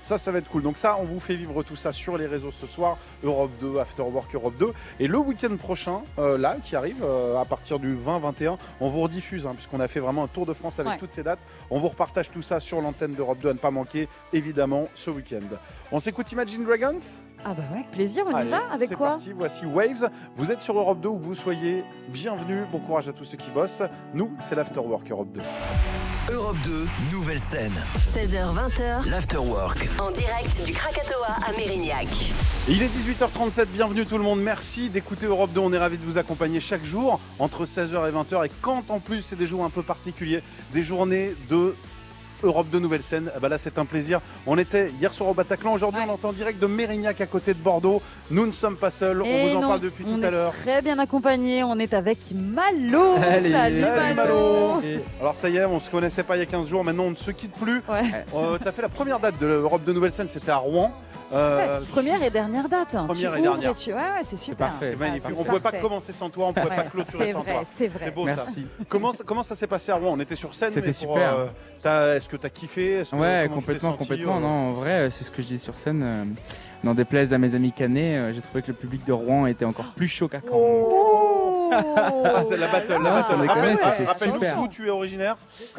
Speaker 1: Ça, ça va être cool. Donc ça, on vous fait vivre tout ça sur les réseaux ce soir. Europe 2, After Work Europe 2. Et le week-end prochain, euh, là, qui arrive, euh, à partir du 20-21, on vous rediffuse, hein, puisqu'on a fait vraiment un tour de France avec
Speaker 14: Ouais.
Speaker 1: toutes ces dates. On vous repartage tout ça sur l'antenne d'Europe 2 à ne pas manquer, évidemment, ce week-end. On s'écoute Imagine Dragons
Speaker 2: Ah bah ouais, avec plaisir, on y
Speaker 1: Allez,
Speaker 2: va Avec
Speaker 1: c'est
Speaker 2: quoi
Speaker 1: parti, voici Waves. Vous êtes sur Europe 2, où que vous soyez, bienvenue, bon courage à tous ceux qui bossent. Nous, c'est l'After Work Europe 2.
Speaker 4: Europe 2, nouvelle scène.
Speaker 5: 16h20h.
Speaker 4: L'afterwork.
Speaker 5: En direct du Krakatoa à Mérignac.
Speaker 1: Il est 18h37, bienvenue tout le monde, merci d'écouter Europe 2, on est ravis de vous accompagner chaque jour entre 16h et 20h et quand en plus c'est des jours un peu particuliers, des journées de Europe 2 Nouvelle Scène, eh ben là c'est un plaisir. On était hier soir au Bataclan, aujourd'hui on entend direct de Mérignac à côté de Bordeaux, nous ne sommes pas seuls, on
Speaker 2: Eh
Speaker 1: vous en
Speaker 2: non,
Speaker 1: parle depuis
Speaker 2: on
Speaker 1: tout à
Speaker 2: est
Speaker 1: l'heure.
Speaker 2: Très bien accompagné, on est avec Malo. Salut,
Speaker 1: Salut,
Speaker 2: Malo.
Speaker 1: Malo. Alors ça y est, on se connaissait pas il y a 15 jours, maintenant on ne se quitte plus. Euh, T'as fait la première date de l'Europe de Nouvelle Scène, c'était à Rouen. Euh,
Speaker 2: Ouais, première et dernière date. hein.
Speaker 1: Première
Speaker 2: Tu
Speaker 1: et
Speaker 2: ouvres
Speaker 1: dernière.
Speaker 2: tu- Ouais, ouais, c'est super.
Speaker 1: C'est magnifique.
Speaker 2: Ouais,
Speaker 1: on ne pouvait pas
Speaker 2: parfait.
Speaker 1: commencer sans toi, on ne pouvait pas
Speaker 2: Ouais,
Speaker 1: clôturer
Speaker 2: c'est
Speaker 1: sans
Speaker 2: vrai,
Speaker 1: toi.
Speaker 2: C'est vrai.
Speaker 1: C'est beau ça. Comment, ça- comment ça s'est passé à Rouen On était sur scène.
Speaker 15: C'était
Speaker 1: mais pour,
Speaker 15: super.
Speaker 1: euh, t'as- Est-ce que tu as kiffé Est-ce que- comment tu
Speaker 15: Ouais,
Speaker 1: t'es
Speaker 15: complètement,
Speaker 1: senti,
Speaker 15: complètement.
Speaker 1: euh,
Speaker 15: Non, en vrai, euh, c'est ce que je dis sur scène. euh,
Speaker 2: Oh.
Speaker 15: N'en déplaise à mes amis canets, euh, j'ai trouvé que le public de Rouen était encore plus chaud qu'à Caen.
Speaker 1: Ah, c'est la battle, la
Speaker 15: Ah, sans
Speaker 1: battle.
Speaker 15: déconner,
Speaker 1: Rappelle-
Speaker 15: c'était
Speaker 1: Rappelle-nous
Speaker 15: super.
Speaker 1: d'où tu es originaire.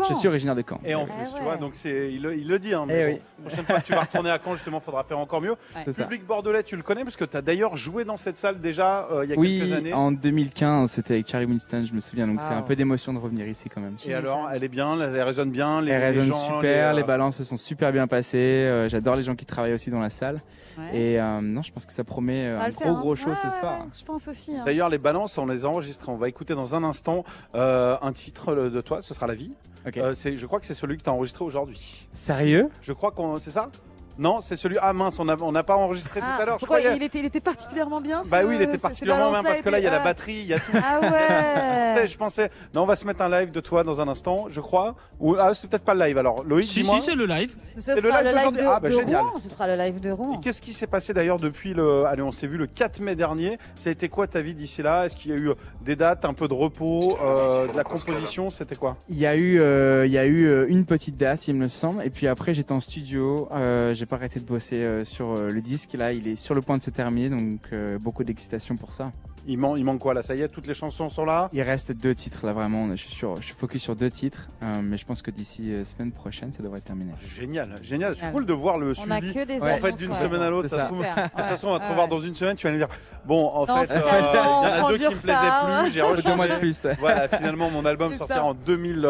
Speaker 15: Je suis originaire de Caen.
Speaker 1: Et en
Speaker 15: Eh
Speaker 1: plus, tu
Speaker 15: ouais.
Speaker 1: vois, donc c'est, il, le- il le dit. Hein, mais
Speaker 15: Eh
Speaker 1: bon,
Speaker 15: oui.
Speaker 1: la prochaine fois que tu vas retourner à Caen, justement, faudra faire encore mieux.
Speaker 15: C'est ça.
Speaker 1: Public bordelais, tu le connais parce que tu as d'ailleurs joué dans cette salle déjà euh, il y a quelques
Speaker 15: Oui,
Speaker 1: années.
Speaker 15: en 2015, c'était avec Charlie Winston, je me souviens. Donc c'est
Speaker 1: Ah.
Speaker 15: un peu d'émotion de revenir ici quand même.
Speaker 1: Et alors, elle est bien, elle elle résonne bien, les,
Speaker 15: Elle
Speaker 1: les
Speaker 15: résonne
Speaker 1: gens,
Speaker 15: super,
Speaker 1: les,
Speaker 15: les,
Speaker 1: euh,
Speaker 15: balances se sont super bien passées. euh, J'adore les gens qui travaillent aussi dans la salle.
Speaker 2: Ouais.
Speaker 15: Et euh, non, je pense que ça promet euh,
Speaker 2: On va
Speaker 15: un
Speaker 2: le
Speaker 15: gros
Speaker 2: faire, hein.
Speaker 15: gros show
Speaker 2: Ouais,
Speaker 15: ce
Speaker 2: ouais,
Speaker 15: soir.
Speaker 2: ouais, je pense aussi. hein.
Speaker 1: D'ailleurs, les balances, on les a enregistrées. On va écouter dans un instant euh, un titre euh, de toi, ce sera La vie. Euh, c'est- je crois que c'est celui que tu as enregistré aujourd'hui.
Speaker 15: Sérieux
Speaker 1: Je crois qu'on. C'est ça Non, c'est celui. Ah mince, on n'a on n'a pas enregistré
Speaker 2: Ah,
Speaker 1: tout à l'heure. Je
Speaker 2: pourquoi
Speaker 1: croyais-
Speaker 2: il était, il était particulièrement bien.
Speaker 1: Bah
Speaker 2: ce-
Speaker 1: oui, il était
Speaker 2: ces- ces
Speaker 1: particulièrement bien
Speaker 2: balances-là
Speaker 1: parce que là, il y a la
Speaker 2: étaient-
Speaker 1: batterie, il y a tout.
Speaker 2: Ah ouais.
Speaker 1: je, pensais, je pensais- Non, on va se mettre un live de toi dans un instant, je crois. Ou ah, c'est peut-être pas le live. Alors, Loïc,
Speaker 11: Si,
Speaker 1: dis-moi.
Speaker 11: si, c'est le live.
Speaker 2: Ce
Speaker 1: C'est le
Speaker 2: sera
Speaker 1: live
Speaker 2: le live
Speaker 1: d'aujourd'hui.
Speaker 2: de,
Speaker 1: Ah, bah,
Speaker 2: de
Speaker 1: génial.
Speaker 2: Rouen. Ce sera le live de Rouen.
Speaker 1: Qu'est-ce qui s'est passé d'ailleurs depuis le. Allez, on s'est vu le 4 mai dernier. Ça a été quoi ta vie d'ici là Est-ce qu'il y a eu euh, des dates, un peu de repos, euh, de la composition C'était quoi
Speaker 15: Il y a eu, euh, il y a eu euh, une petite date, il me semble, et puis après j'étais en studio. euh, J'ai pas arrêté de bosser euh, sur euh, le disque. Là, il est sur le point de se terminer, donc euh, beaucoup d'excitation pour ça.
Speaker 1: il manque, il manque quoi là Ça y est, toutes les chansons sont là
Speaker 15: Il reste deux titres là vraiment. Je suis sûr, je suis focus sur deux titres, euh, mais je pense que d'ici euh, semaine prochaine, ça devrait être terminé.
Speaker 1: Génial, génial. C'est cool de voir le
Speaker 2: On a
Speaker 1: suivi.
Speaker 2: que des
Speaker 1: en fait,
Speaker 2: annonces,
Speaker 1: d'une
Speaker 2: ouais.
Speaker 1: semaine à l'autre,
Speaker 15: C'est
Speaker 1: ça, se
Speaker 15: ça.
Speaker 1: trouve,
Speaker 2: Super.
Speaker 1: ça se trouve, on va te
Speaker 2: Ouais.
Speaker 1: revoir dans une semaine. Tu vas nous dire Bon, en
Speaker 2: Non,
Speaker 1: fait, euh,
Speaker 2: finalement,
Speaker 1: il y en
Speaker 2: on
Speaker 1: a deux
Speaker 2: prend
Speaker 1: qui
Speaker 2: du
Speaker 1: me plaisaient
Speaker 2: retard.
Speaker 1: plus. J'ai
Speaker 2: Deux
Speaker 1: rechangé.
Speaker 15: mois de plus.
Speaker 1: Voilà, finalement, mon album
Speaker 2: C'est
Speaker 1: sortira
Speaker 2: ça.
Speaker 1: en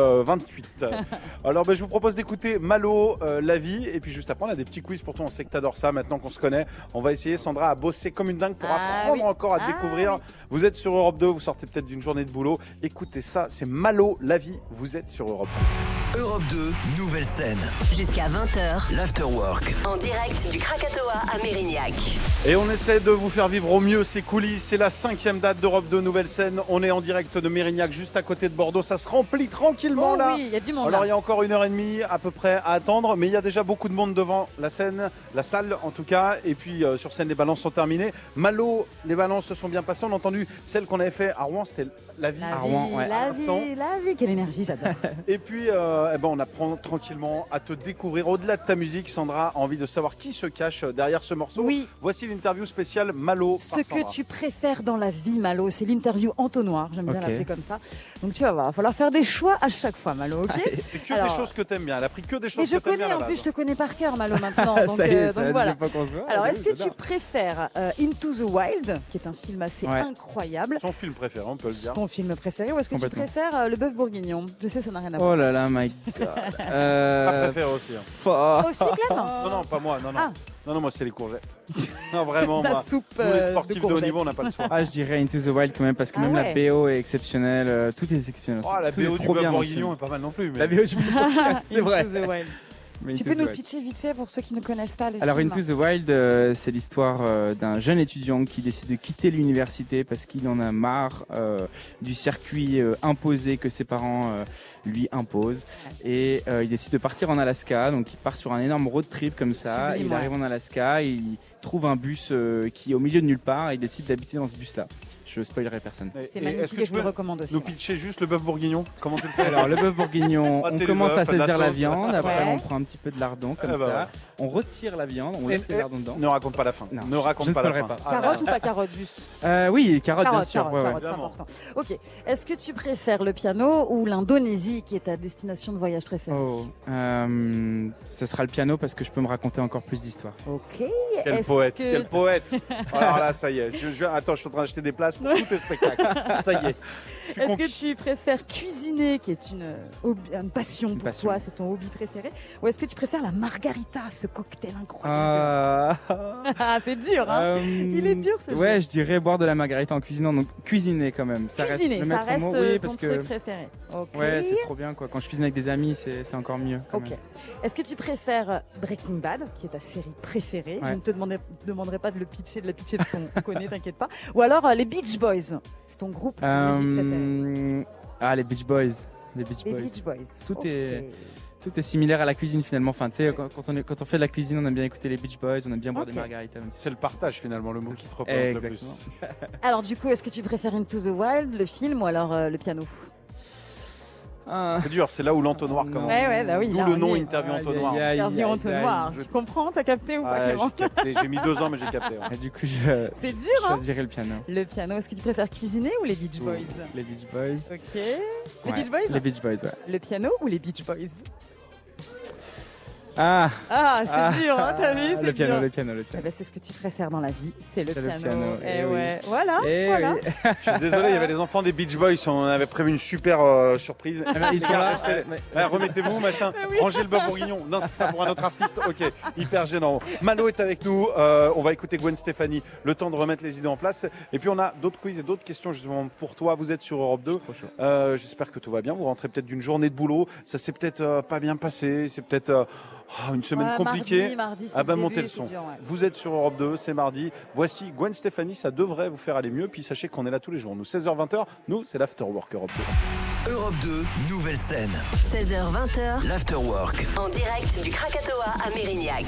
Speaker 1: 2028. Alors, ben, je vous propose d'écouter Malo, euh, La vie. Et puis, juste après, on a des petits quiz pour toi. On sait que t'adores ça maintenant qu'on se connaît. On va essayer, Sandra, à bosser comme une dingue
Speaker 2: Ah
Speaker 1: pour apprendre encore à découvrir. Vous êtes sur Europe 2, vous sortez peut-être d'une journée de boulot. Écoutez ça, c'est Malo, La vie. Vous êtes sur Europe 2.
Speaker 4: Europe 2, nouvelle scène.
Speaker 5: Jusqu'à 20h,
Speaker 4: L'afterwork.
Speaker 5: en direct du Krakatoa à Mérignac.
Speaker 1: Et on essaie de vous faire vivre au mieux ces coulisses. C'est la cinquième date d'Europe de Nouvelle Scène. On est en direct de Mérignac, juste à côté de Bordeaux. Ça se remplit tranquillement
Speaker 2: Oh
Speaker 1: là.
Speaker 2: oui, il y a du monde,
Speaker 1: Alors
Speaker 2: là.
Speaker 1: il y a encore une heure et demie à peu près à attendre, mais il y a déjà beaucoup de monde devant la scène, la salle en tout cas. Et puis euh, sur scène, les balances sont terminées. Malo, les balances se sont bien passées. On a entendu celle qu'on avait fait à Rouen, c'était la vie.
Speaker 2: La vie, la vie, la vie, quelle énergie, j'adore.
Speaker 1: Et puis, euh, eh ben, on apprend tranquillement à te découvrir. Au-delà de ta musique, Sandra a envie de savoir qui se cache derrière ce morceau.
Speaker 2: Oui.
Speaker 1: Voici l'interview spéciale Malo. par
Speaker 2: Ce que
Speaker 1: Sandra.
Speaker 2: tu préfères dans la vie, Malo, c'est l'interview entonnoir, j'aime bien
Speaker 1: Ok.
Speaker 2: l'appeler comme ça. Donc tu vas voir, il va falloir faire des choix à chaque fois, Malo, ok
Speaker 1: C'est que
Speaker 2: Alors,
Speaker 1: des choses que t'aimes bien. Elle a pris que des
Speaker 2: Mais
Speaker 1: choses
Speaker 2: je
Speaker 1: Ah, que t'aimes bien.
Speaker 2: connais,
Speaker 1: à
Speaker 2: en
Speaker 1: la
Speaker 2: plus, je
Speaker 1: base.
Speaker 2: te connais par cœur, Malo, maintenant. Donc,
Speaker 15: Ça y est,
Speaker 2: euh,
Speaker 15: ça
Speaker 2: donc
Speaker 15: fait
Speaker 2: voilà.
Speaker 15: dix fois qu'on se voit.
Speaker 2: Alors,
Speaker 15: Ah
Speaker 2: est-ce
Speaker 15: oui,
Speaker 2: que tu
Speaker 15: j'adore.
Speaker 2: préfères euh, Into the Wild, qui est un film assez
Speaker 15: Ouais.
Speaker 2: incroyable
Speaker 1: Son film préféré, on peut le dire.
Speaker 2: Ton film préféré, ou est-ce que tu
Speaker 15: Complètement.
Speaker 2: préfères euh, Le Bœuf Bourguignon Je sais, ça n'a rien à voir.
Speaker 15: Oh là là, my God.
Speaker 1: Pas
Speaker 15: Euh,
Speaker 1: préféré aussi. hein.
Speaker 15: fa-
Speaker 2: Aussi, Clem
Speaker 1: Non, non, pas moi. Non, non.
Speaker 2: Ah.
Speaker 1: Non, non, moi, c'est les courgettes. non, vraiment.
Speaker 2: La
Speaker 15: bah,
Speaker 1: moi.
Speaker 2: soupe,
Speaker 1: Nous,
Speaker 2: euh,
Speaker 1: les
Speaker 2: de
Speaker 1: sportifs de, haut
Speaker 2: courgettes.
Speaker 1: niveau, on n'a pas le choix.
Speaker 15: Ah, je dirais Into the Wild quand même parce que
Speaker 2: Ah
Speaker 15: même
Speaker 2: ouais.
Speaker 15: la BO est exceptionnelle, euh, tout est exceptionnel.
Speaker 1: Oh, la
Speaker 15: Tout est
Speaker 1: BO du
Speaker 15: trop
Speaker 1: Bob
Speaker 15: bien,
Speaker 1: Bourguignon
Speaker 15: monsieur.
Speaker 1: est pas mal non plus. Mais...
Speaker 15: La BO du Bob Bourguignon, c'est vrai.
Speaker 2: Into the Wild.
Speaker 15: Mais
Speaker 2: Tu
Speaker 15: Into
Speaker 2: peux
Speaker 15: the
Speaker 2: nous le
Speaker 15: Wild.
Speaker 2: pitcher vite fait pour ceux qui ne connaissent pas le
Speaker 15: Alors
Speaker 2: film
Speaker 15: Into the Wild, euh, c'est l'histoire euh, d'un jeune étudiant qui décide de quitter l'université parce qu'il en a marre euh, du circuit euh, imposé que ses parents euh, lui imposent. Et euh, il décide de partir en Alaska, donc il part sur un énorme road trip comme ça.
Speaker 2: Sublime,
Speaker 15: il
Speaker 2: ouais.
Speaker 15: arrive en Alaska, il trouve un bus euh, qui est au milieu de nulle part et il décide d'habiter dans ce bus-là. Je spoilerai personne.
Speaker 1: Et-
Speaker 2: C'est
Speaker 1: et
Speaker 2: magnifique
Speaker 1: est-ce
Speaker 2: et
Speaker 1: que tu
Speaker 2: je vous
Speaker 1: peux
Speaker 2: le recommande aussi,
Speaker 1: Nous
Speaker 2: ouais.
Speaker 1: pitcher juste le bœuf bourguignon. Comment tu le fais
Speaker 15: Alors le bœuf bourguignon,
Speaker 1: Ah,
Speaker 15: on
Speaker 1: c'est
Speaker 15: commence
Speaker 1: le
Speaker 15: à
Speaker 1: bœuf, la
Speaker 15: saisir la
Speaker 1: sauce.
Speaker 15: viande, après
Speaker 1: Ouais.
Speaker 15: on prend un petit peu de lardon comme
Speaker 1: Ah bah
Speaker 15: ça,
Speaker 1: ouais.
Speaker 15: on retire la viande, on laisse
Speaker 1: Et-
Speaker 15: les lardons dedans.
Speaker 1: Ne raconte pas la fin.
Speaker 15: Non,
Speaker 1: ne raconte
Speaker 15: je ne
Speaker 1: pas la fin.
Speaker 15: spoilerai pas.
Speaker 1: Ah,
Speaker 2: Carotte ou pas carotte, juste
Speaker 15: Euh, oui, carotte, bien
Speaker 2: Carotte,
Speaker 15: sûr.
Speaker 2: carotte,
Speaker 15: ouais, ouais.
Speaker 2: carotte, c'est important. Ok. Est-ce que tu préfères le piano ou l'Indonésie, qui est ta destination de voyage préférée
Speaker 15: Oh, euh, ce sera le piano parce que je peux me raconter encore plus d'histoires.
Speaker 2: Ok.
Speaker 1: Quel
Speaker 2: Est-ce
Speaker 1: poète,
Speaker 2: que-
Speaker 1: quel poète. Alors là, ça y est. Je, je- attends, je suis en train d'acheter des places pour tous tes spectacles. Ça y est. Je suis
Speaker 2: Est-ce
Speaker 1: conquis.
Speaker 2: que tu préfères cuisiner, qui est une, euh, hobby- une passion pour
Speaker 15: passion.
Speaker 2: toi, c'est ton hobby préféré, ou est-ce que tu préfères la margarita, ce cocktail incroyable
Speaker 15: Ah,
Speaker 2: Ah, C'est dur, hein
Speaker 15: euh,
Speaker 2: Il est dur ce
Speaker 15: Ouais,
Speaker 2: jeu.
Speaker 15: je dirais boire de la margarita en cuisinant, donc cuisiner quand même. Ça
Speaker 2: Cuisiner,
Speaker 15: reste le
Speaker 2: ça
Speaker 15: maître
Speaker 2: reste
Speaker 15: mot,
Speaker 2: euh,
Speaker 15: oui,
Speaker 2: ton
Speaker 15: parce
Speaker 2: truc
Speaker 15: que
Speaker 2: préféré. Ok.
Speaker 15: ouais, c'est trop bien quoi. Quand je cuisine avec des amis, c'est c'est encore mieux. quand
Speaker 2: Ok.
Speaker 15: même.
Speaker 2: Est-ce que tu préfères Breaking Bad, qui est ta série préférée Je
Speaker 15: Ouais.
Speaker 2: ne te demandais- demanderai pas de le pitcher, de la pitcher parce qu'on connaît, t'inquiète pas. Ou alors euh, les Beach Boys, c'est ton groupe de musique préféré.
Speaker 15: Euh, ah, les Beach Boys. Les Beach
Speaker 2: Les
Speaker 15: Boys.
Speaker 2: Beach Boys.
Speaker 15: Tout
Speaker 2: Ok.
Speaker 15: est. Tout est similaire à la cuisine finalement. Enfin, tu sais, quand quand on, est- quand on fait de la cuisine, on aime bien écouter les Beach Boys, on aime bien boire
Speaker 2: Ok.
Speaker 15: des margaritas. même si-
Speaker 1: C'est le partage finalement, le mot qui te représente le
Speaker 15: Exactement.
Speaker 1: plus.
Speaker 2: Alors du coup, est-ce que tu préfères Into the Wild, le film, ou alors euh, le piano
Speaker 15: Ah.
Speaker 1: C'est dur, c'est là où l'entonnoir commence.
Speaker 2: Ouais, ouais, bah oui,
Speaker 1: D'où
Speaker 2: là,
Speaker 1: le
Speaker 2: on
Speaker 1: nom
Speaker 2: est-
Speaker 1: Interview
Speaker 2: aïe,
Speaker 1: Entonnoir.
Speaker 2: aïe, aïe, Interview
Speaker 1: aïe,
Speaker 2: entonnoir.
Speaker 1: aïe.
Speaker 2: Tu comprends T'as capté ou pas,
Speaker 1: Ah,
Speaker 2: Clément
Speaker 1: J'ai capté, j'ai mis deux ans, mais j'ai capté. ouais.
Speaker 15: Du coup, je,
Speaker 2: C'est dur,
Speaker 15: je
Speaker 2: hein
Speaker 15: choisirais le piano.
Speaker 2: Le piano, est-ce que tu préfères cuisiner ou les Beach Boys
Speaker 15: Les Beach Boys.
Speaker 2: Ok. Les
Speaker 15: Ouais,
Speaker 2: Beach Boys
Speaker 15: Les Beach Boys, ouais.
Speaker 2: Le piano ou les Beach Boys
Speaker 15: Ah
Speaker 2: Ah, c'est dur, hein, t'as vu c'est
Speaker 15: Le piano,
Speaker 2: dur.
Speaker 15: le piano, le piano.
Speaker 2: Eh ben, c'est ce que tu préfères dans la vie, c'est le
Speaker 15: C'est
Speaker 2: piano.
Speaker 15: le piano,
Speaker 2: Eh
Speaker 15: eh oui.
Speaker 2: ouais, voilà,
Speaker 15: Eh
Speaker 2: voilà.
Speaker 15: oui.
Speaker 1: Je suis désolé, il y avait les enfants des Beach Boys, on avait prévu une super euh, surprise.
Speaker 15: Ah, mais ils
Speaker 1: Les
Speaker 15: sont Ah
Speaker 1: gars,
Speaker 15: là.
Speaker 1: restez-
Speaker 15: Ouais, ouais.
Speaker 1: Ouais, Ah, Remettez-vous, machin. Rangez le beurre bourguignon. Non, c'est ça pour un autre artiste. Ok, hyper gênant. Mano est avec nous. euh, on va écouter Gwen Stéphanie. Le temps de remettre les idées en place. Et puis on a d'autres quiz et d'autres questions justement pour toi. Vous êtes sur Europe 2. Euh, J'espère que tout va bien. Vous rentrez peut-être d'une journée de boulot. Ça s'est peut-être euh, pas bien passé. C'est peut-être euh, oh, une semaine
Speaker 2: Ouais,
Speaker 1: compliquée.
Speaker 2: Euh, mardi, mardi, c'est
Speaker 1: ah bah
Speaker 2: le
Speaker 1: montez
Speaker 2: début,
Speaker 1: le
Speaker 2: c'est
Speaker 1: son.
Speaker 2: dur, ouais.
Speaker 1: Vous êtes sur Europe 2, c'est mardi. Voici Gwen Stéphanie, ça devrait vous faire aller mieux. Puis sachez qu'on est là tous les jours. Nous, 16h-20h, nous, c'est l'Afterwork Europe 2. Europe 2, nouvelle scène.
Speaker 5: 16h20h,
Speaker 1: L'Afterwork.
Speaker 5: en direct du Krakatoa à Mérignac.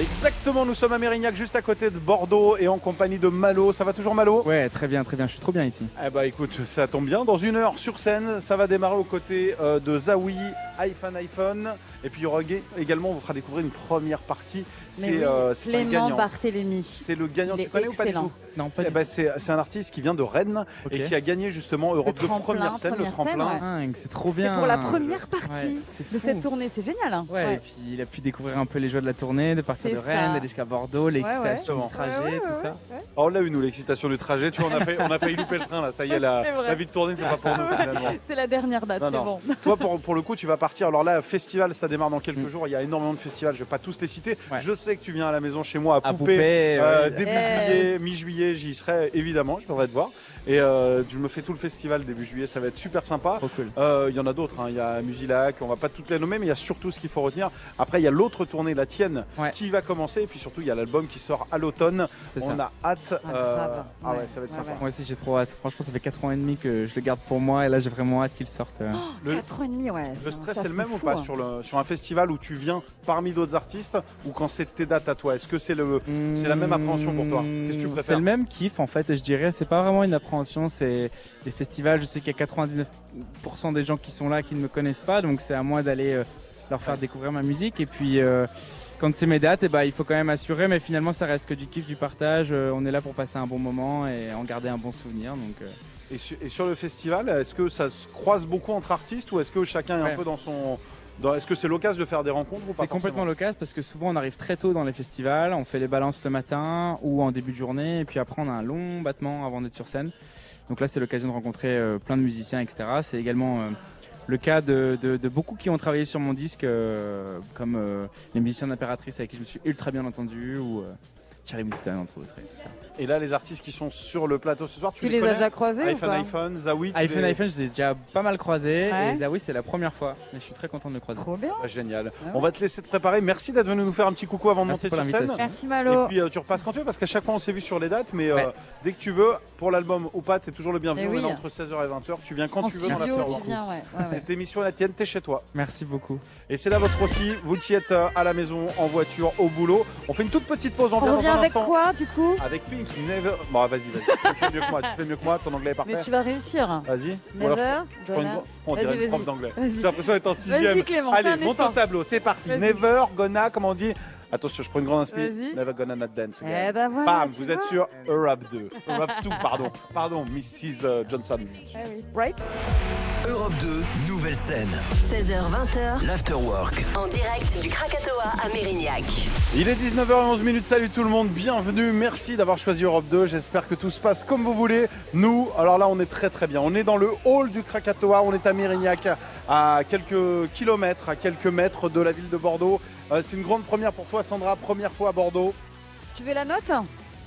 Speaker 1: Exactement, nous sommes à Mérignac, juste à côté de Bordeaux et en compagnie de Malo. Ça va toujours, Malo
Speaker 15: Ouais, très bien, très bien. Je suis trop bien ici.
Speaker 1: Eh bah écoute, ça tombe bien. Dans une heure sur scène, ça va démarrer aux côtés euh, de Zawi, iPhone iPhone. Et puis il y aura ga- également, on vous fera découvrir une première partie.
Speaker 2: Mais oui,
Speaker 1: euh, c'est un
Speaker 2: Clément
Speaker 1: gagnant.
Speaker 2: Barthélémy.
Speaker 1: C'est le gagnant,
Speaker 2: Il
Speaker 1: tu
Speaker 2: est
Speaker 1: connais ou pas
Speaker 2: excellent.
Speaker 1: du tout Non,
Speaker 15: Eh ben,
Speaker 1: pas c'est, c'est un artiste qui vient de Rennes et qui a gagné justement Europe de
Speaker 2: tremplin,
Speaker 1: première scène,
Speaker 2: première
Speaker 1: le tremplin.
Speaker 2: scène,
Speaker 15: Dingue, C'est trop
Speaker 2: C'est
Speaker 15: bien.
Speaker 2: pour la première partie
Speaker 15: Ouais, c'est
Speaker 2: de
Speaker 15: fou.
Speaker 2: cette tournée, c'est génial. Hein
Speaker 15: Ouais, Et puis il a pu découvrir un peu les joies de la tournée, de partir
Speaker 2: C'est
Speaker 15: de
Speaker 2: ça.
Speaker 15: Rennes, d'aller jusqu'à Bordeaux, l'excitation
Speaker 1: ouais.
Speaker 15: du trajet, tout ça.
Speaker 1: Oh, on l'a eu, nous, l'excitation du trajet. Tu vois, on a, fait, on a failli louper le train, là. Ça y est, la,
Speaker 2: C'est vrai.
Speaker 1: la vie de tournée, c'est pas pour nous, finalement.
Speaker 2: C'est la dernière date,
Speaker 1: Non,
Speaker 2: c'est
Speaker 1: non.
Speaker 2: bon.
Speaker 1: Toi, pour, pour le coup, tu vas partir. Alors là, festival, ça démarre dans quelques
Speaker 15: Mm.
Speaker 1: jours. Il y a énormément de festivals. Je vais pas tous les citer. Je sais que tu viens à la maison chez moi à,
Speaker 15: À
Speaker 1: Poupée,
Speaker 15: Poupée,
Speaker 1: euh,
Speaker 15: ouais. Eh.
Speaker 1: début
Speaker 15: Yes.
Speaker 1: juillet, mi-juillet. J'y serai évidemment. Je viendrai te voir. Et euh, je me fais tout le festival début juillet. Ça va être super sympa. Euh, Il y en a d'autres. hein. Il y a Musilac. On va pas toutes les nommer, mais il y a surtout ce qu'il faut retenir. Après, il y a l'autre tournée, la tienne, qui va commencer. Et puis surtout, il y a l'album qui sort à l'automne.
Speaker 15: C'est
Speaker 1: On
Speaker 15: ça.
Speaker 1: a hâte. euh,
Speaker 15: grave.
Speaker 1: ah ouais, ça va être sympa.
Speaker 15: Moi aussi j'ai trop hâte. Franchement, ça fait 4 ans et demi que je le garde pour moi et là j'ai vraiment hâte qu'il sorte. euh.
Speaker 1: Le-
Speaker 2: 4 ans et demi, ouais.
Speaker 1: Le stress est le même ou
Speaker 2: fou,
Speaker 1: pas
Speaker 2: hein.
Speaker 1: sur, le- sur un festival où tu viens parmi d'autres artistes ou quand c'est tes dates à toi Est-ce que c'est le- c'est la même appréhension pour toi Qu'est-ce que tu
Speaker 15: Mmh, C'est
Speaker 1: préfères
Speaker 15: le même kiff en fait, je dirais. C'est pas vraiment une appréhension, c'est des festivals. Je sais qu'il y a 99% des gens qui sont là qui ne me connaissent pas, donc c'est à moi d'aller euh, leur faire découvrir ma musique. Et puis euh, quand c'est mes dates, eh ben, il faut quand même assurer, mais finalement ça reste que du kiff, du partage. Euh, on est là pour passer un bon moment et en garder un bon souvenir. Donc, euh,
Speaker 1: et, su- et sur le festival, est-ce que ça se croise beaucoup entre artistes ou est-ce que chacun est
Speaker 15: Ouais.
Speaker 1: un peu dans son. dans- Est-ce que c'est l'occasion de faire des rencontres ou pas
Speaker 15: C'est complètement local parce que souvent on arrive très tôt dans les festivals, on fait les balances le matin ou en début de journée, et puis après on a un long battement avant d'être sur scène. Donc là c'est l'occasion de rencontrer euh, plein de musiciens, etc. C'est également euh, le cas de, de- de beaucoup qui ont travaillé sur mon disque, euh, comme euh, les musiciens d'Impératrice avec qui je me suis ultra bien entendu, ou euh, Thierry Moustan entre autres, et tout ça.
Speaker 1: Et là, les artistes qui sont sur le plateau ce soir, tu,
Speaker 15: Tu les as
Speaker 1: connais
Speaker 15: déjà croisés ou
Speaker 1: iPhone,
Speaker 15: pas
Speaker 1: iPhone, Zawi. tu
Speaker 15: iPhone,
Speaker 1: les-
Speaker 15: iPhone, je les ai déjà pas mal croisés,
Speaker 1: Ouais.
Speaker 15: et Zawi c'est la première fois, mais je suis très content de le croiser.
Speaker 2: Trop bien
Speaker 1: Ah, génial. On va te laisser te préparer. Merci d'être venu nous faire un petit coucou avant de
Speaker 15: Merci
Speaker 1: monter
Speaker 15: pour
Speaker 1: sur scène.
Speaker 15: l'invitation. Merci,
Speaker 2: Malo.
Speaker 1: Et puis euh, tu repasses quand tu veux parce qu'à chaque fois on s'est vu sur les dates, mais euh, dès que tu veux, pour l'album ou pas, t'es toujours le bienvenu.
Speaker 2: Eh
Speaker 1: On est
Speaker 2: oui.
Speaker 1: là entre 16h et 20h. Tu viens quand
Speaker 2: En
Speaker 1: tu veux dans la
Speaker 2: studio,
Speaker 1: soirée.
Speaker 2: tu viens, ouais, ouais, ouais.
Speaker 1: Cette émission est la tienne, t'es chez toi.
Speaker 15: Merci beaucoup.
Speaker 1: Et c'est la vôtre aussi, vous qui êtes euh, à la maison, en voiture, au boulot. On fait une toute petite pause, on,
Speaker 2: On
Speaker 1: revient
Speaker 2: revient
Speaker 1: dans un
Speaker 2: avec
Speaker 1: instant.
Speaker 2: quoi, du coup
Speaker 1: Avec Pink, Never. Bon, ah, vas-y, vas-y. tu fais mieux que moi, tu fais mieux que moi, ton anglais est parfait.
Speaker 2: Mais tu vas réussir.
Speaker 1: Vas-y. Ou alors je
Speaker 2: Never,
Speaker 1: prends- je prends une
Speaker 2: Donna.
Speaker 1: voix- On dirait
Speaker 2: Vas-y,
Speaker 1: une prof
Speaker 2: vas-y.
Speaker 1: d'anglais.
Speaker 2: Vas-y.
Speaker 1: J'ai l'impression d'être en sixième.
Speaker 2: Vas-y, Clément, fais
Speaker 1: Allez,
Speaker 2: un
Speaker 1: monte
Speaker 2: effort.
Speaker 1: au tableau, c'est parti.
Speaker 2: Vas-y.
Speaker 1: Never gonna, comment on dit Attention, je prends une grande
Speaker 2: Vas-y.
Speaker 1: inspiration. Never gonna not dance. again.
Speaker 2: Eh ben voilà,
Speaker 1: Bam,
Speaker 2: tu
Speaker 1: vous êtes
Speaker 2: vois.
Speaker 1: sur Europe 2. Europe 2, pardon. Pardon, Mrs. euh, Johnson.
Speaker 2: Eh Right
Speaker 4: Europe 2, nouvelle scène.
Speaker 5: 16h20h,
Speaker 4: L'Afterwork.
Speaker 5: en direct du Krakatoa à Mérignac.
Speaker 1: Il est 19h11, salut tout le monde, bienvenue, merci d'avoir choisi Europe 2, j'espère que tout se passe comme vous voulez. Nous, alors là on est très très bien, on est dans le hall du Krakatoa, on est à Mérignac, à quelques kilomètres, à quelques mètres de la ville de Bordeaux. Euh, C'est une grande première pour toi Sandra, première fois à Bordeaux,
Speaker 2: Tu veux la note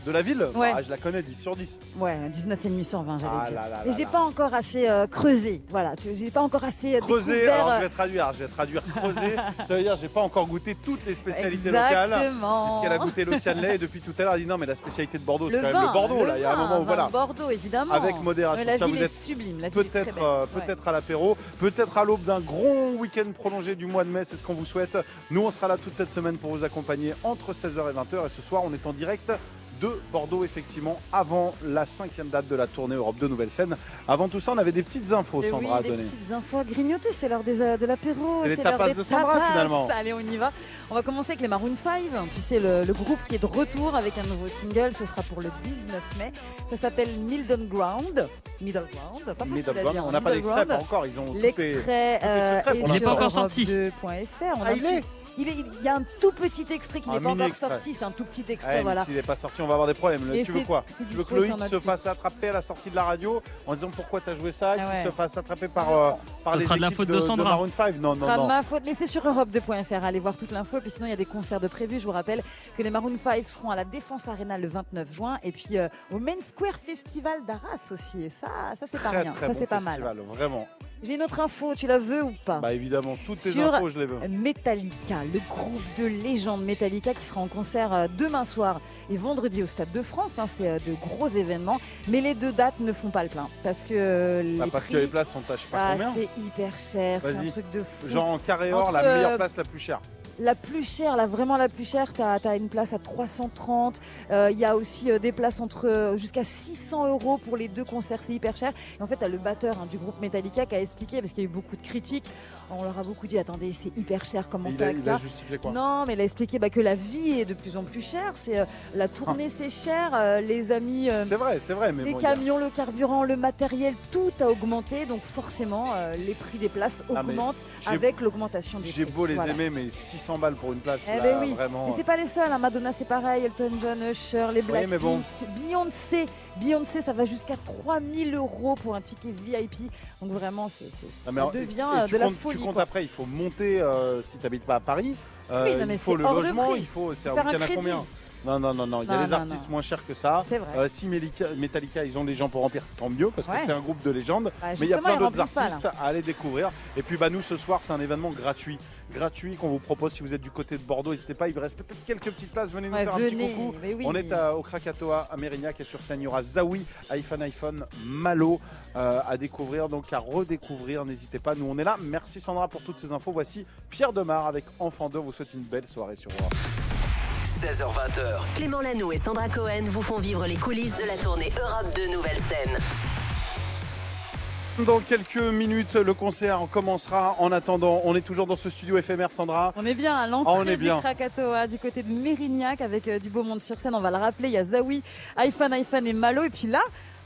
Speaker 1: de la ville
Speaker 2: Ouais.
Speaker 1: Ah, Je la connais 10 sur 10.
Speaker 2: Ouais, 19,5 sur 20, j'allais
Speaker 1: Ah
Speaker 2: dire.
Speaker 1: là là
Speaker 2: Et
Speaker 1: là
Speaker 2: j'ai
Speaker 1: là.
Speaker 2: pas encore assez euh, creusé. Voilà, tu- j'ai pas encore assez euh,
Speaker 1: Creuser,
Speaker 2: découvert,
Speaker 1: alors je
Speaker 2: euh,
Speaker 1: vais traduire, je vais traduire creuser, ça veut dire j'ai pas encore goûté toutes les spécialités locales.
Speaker 2: Exactement.
Speaker 1: Puisqu'elle a goûté le cannelé et depuis tout à l'heure elle dit non mais la spécialité de Bordeaux,
Speaker 2: Oh. le
Speaker 1: c'est quand
Speaker 2: vin,
Speaker 1: même le Bordeaux là, il y a un
Speaker 2: vin,
Speaker 1: moment où
Speaker 2: vin
Speaker 1: voilà.
Speaker 2: de Bordeaux, évidemment.
Speaker 1: Avec modération.
Speaker 2: Mais la
Speaker 1: Ça,
Speaker 2: ville
Speaker 1: vous
Speaker 2: est
Speaker 1: êtes
Speaker 2: sublime. La ville est très
Speaker 1: Peut-être
Speaker 2: belle.
Speaker 1: euh,
Speaker 2: Ouais.
Speaker 1: peut-être à l'apéro, peut-être à l'aube d'un grand week-end prolongé du mois de mai, c'est ce qu'on vous souhaite. Nous, on sera là toute cette semaine pour vous accompagner entre 16h et 20h. Et ce soir, on est en direct de Bordeaux, effectivement, avant la cinquième date de la tournée Europe 2 Nouvelle Scène. Avant tout ça, on avait des petites infos,
Speaker 2: Eh
Speaker 1: Sandra,
Speaker 2: oui,
Speaker 1: à
Speaker 2: des
Speaker 1: donner.
Speaker 2: petites infos à grignoter, c'est l'heure des, euh, de l'apéro,
Speaker 1: C'est les
Speaker 2: c'est l'heure
Speaker 1: tapas
Speaker 2: des
Speaker 1: de Sandra,
Speaker 2: tapas.
Speaker 1: finalement.
Speaker 2: Allez, on y va. On va commencer avec les Maroon 5, tu sais, le, le groupe qui est de retour avec un nouveau single, ce sera pour le 19 mai. Ça s'appelle Middle Ground. Middle Ground, pas facile
Speaker 1: Middle
Speaker 2: à
Speaker 1: Ground,
Speaker 2: dire,
Speaker 1: on n'a pas
Speaker 2: Middle
Speaker 1: d'extrait
Speaker 2: Ground.
Speaker 1: encore, ils ont tout est-
Speaker 2: L'extrait euh,
Speaker 1: tout est secret pour
Speaker 2: est
Speaker 1: l'instant. Il est
Speaker 2: sur
Speaker 1: pas encore
Speaker 2: Europe
Speaker 1: sorti.
Speaker 2: 2.fr. On a
Speaker 1: Ah,
Speaker 2: un
Speaker 1: il
Speaker 2: petit-
Speaker 1: est
Speaker 2: il est- il y a un tout petit extrait qui
Speaker 1: Un
Speaker 2: n'est pas encore
Speaker 1: mini-extrait.
Speaker 2: sorti, c'est un tout petit
Speaker 1: Ouais,
Speaker 2: extrait,
Speaker 1: Eh, mais
Speaker 2: voilà.
Speaker 1: S'il n'est pas sorti, on va avoir des problèmes.
Speaker 2: Et
Speaker 1: tu veux
Speaker 2: c'est-
Speaker 1: quoi
Speaker 2: c'est
Speaker 1: Tu veux que
Speaker 2: dispo sur
Speaker 1: Loïc se
Speaker 2: notre
Speaker 1: fasse attraper à la sortie de la radio en disant pourquoi t'as joué ça, et qu'il
Speaker 2: Ah ouais.
Speaker 1: se fasse attraper par, euh, par
Speaker 9: Ça
Speaker 1: les
Speaker 9: sera de la
Speaker 1: équipes
Speaker 9: faute de Sandra.
Speaker 1: Maroon 5 Non,
Speaker 2: Ce
Speaker 1: non,
Speaker 2: sera de
Speaker 1: non.
Speaker 2: ma faute, mais c'est sur europe2.fr. Allez voir toute l'info. Et puis sinon, il y a des concerts de prévus. Je vous rappelle que les Maroon 5 seront à la Défense Arena le 29 juin et puis euh, au Main Square Festival d'Arras aussi. Et ça, ça c'est pas
Speaker 1: Très,
Speaker 2: rien. ça
Speaker 1: très bon
Speaker 2: c'est pas
Speaker 1: festival,
Speaker 2: mal.
Speaker 1: Vraiment.
Speaker 2: J'ai une autre info. Tu la veux ou pas
Speaker 1: Bah évidemment, toutes tes
Speaker 2: Sur
Speaker 1: infos, je les veux.
Speaker 2: Metallica, le groupe de légende Metallica qui sera en concert euh, demain soir et vendredi au Stade de France. hein. c'est euh, de gros événements, mais les deux dates ne font pas le plein parce que euh, les
Speaker 1: Bah, parce
Speaker 2: prix-
Speaker 1: que les places sont à je sais pas
Speaker 2: Ah,
Speaker 1: combien.
Speaker 2: c'est hyper cher, c'est un
Speaker 1: Vas-y.
Speaker 2: truc de fou.
Speaker 1: Genre en carré or,
Speaker 2: Entre,
Speaker 1: la
Speaker 2: euh,
Speaker 1: meilleure place la plus chère.
Speaker 2: la plus chère, là vraiment la plus chère, t'as as une place à 330. Euh, Il y a aussi euh, des places entre euh, jusqu'à 600 euros pour les deux concerts, c'est hyper cher. Et en fait, t'as le batteur hein, du groupe Metallica qui a expliqué parce qu'il y a eu beaucoup de critiques. On leur a beaucoup dit attendez, c'est hyper cher, comment on
Speaker 1: Et il
Speaker 2: fait
Speaker 1: a-
Speaker 2: avec
Speaker 1: il a
Speaker 2: ça
Speaker 1: justifié quoi
Speaker 2: Non, mais il a expliqué bah, que la vie est de plus en plus chère. C'est euh, la tournée, c'est cher. euh, les amis, euh,
Speaker 1: Ah. C'est vrai, c'est vrai, mais
Speaker 2: les
Speaker 1: bon, il y a-
Speaker 2: camions, le carburant, le matériel, tout a augmenté. Donc forcément, euh, les prix des places
Speaker 1: Ah, mais
Speaker 2: augmentent
Speaker 1: j'ai-
Speaker 2: avec l'augmentation des
Speaker 1: J'ai
Speaker 2: prix.
Speaker 1: beau les
Speaker 2: Voilà.
Speaker 1: aimer, mais 600 balles pour une place,
Speaker 2: Eh
Speaker 1: là,
Speaker 2: ben oui.
Speaker 1: vraiment.
Speaker 2: Mais c'est pas les seuls. hein. Madonna, c'est pareil. Elton John, Usher, les Blackpink,
Speaker 1: mais bon.
Speaker 2: Beyoncé. Beyoncé, ça va jusqu'à 3000 euros pour un ticket VIP. Donc vraiment, c'est, c'est-
Speaker 1: Ah, mais
Speaker 2: ça
Speaker 1: alors,
Speaker 2: devient
Speaker 1: et- et
Speaker 2: euh,
Speaker 1: tu
Speaker 2: de la
Speaker 1: comptes-
Speaker 2: folie.
Speaker 1: Tu comptes
Speaker 2: quoi.
Speaker 1: après, il faut monter euh, si tu n'habites pas à Paris. euh,
Speaker 2: Oui, non, mais
Speaker 1: il faut
Speaker 2: c'est
Speaker 1: le
Speaker 2: hors de
Speaker 1: logement,
Speaker 2: prix.
Speaker 1: il faut. C'est un
Speaker 2: Faire un
Speaker 1: week-end à
Speaker 2: crédit.
Speaker 1: combien Non, non, non, non. Il y
Speaker 2: Non,
Speaker 1: a des
Speaker 2: non,
Speaker 1: artistes
Speaker 2: non.
Speaker 1: moins chers que ça.
Speaker 2: C'est vrai.
Speaker 1: Euh, si Metallica, Metallica, ils ont des gens pour remplir, tant mieux, parce que
Speaker 2: Ouais.
Speaker 1: c'est un groupe de légende.
Speaker 2: Bah,
Speaker 1: mais il y a
Speaker 2: justement,
Speaker 1: plein
Speaker 2: ils
Speaker 1: d'autres
Speaker 2: remplissent pas, là.
Speaker 1: artistes à aller découvrir. Et puis, bah, nous, ce soir, c'est un événement gratuit. Gratuit qu'on vous propose si vous êtes du côté de Bordeaux. N'hésitez pas, il vous reste peut-être quelques petites places. Venez nous
Speaker 2: Ouais,
Speaker 1: faire un
Speaker 2: venez,
Speaker 1: petit coucou.
Speaker 2: mais oui.
Speaker 1: On est à- au Krakatoa, à Mérignac et sur scène, il y aura Zawi, iPhone, iPhone, Malo euh, à découvrir, donc à redécouvrir. N'hésitez pas, nous on est là. Merci Sandra pour toutes ces infos. Voici Pierre Demar avec Enfant 2. Vous souhaite une belle soirée sur Europe.
Speaker 5: 16h20h. Clément Lanoux et Sandra Cohen vous font vivre les coulisses de la tournée Europe de Nouvelle Scène.
Speaker 1: Dans quelques minutes, le concert commencera. En attendant, on est toujours dans ce studio éphémère, Sandra.
Speaker 2: On est bien à
Speaker 1: Ah, on
Speaker 2: l'entrée
Speaker 1: est
Speaker 2: du
Speaker 1: bien.
Speaker 2: Krakatoa, du côté de Mérignac, avec euh, du beau monde sur scène. On va le rappeler, il y a Zawi, iPhone, iPhone et Malo. Et puis là,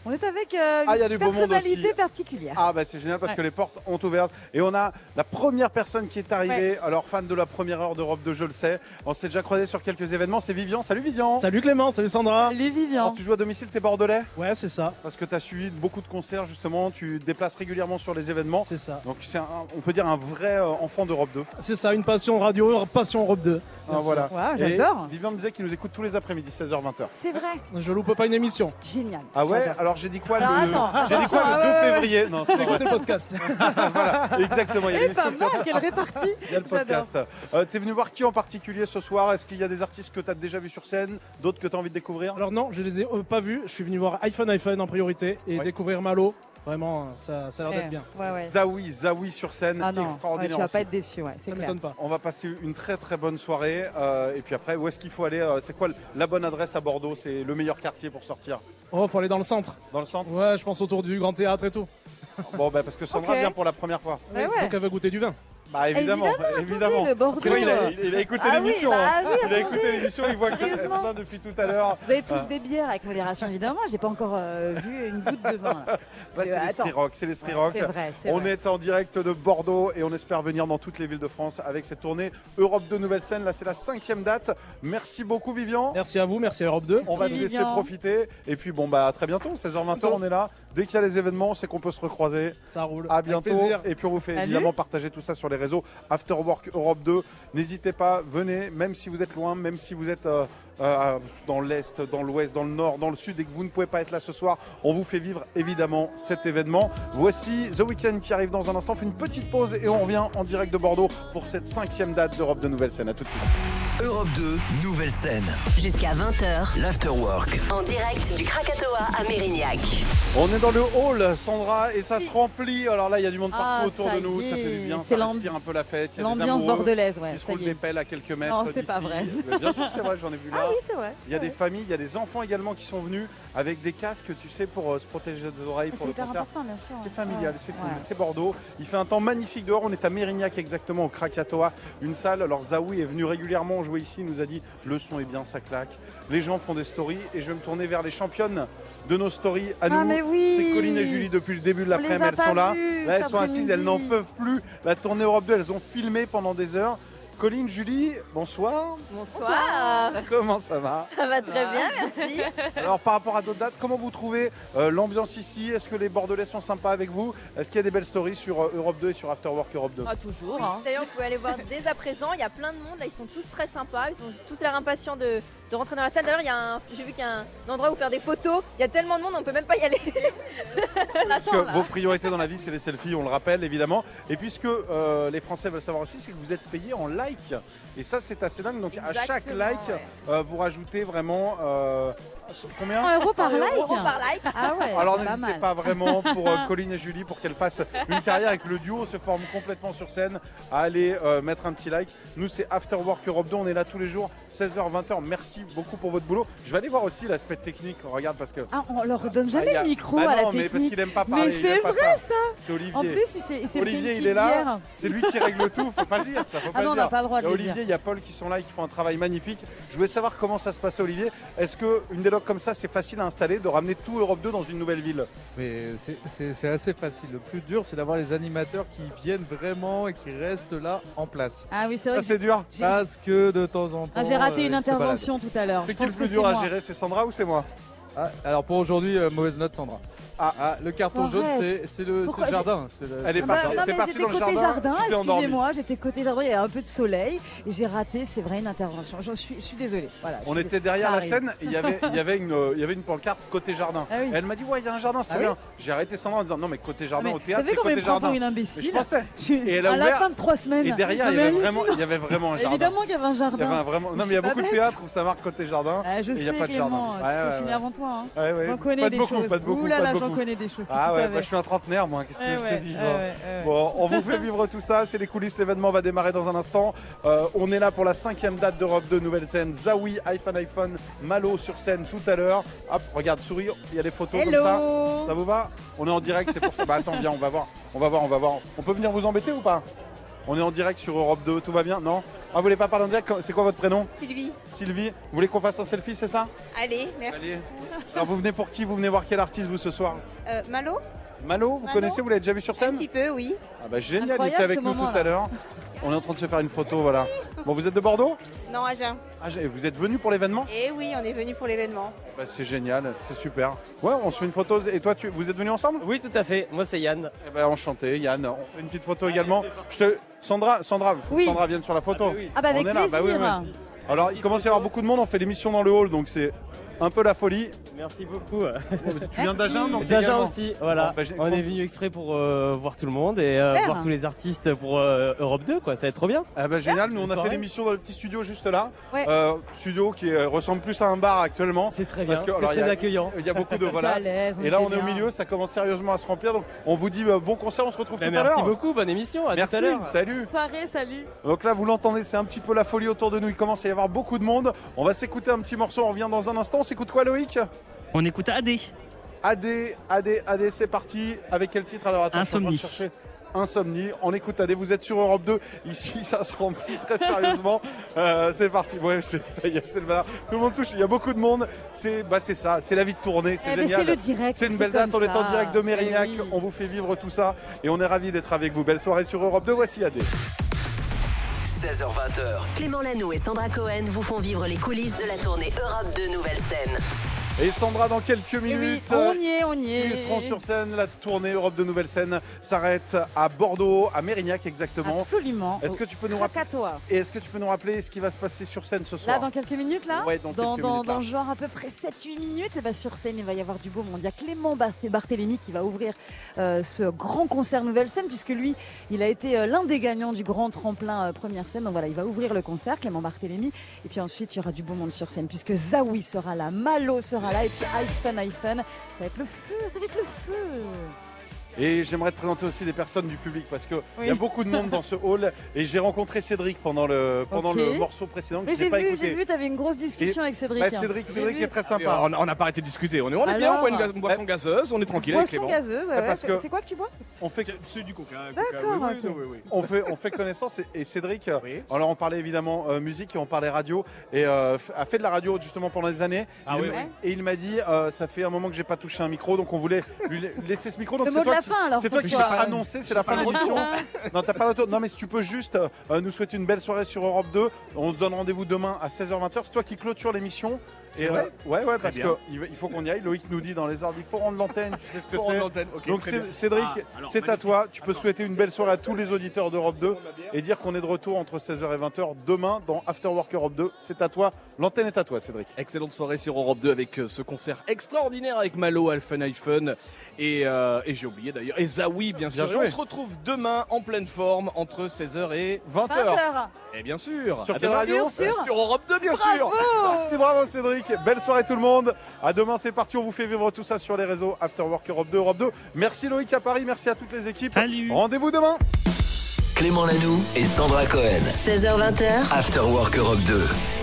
Speaker 2: on est avec euh,
Speaker 1: Ah, il y a
Speaker 2: une
Speaker 1: du beau monde aussi.
Speaker 2: personnalité particulière.
Speaker 1: Ah bah c'est génial parce
Speaker 2: Ouais.
Speaker 1: que les portes ont ouvert et on a la première personne qui est arrivée.
Speaker 2: Ouais.
Speaker 1: Alors fan de la première heure d'Europe 2, je le sais. On s'est déjà croisé sur quelques événements. C'est Vivian. Salut Vivian.
Speaker 14: Salut Clément, salut
Speaker 1: Ah.
Speaker 14: Sandra.
Speaker 2: Salut Vivian.
Speaker 1: tu joues à domicile, t'es bordelais
Speaker 14: Ouais, c'est ça.
Speaker 1: Parce que tu as suivi beaucoup de concerts justement, tu te déplaces régulièrement sur les événements.
Speaker 14: C'est ça.
Speaker 1: Donc c'est un- on peut dire un vrai euh, enfant d'Europe 2.
Speaker 14: C'est ça, une passion radio, une passion Europe 2.
Speaker 1: Ah, voilà. Et Vivian me disait qu'il nous écoute tous les après-midi 16h-20h.
Speaker 2: C'est vrai.
Speaker 14: Je loupe pas une émission.
Speaker 2: Génial.
Speaker 1: Ah ouais Alors j'ai dit quoi
Speaker 14: Alors,
Speaker 1: le
Speaker 14: attends,
Speaker 1: J'ai dit
Speaker 14: attention,
Speaker 1: quoi
Speaker 14: ah
Speaker 1: le 2
Speaker 14: ouais, ouais,
Speaker 1: février
Speaker 14: ouais.
Speaker 1: Non, c'est pas
Speaker 14: Écoutez
Speaker 1: vrai.
Speaker 14: le podcast.
Speaker 1: voilà, exactement, il y a
Speaker 14: Eh,
Speaker 1: l'émission.
Speaker 14: pas mal, quelle répartie.
Speaker 1: Il y a le
Speaker 14: J'adore.
Speaker 1: podcast. Euh, T'es venu voir qui en particulier ce soir Est-ce qu'il y a des artistes que t'as déjà vus sur scène, d'autres que t'as envie de découvrir
Speaker 14: Alors non, je les ai euh, pas vus. Je suis venu voir iPhone iPhone en priorité et découvrir Malo. Vraiment, ça, ça a l'air d'être bien.
Speaker 1: Zawi, Zawi sur scène,
Speaker 14: Ah non,
Speaker 1: extraordinaire.
Speaker 14: ouais, tu vas pas
Speaker 1: aussi.
Speaker 14: être déçu, ouais, c'est Ça clair. m'étonne pas.
Speaker 1: On va passer une très très bonne soirée. euh, et puis après, où est-ce qu'il faut aller euh, C'est quoi la bonne adresse à Bordeaux C'est le meilleur quartier pour sortir
Speaker 14: Oh, faut aller dans le centre.
Speaker 1: Dans le centre
Speaker 14: Ouais, je pense autour du Grand Théâtre et tout.
Speaker 1: Bon, bah, parce que Sandra
Speaker 14: Ok.
Speaker 1: vient pour la première fois.
Speaker 14: Donc elle va goûter du vin.
Speaker 1: Bah évidemment,
Speaker 14: Évidemment,
Speaker 1: évidemment.
Speaker 14: attendez, le Bordeaux.
Speaker 1: Après, il, a, il- il a écouté
Speaker 14: Ah oui,
Speaker 1: l'émission.
Speaker 14: bah
Speaker 1: hein.
Speaker 14: oui,
Speaker 1: il a
Speaker 14: attendez. Ah,
Speaker 1: écouté l'émission, il voit que ça se
Speaker 2: Sérieusement.
Speaker 1: plaint depuis tout à l'heure.
Speaker 2: Vous avez tous
Speaker 1: Euh,
Speaker 2: des bières avec modération, évidemment. J'ai pas encore euh, vu une goutte de vin. là.
Speaker 1: bah,
Speaker 2: Euh,
Speaker 1: c'est l'esprit
Speaker 2: attends.
Speaker 1: rock, c'est l'esprit
Speaker 2: Ouais,
Speaker 14: Ah,
Speaker 1: rock.
Speaker 2: c'est vrai, c'est
Speaker 1: on
Speaker 2: vrai.
Speaker 1: est en direct de Bordeaux et on espère venir dans toutes les villes de France avec cette tournée Europe de Nouvelle Scène. Là, c'est la cinquième date. Merci beaucoup, Vivian.
Speaker 14: Merci à vous, merci à Europe 2.
Speaker 1: On va te laisser profiter. Et puis, bon, bah, à très bientôt. 16h20, on est là. Dès qu'il y a les événements, c'est qu'on peut se recroiser.
Speaker 14: Ça roule.
Speaker 1: À
Speaker 14: Avec
Speaker 1: bientôt.
Speaker 14: plaisir.
Speaker 1: Et puis, on vous fait
Speaker 14: Salut.
Speaker 1: évidemment partager tout ça sur les réseaux After Work Europe 2. N'hésitez pas, venez, même si vous êtes loin, même si vous êtes euh, euh, dans l'Est, dans l'Ouest, dans le Nord, dans le Sud et que vous ne pouvez pas être là ce soir, on vous fait vivre évidemment cet événement. Voici The Weeknd qui arrive dans un instant. On fait une petite pause et on revient en direct de Bordeaux pour cette cinquième date d'Europe de Nouvelle Scène. À tout de suite.
Speaker 4: Europe 2, nouvelle scène.
Speaker 5: Jusqu'à 20h.
Speaker 4: L'afterwork.
Speaker 5: En direct du Krakatoa à Mérignac.
Speaker 1: On est dans le hall, Sandra, et ça se remplit. Alors là, il y a du monde
Speaker 2: Ah,
Speaker 1: partout autour
Speaker 2: ça
Speaker 1: de nous,
Speaker 2: y
Speaker 1: ça
Speaker 2: est.
Speaker 1: fait du bien,
Speaker 2: C'est
Speaker 1: ça
Speaker 2: l'amb-
Speaker 1: respire un peu la fête. Il y a des
Speaker 2: l'ambiance
Speaker 1: amoureux
Speaker 2: bordelaise, ouais,
Speaker 1: Qui se
Speaker 2: ça
Speaker 1: roulent
Speaker 2: y est.
Speaker 1: des pelles à quelques mètres.
Speaker 2: Non, c'est pas
Speaker 1: d'ici.
Speaker 2: vrai. Ah
Speaker 1: Mais Bien sûr, c'est vrai, j'en ai vu là. là.
Speaker 7: oui, c'est vrai.
Speaker 1: Il y a
Speaker 7: Ouais,
Speaker 1: des
Speaker 7: ouais.
Speaker 1: familles, il y a des enfants également qui sont venus avec des casques, tu sais, pour euh, se protéger des oreilles
Speaker 7: Ah,
Speaker 1: pour
Speaker 7: c'est
Speaker 1: le
Speaker 7: hyper
Speaker 1: concert.
Speaker 7: important, bien sûr.
Speaker 1: C'est familial,
Speaker 2: Ah,
Speaker 7: Ouais.
Speaker 1: c'est cool,
Speaker 7: Ouais.
Speaker 1: c'est Bordeaux. Il fait un temps magnifique dehors. On est à Mérignac exactement, au Krakatoa, une salle. Alors Zawi est venu régulièrement jouer ici. Il nous a dit le son est bien, ça claque. Les gens font des stories et je vais me tourner vers les championnes de nos stories à
Speaker 7: Ah,
Speaker 1: nous.
Speaker 7: mais oui.
Speaker 1: C'est Colline et Julie depuis le début de
Speaker 7: On les
Speaker 1: l'après-midi.
Speaker 7: a
Speaker 1: Elles
Speaker 7: pas
Speaker 1: sont là.
Speaker 7: vues
Speaker 1: Là, elles
Speaker 7: cet
Speaker 1: sont assises, elles n'en
Speaker 7: après-midi.
Speaker 1: peuvent plus. La tournée Europe 2, elles ont filmé pendant des heures. Colline, Julie, bonsoir.
Speaker 16: Bonsoir.
Speaker 1: Comment ça va
Speaker 7: Ah,
Speaker 16: Ça
Speaker 7: bah,
Speaker 16: va très bien, merci.
Speaker 1: Alors par rapport à d'autres dates, comment vous trouvez euh, l'ambiance ici Est-ce que les Bordelais sont sympas avec vous Est-ce qu'il y a des belles stories sur euh, Europe 2 et sur After Work Europe 2
Speaker 16: Ah, toujours. D'ailleurs, vous pouvez aller voir dès à présent. Il y a plein de monde. Là, ils sont tous très sympas. Ils ont tous l'air impatients de, de rentrer dans la salle. D'ailleurs, il y a un- j'ai vu qu'il y a un endroit où faire des photos. Il y a tellement de monde, on peut même pas y aller.
Speaker 1: Parce que vos priorités dans la vie, c'est les selfies, on le rappelle évidemment. Et puisque euh, les Français veulent savoir aussi, c'est que vous êtes payé en like. Et ça, c'est assez dingue. Donc à chaque
Speaker 16: Exactement,
Speaker 1: like,
Speaker 16: ouais.
Speaker 1: euh, vous rajoutez vraiment euh, combien
Speaker 2: Ah,
Speaker 16: 100 euros par 100 like euros par like. Ah ouais,
Speaker 1: Alors
Speaker 16: c'est pas
Speaker 1: n'hésitez
Speaker 16: mal.
Speaker 1: pas vraiment pour euh, Colline et Julie pour qu'elles fassent une carrière et que le duo se forme complètement sur scène à aller euh, mettre un petit like. Nous c'est After Work Europe 2, on est là tous les jours 16h 20h. Merci beaucoup pour votre boulot. Je vais aller voir aussi l'aspect technique, regarde parce que
Speaker 2: Ah, on leur donne jamais
Speaker 1: Ah, il y a-
Speaker 2: le micro
Speaker 1: Bah
Speaker 2: à la
Speaker 1: non,
Speaker 2: technique.
Speaker 1: Mais parce qu'il aime pas parler.
Speaker 2: Mais
Speaker 1: il
Speaker 2: c'est
Speaker 1: aime pas
Speaker 2: vrai ça.
Speaker 1: C'est Olivier.
Speaker 2: En plus, il s'est- il s'est fait une
Speaker 1: Olivier,
Speaker 2: petite
Speaker 1: il est
Speaker 2: bière.
Speaker 1: là. C'est lui qui règle tout. Faut pas le dire. Ça, faut pas
Speaker 2: Ah non,
Speaker 1: le
Speaker 2: on
Speaker 1: dire.
Speaker 2: n'a pas le droit de
Speaker 1: Il y a
Speaker 2: le
Speaker 1: Olivier,
Speaker 2: dire.
Speaker 1: il y a Paul qui sont là et qui font un travail magnifique. Je voulais savoir comment ça se passait, Olivier. Est-ce que une déloc comme ça, c'est facile à installer, de ramener tout Europe 2 dans une nouvelle ville
Speaker 17: Mais c'est- c'est c'est assez facile. Le plus dur, c'est d'avoir les animateurs qui viennent vraiment et qui restent là en place.
Speaker 2: Ah oui, c'est vrai.
Speaker 1: Ça,
Speaker 2: que
Speaker 1: c'est
Speaker 2: j'ai-
Speaker 1: dur.
Speaker 2: j'ai-
Speaker 17: Parce que de temps en temps.
Speaker 2: Ah, j'ai raté
Speaker 17: euh,
Speaker 2: une
Speaker 17: ils se baladent.
Speaker 2: intervention tout à l'heure.
Speaker 1: C'est
Speaker 2: Je
Speaker 1: qui le
Speaker 2: pense que
Speaker 1: plus dur
Speaker 2: c'est
Speaker 1: à
Speaker 2: moi.
Speaker 1: gérer C'est Sandra ou c'est moi
Speaker 17: Ah, alors pour aujourd'hui, euh, mauvaise note, Sandra. Ah, le carton
Speaker 2: Arrête.
Speaker 17: jaune, c'est c'est le, c'est
Speaker 2: Pourquoi
Speaker 17: le jardin. c'est
Speaker 6: Euh,
Speaker 17: le-
Speaker 1: Elle
Speaker 17: c'est
Speaker 1: est
Speaker 2: Ah
Speaker 17: le
Speaker 2: bah,
Speaker 17: jardin.
Speaker 2: non, mais j'étais côté jardin, excusez-moi, j'étais côté jardin, il y avait un peu de soleil et j'ai raté, c'est vrai, une intervention. Je suis, je suis désolée. Voilà,
Speaker 1: On
Speaker 2: je-
Speaker 1: était derrière
Speaker 2: ça
Speaker 1: la
Speaker 2: arrive.
Speaker 1: scène, et il y avait, il y avait une, euh, il y avait une pancarte côté jardin. Et elle m'a dit ouais, il y a un jardin, c'est
Speaker 2: Ah
Speaker 1: trop bien.
Speaker 2: oui Ah,
Speaker 1: J'ai arrêté Sandra en disant non mais côté jardin
Speaker 2: mais
Speaker 1: au théâtre,
Speaker 2: t'as vu
Speaker 1: c'est
Speaker 2: comme
Speaker 1: côté
Speaker 2: elle me prend
Speaker 1: jardin.
Speaker 2: pour une
Speaker 1: Mais
Speaker 2: imbécile hein.
Speaker 1: je pensais.
Speaker 2: Je-
Speaker 1: Et elle a
Speaker 2: un
Speaker 1: ouvert.
Speaker 2: lapin de trois semaines.
Speaker 1: Et derrière,
Speaker 2: Comme
Speaker 1: il y avait
Speaker 2: Alice.
Speaker 1: vraiment, il y avait vraiment un jardin.
Speaker 2: Évidemment qu'il y avait un jardin.
Speaker 1: Il y avait un vraiment. Non, mais il
Speaker 2: Je
Speaker 1: y a
Speaker 2: suis
Speaker 1: beaucoup de
Speaker 2: pas
Speaker 1: théâtres où ça marque côté jardin.
Speaker 2: Ah, je
Speaker 1: et il n'y a
Speaker 2: sais,
Speaker 1: pas de jardin.
Speaker 2: Clément, tu sais, je suis née avant toi, hein.
Speaker 1: Ouais, ouais.
Speaker 2: J'en connais
Speaker 1: pas
Speaker 2: des
Speaker 1: de beaucoup,
Speaker 2: choses.
Speaker 1: Pas de beaucoup,
Speaker 2: Ouh là
Speaker 1: pas
Speaker 2: là,
Speaker 1: de
Speaker 2: j'en
Speaker 1: beaucoup.
Speaker 2: connais des choses, si
Speaker 1: Ah
Speaker 2: tu
Speaker 1: ouais,
Speaker 2: savais.
Speaker 1: bah, je suis un trentenaire, moi. Qu'est-ce que
Speaker 2: Eh
Speaker 1: je
Speaker 2: ouais,
Speaker 1: te dis
Speaker 2: eh
Speaker 1: hein.
Speaker 2: ouais, eh ouais.
Speaker 1: Bon, on vous fait vivre tout ça. C'est les coulisses. L'événement va démarrer dans un instant. Euh, on est là pour la cinquième date d'Europe de Nouvelle Scène. Zawi, iPhone, iPhone, Malo sur scène tout à l'heure. Hop, regarde, sourire. Il y a des photos
Speaker 2: Hello.
Speaker 1: comme ça. Ça vous va On est en direct, c'est pour ça. Bah attends, viens, on va voir. On va voir, on va voir. On peut venir vous embêter ou pas On est en direct sur Europe 2. Tout va bien Non Ah, vous voulez pas parler en direct C'est quoi votre prénom
Speaker 18: Sylvie,
Speaker 1: Sylvie, vous voulez qu'on fasse un selfie, c'est ça
Speaker 18: allez, merci.
Speaker 1: Allez. Alors vous venez pour qui Vous venez voir quel artiste vous ce soir
Speaker 18: Euh, Malo
Speaker 1: Malo, vous
Speaker 18: Malo
Speaker 1: connaissez Vous l'avez déjà vu sur
Speaker 18: Un
Speaker 1: scène
Speaker 18: petit peu, oui.
Speaker 1: Ah bah génial, il
Speaker 18: Incroyable,
Speaker 1: était avec
Speaker 18: ce
Speaker 1: nous
Speaker 18: moment-là.
Speaker 1: tout à l'heure. On est en train de se faire une photo, voilà. Bon, vous êtes de Bordeaux
Speaker 18: Non, Aja.
Speaker 1: ah, j'ai- Vous êtes venu pour l'événement
Speaker 18: Eh oui, on est venu pour l'événement.
Speaker 1: Bah, C'est génial, c'est super. Ouais, on se fait une photo. Et toi, tu, vous êtes venus ensemble
Speaker 19: Oui, tout à fait. Moi, c'est Yann.
Speaker 1: Eh ben, enchanté, Yann. On fait une petite photo également. Je te... Sandra, Sandra, faut que
Speaker 19: Oui.
Speaker 1: Sandra vienne sur la photo.
Speaker 19: Ah bah oui. Ah bah, avec
Speaker 1: on est là. Bah oui,
Speaker 19: plaisir.
Speaker 1: oui. Alors, il commence à y avoir beaucoup de monde. On fait l'émission dans le hall, donc c'est un peu la folie. Oh,
Speaker 19: Merci beaucoup.
Speaker 1: Tu viens d'Agen, donc
Speaker 19: D'Agen
Speaker 1: également.
Speaker 19: aussi, voilà.
Speaker 1: Bon, bah, j'ai-
Speaker 19: On est venu exprès pour euh, voir tout le monde et euh,
Speaker 1: Super.
Speaker 19: voir tous les artistes pour euh, Europe 2, quoi. Ça va être trop bien.
Speaker 1: Ah bah génial, nous on
Speaker 19: Une
Speaker 1: a fait
Speaker 19: soirée.
Speaker 1: l'émission dans le petit studio juste là.
Speaker 19: Ouais.
Speaker 1: Euh, studio qui euh, ressemble plus à un bar actuellement. C'est très
Speaker 19: bien, c'est
Speaker 1: il y a-
Speaker 19: très accueillant.
Speaker 1: Il y a beaucoup de
Speaker 19: Tout à
Speaker 1: voilà.
Speaker 19: l'aise, on
Speaker 1: Et là
Speaker 19: était
Speaker 1: on est au
Speaker 19: bien.
Speaker 1: milieu, ça commence sérieusement à se remplir. Donc on vous dit euh, bon concert, on se retrouve
Speaker 19: Bah,
Speaker 1: tout à l'heure.
Speaker 19: merci beaucoup, bonne émission. À
Speaker 1: Merci,
Speaker 19: tout à l'heure.
Speaker 1: salut.
Speaker 2: Soirée, salut.
Speaker 1: Donc là vous l'entendez, c'est un petit peu la folie autour de nous. Il commence à y avoir beaucoup de monde. On va s'écouter un petit morceau, on revient dans un instant. On s'écoute quoi Loïc
Speaker 11: On écoute AD.
Speaker 1: AD, AD, AD, c'est parti. Avec quel titre alors attends, je suis en train de
Speaker 11: Insomnie.
Speaker 1: chercher. Insomnie, on écoute AD, vous êtes sur Europe 2, ici ça se remplit très sérieusement. Euh, c'est parti, ouais, c'est- ça y est, c'est le bazar. Tout le monde touche, il y a beaucoup de monde, c'est bah, c'est ça, c'est la vie de tournée, c'est
Speaker 2: Eh ben,
Speaker 1: génial.
Speaker 2: c'est le direct,
Speaker 1: C'est une
Speaker 2: c'est
Speaker 1: belle date,
Speaker 2: comme
Speaker 1: on est en
Speaker 2: ça.
Speaker 1: direct de Mérignac,
Speaker 2: Eh oui.
Speaker 1: on vous fait vivre tout ça et on est ravis d'être avec vous. Belle soirée sur Europe 2, voici AD.
Speaker 5: 16h20h. Clément Lanoux et Sandra Cohen vous font vivre les coulisses de la tournée Europe de Nouvelle Scène.
Speaker 1: Et Sandra, dans quelques minutes,
Speaker 5: on
Speaker 1: euh,
Speaker 2: y est, Eh on y est.
Speaker 1: Ils seront sur scène. La tournée Europe de Nouvelle Scène s'arrête à Bordeaux, à Mérignac exactement.
Speaker 2: Absolument.
Speaker 1: Est-ce que tu peux nous rappeler
Speaker 2: Krakatoa.
Speaker 1: Et est-ce que tu peux nous rappeler ce qui va se passer sur scène ce soir
Speaker 2: Là, dans quelques minutes, là
Speaker 1: Ouais, dans quelques
Speaker 2: dans,
Speaker 1: minutes, là.
Speaker 2: dans genre à peu près 7-8 minutes, et sur scène, il va y avoir du beau monde. Il y a Clément Barthé- Barthélémy qui va ouvrir euh, ce grand concert Nouvelle Scène, puisque lui, il a été euh, l'un des gagnants du grand tremplin euh, Première Scène. Donc voilà, il va ouvrir le concert, Clément Barthélémy. Et puis ensuite, il y aura du beau monde sur scène, puisque Zawi sera là, Malo sera là, et puis iPhone, iPhone. Ça va être le feu, ça va être le feu.
Speaker 1: Et j'aimerais te présenter aussi des personnes du public parce qu'il il y a
Speaker 2: Oui.
Speaker 1: beaucoup de monde dans ce hall. Et j'ai rencontré Cédric pendant le, pendant
Speaker 2: Ok.
Speaker 1: le morceau précédent que
Speaker 2: Mais
Speaker 1: je n'ai
Speaker 2: j'ai
Speaker 1: pas
Speaker 2: vu,
Speaker 1: écouté.
Speaker 2: j'ai vu, t'avais une grosse discussion
Speaker 1: Et-
Speaker 2: avec Cédric.
Speaker 1: Bah,
Speaker 2: hein.
Speaker 1: Cédric,
Speaker 2: J'ai
Speaker 1: Cédric
Speaker 2: vu.
Speaker 1: est très sympa.
Speaker 6: On n'a pas arrêté de discuter. On est, on est bien, on
Speaker 2: Alors
Speaker 6: boit une, gaz- une boisson gazeuse, on est tranquille avec
Speaker 2: Boisson
Speaker 6: Clément.
Speaker 2: gazeuse, ouais, ouais,
Speaker 1: parce que-
Speaker 2: c'est quoi que tu bois
Speaker 1: On fait
Speaker 6: C'est du coca.
Speaker 2: D'accord,
Speaker 6: coca, oui, oui,
Speaker 2: ok.
Speaker 6: oui, oui, oui.
Speaker 1: on fait, on fait connaissance et, et Cédric, euh, alors on parlait évidemment euh, musique et on parlait radio et euh, f- a fait de la radio justement pendant des années
Speaker 6: Ah
Speaker 1: Il
Speaker 6: oui,
Speaker 1: m'a-
Speaker 6: oui.
Speaker 1: et il m'a dit euh, ça fait un moment que j'ai pas touché un micro donc on voulait lui la- laisser ce micro donc
Speaker 6: Le
Speaker 1: c'est
Speaker 6: mot de
Speaker 1: toi,
Speaker 6: la
Speaker 1: qui-
Speaker 6: fin, alors,
Speaker 1: c'est toi
Speaker 6: pour
Speaker 1: qui
Speaker 6: toi.
Speaker 1: vas annoncer c'est la fin de l'émission non t'as pas le tour. non mais si tu peux juste euh, nous souhaiter une belle soirée sur Europe 2 on se donne rendez-vous demain à 16h20 c'est toi qui clôture l'émission
Speaker 6: C'est
Speaker 1: Et, euh,
Speaker 6: vrai
Speaker 1: ouais ouais
Speaker 6: Très
Speaker 1: parce
Speaker 6: bien.
Speaker 1: qu'il il faut qu'on y aille Loïc nous dit dans les ordres il faut rendre l'antenne tu sais ce que
Speaker 6: Faut
Speaker 1: c'est
Speaker 6: rendre l'antenne, ok,
Speaker 1: donc
Speaker 6: très
Speaker 1: Cé-
Speaker 6: bien.
Speaker 1: Cédric
Speaker 6: Ah, alors,
Speaker 1: c'est à
Speaker 6: magnifique.
Speaker 1: toi tu peux souhaiter une belle soirée à tous les auditeurs d'Europe 2 et dire qu'on est de retour entre 16h et 20h demain dans After Work Europe 2. C'est à toi. L'antenne est à toi, Cédric.
Speaker 6: Excellente soirée sur Europe 2 avec euh, ce concert extraordinaire avec Malo, Alphen Hyphen et, euh, et j'ai oublié d'ailleurs, et Zawi bien sûr.
Speaker 1: Bien
Speaker 6: Et
Speaker 1: joué.
Speaker 6: on se retrouve demain en pleine forme entre 16h et
Speaker 1: 20h. 20h.
Speaker 6: Et bien sûr.
Speaker 1: Sur
Speaker 6: À
Speaker 1: quelle
Speaker 6: demain.
Speaker 1: radio
Speaker 6: Euh, Sur Europe 2 bien sûr.
Speaker 1: Merci, bravo Cédric. Belle soirée tout le monde. À demain, c'est parti. On vous fait vivre tout ça sur les réseaux After Work Europe 2, Europe 2. Merci Loïc à Paris. Merci à toutes les équipes. Rendez-vous demain.
Speaker 5: Clément Lanoux et Sandra Cohen.
Speaker 20: 16h20.
Speaker 5: After Work Europe 2.